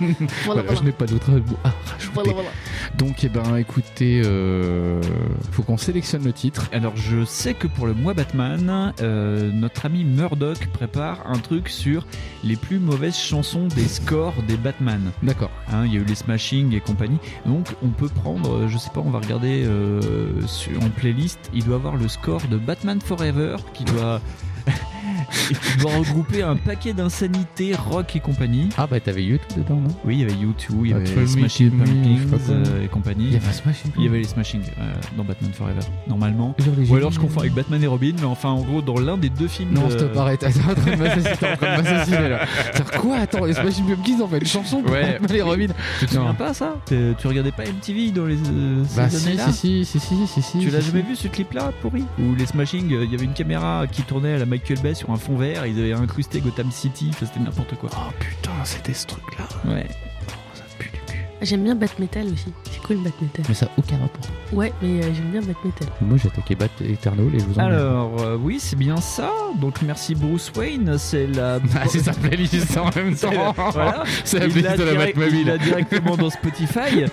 Voilà, je voilà. n'ai pas d'autre mot à rajouter. Voilà, voilà. Donc, eh ben, écoutez, euh, faut qu'on sélectionne le titre. Alors je sais que pour le mois Batman, euh, notre ami Murdoch prépare un truc sur les plus mauvaises chansons des scores des Batman. D'accord. Hein, il y a eu les smashing et compagnie. Donc on peut prendre, euh, je sais pas, on va regarder euh, sur- en playlist. Il doit avoir le score de Batman Forever qui doit, et qui doit regrouper un paquet d'insanités rock et compagnie. Ah, bah, t'avais YouTube dedans, non Oui, il y avait U2, il y Ah, avait Tell Me, Smashing Tell Me, je sais pas Pumpkins quoi. euh, et compagnie. Il y avait un Smash Il y avait les smashing euh, dans Batman Forever, normalement. Genre les Ou alors je génies. confonds avec Batman et Robin, mais enfin en gros dans l'un des deux films. Non, euh, stop, arrête. T'es en train de m'assassiner, t'es en train de m'assassiner, là. C'est-à-dire, quoi Attends, les Smash Pumpkins ont fait une chanson pour Ouais. les Robin. Tu te souviens Non. pas ça T'es- Tu regardais pas MTV dans les euh, ces Bah, si, années-là si, si, si, si, si, si. Tu l'as si, jamais si. vu ce clip-là, pourri Où les Smashing, euh, il y avait une caméra qui tournait à la Michael Bay sur un fond vert, ils avaient incrusté Gotham City, enfin, c'était n'importe quoi. Oh putain, c'était ce truc-là. Ouais. J'aime bien Bat Metal aussi. C'est cool Bat Metal. Mais ça a aucun rapport. Ouais, mais euh, j'aime bien Bat Metal. Moi, j'ai attaqué Bat Eternal et je vous en Alors, euh, oui, c'est bien ça. Donc, merci Bruce Wayne, c'est la. Ah, c'est sa playlist en même C'est temps. Voilà. C'est la Il playlist l'a de la direct- Il l'a Batmobile. directement dans Spotify.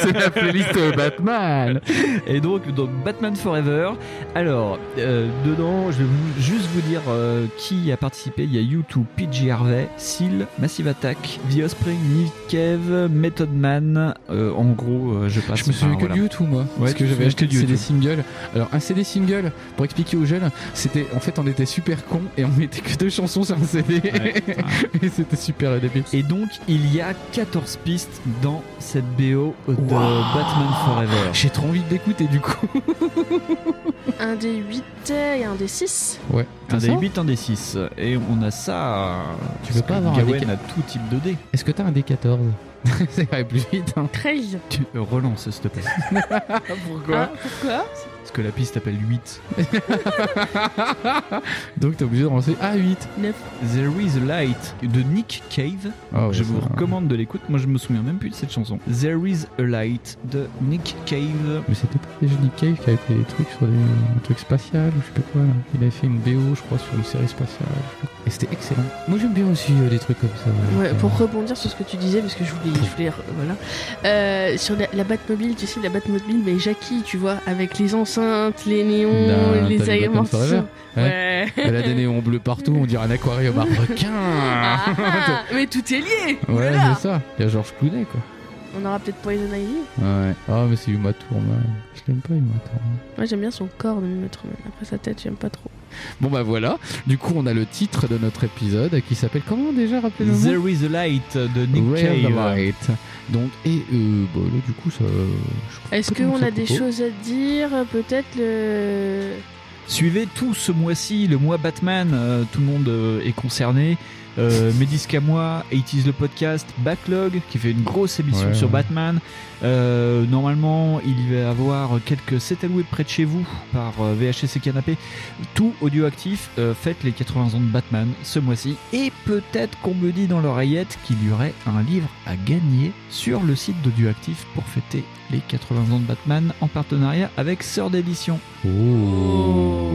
C'est la playlist euh, Batman. Et donc, donc Batman Forever. Alors, euh, dedans, je vais vous- juste vous dire euh, qui a participé. Il y a U2, PG Harvey, Seal, Massive Attack, The Offspring, Nick Cave, Method Man. Euh, en gros, euh, je passe. Je me souviens par- que voilà. du YouTube, moi. parce tu que te j'avais souviens acheté que du du CD YouTube. single. Alors, un CD single, pour expliquer aux jeunes, c'était en fait, on était super cons et on mettait que deux chansons sur un CD. Ouais, ouais. et c'était super débile. Et donc, il y a 14 pistes dans cette BO de Batman Forever. J'ai trop envie de l'écouter du coup. Un des 8 et un des 6. Ouais. Un des 8, un des 6. Et on a ça. euh, Tu veux parce pas que avoir un Gawain déca- a tout type de dés. Est-ce que t'as un D14 Ça irait plus vite. Hein. 13. Tu relances, s'il te plaît. Pourquoi Pourquoi Parce que la piste s'appelle 8. Donc t'es obligé de lancer A8. 9. There is a light de Nick Cave. Ah ouais, je ça vous va. recommande de l'écouter. Moi, je me souviens même plus de cette chanson. There is a light de Nick Cave. Mais c'était pas déjà Nick Cave qui avait fait des trucs sur des, un truc spatial ou je sais pas quoi. là. Il avait fait une BO, je crois, sur une série spatiale. Et c'était excellent. Moi j'aime bien aussi euh, des trucs comme ça. Ouais, Euh, pour rebondir sur ce que tu disais, parce que je voulais, je voulais re- voilà, Euh, sur la, la Batmobile, tu sais, la Batmobile, mais Jackie, tu vois, avec les enceintes, les néons, D'un- t'as les vu Batman Forever agrémentations. Ouais. Elle a des néons bleus partout, on dirait un aquarium à requins. Ah, mais tout est lié. ouais, Oulala. c'est ça. Il y a Georges Clooney quoi. On aura peut-être Poison Ivy. Ouais. Ah, mais c'est Uma Thurman. Je l'aime pas Uma Thurman. Moi, j'aime bien son corps de Mimotron. Après sa tête, j'aime pas trop. Bon bah voilà. Du coup, on a le titre de notre épisode qui s'appelle comment déjà rappelez-le moi There is a light de Nick Ray of the Cave. Light. Donc et euh, bah, là, du coup ça. je trouve Est-ce pas comment qu'on ça a des propos. choses à dire Peut-être le. Suivez tout ce mois-ci, le mois Batman, euh, tout le monde euh, est concerné. Euh, Mes disques à moi, 80 le podcast, Backlog qui fait une grosse émission Ouais, sur ouais. Batman. Euh, normalement, il va y avoir quelques C'est alloué près de chez vous par euh, VHC Canapé. Tout audio actif, euh, faites les 80 ans de Batman ce mois-ci. Et peut-être qu'on me dit dans l'oreillette qu'il y aurait un livre à gagner sur le site d'audio actif pour fêter les 80 ans de Batman en partenariat avec Sœur d'édition. Oh.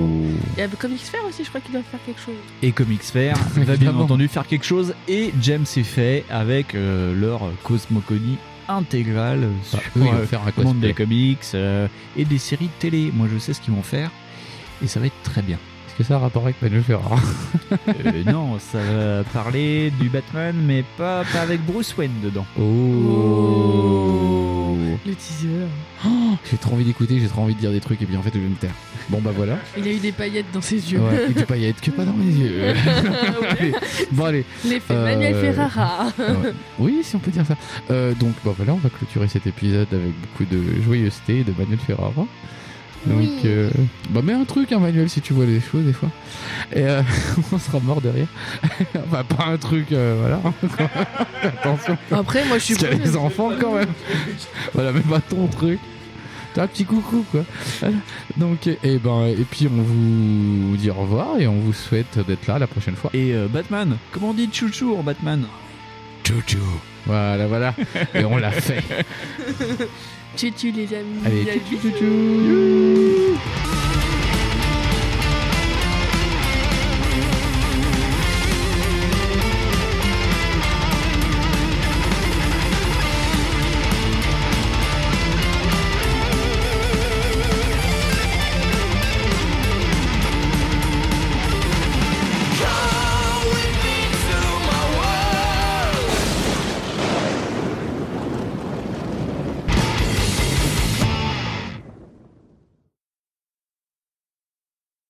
Il y a Comics Fair aussi, je crois qu'ils doivent faire quelque chose. Et Comics Fair va bien Évidemment. entendu faire quelque chose et James est fait avec euh, leur cosmoconie intégrale euh, Ah, sur eux, ils euh, vont faire un le monde des cosplay. comics euh, et des séries de télé. Moi je sais ce qu'ils vont faire et ça va être très bien. Est-ce que ça a rapport avec Manuel Ferrara Euh, non, ça va parler du Batman mais pas, pas avec Bruce Wayne dedans. Oh. Le teaser. J'ai trop envie d'écouter, j'ai trop envie de dire des trucs et puis en fait je vais me taire. Bon bah voilà. Il a eu des paillettes dans ses yeux. Ouais, et des paillettes que pas dans mes yeux. Allez, bon allez. L'effet Euh, Manuel Ferrara. Ouais. Oui, si on peut dire ça. Euh, donc bah voilà, on va clôturer cet épisode avec beaucoup de joyeuseté et de Manuel Ferrara. Donc Oui. euh, bah mets un truc hein, Manuel si tu vois les choses des fois. Et euh, on sera mort de rire. enfin pas un truc euh, voilà. Attention. Après, moi, je suis. Parce qu'il y a les enfants quand même. voilà, mais pas ton truc. T'as un petit coucou quoi. Voilà. Donc, et ben, et puis on vous dit au revoir et on vous souhaite d'être là la prochaine fois. Et euh, Batman, comment on dit chouchou en Batman Tchou-tchou. Voilà, voilà. et on l'a fait. Tchou, tchou, les amis. Allez, Bisous. tchou-tchou-tchou.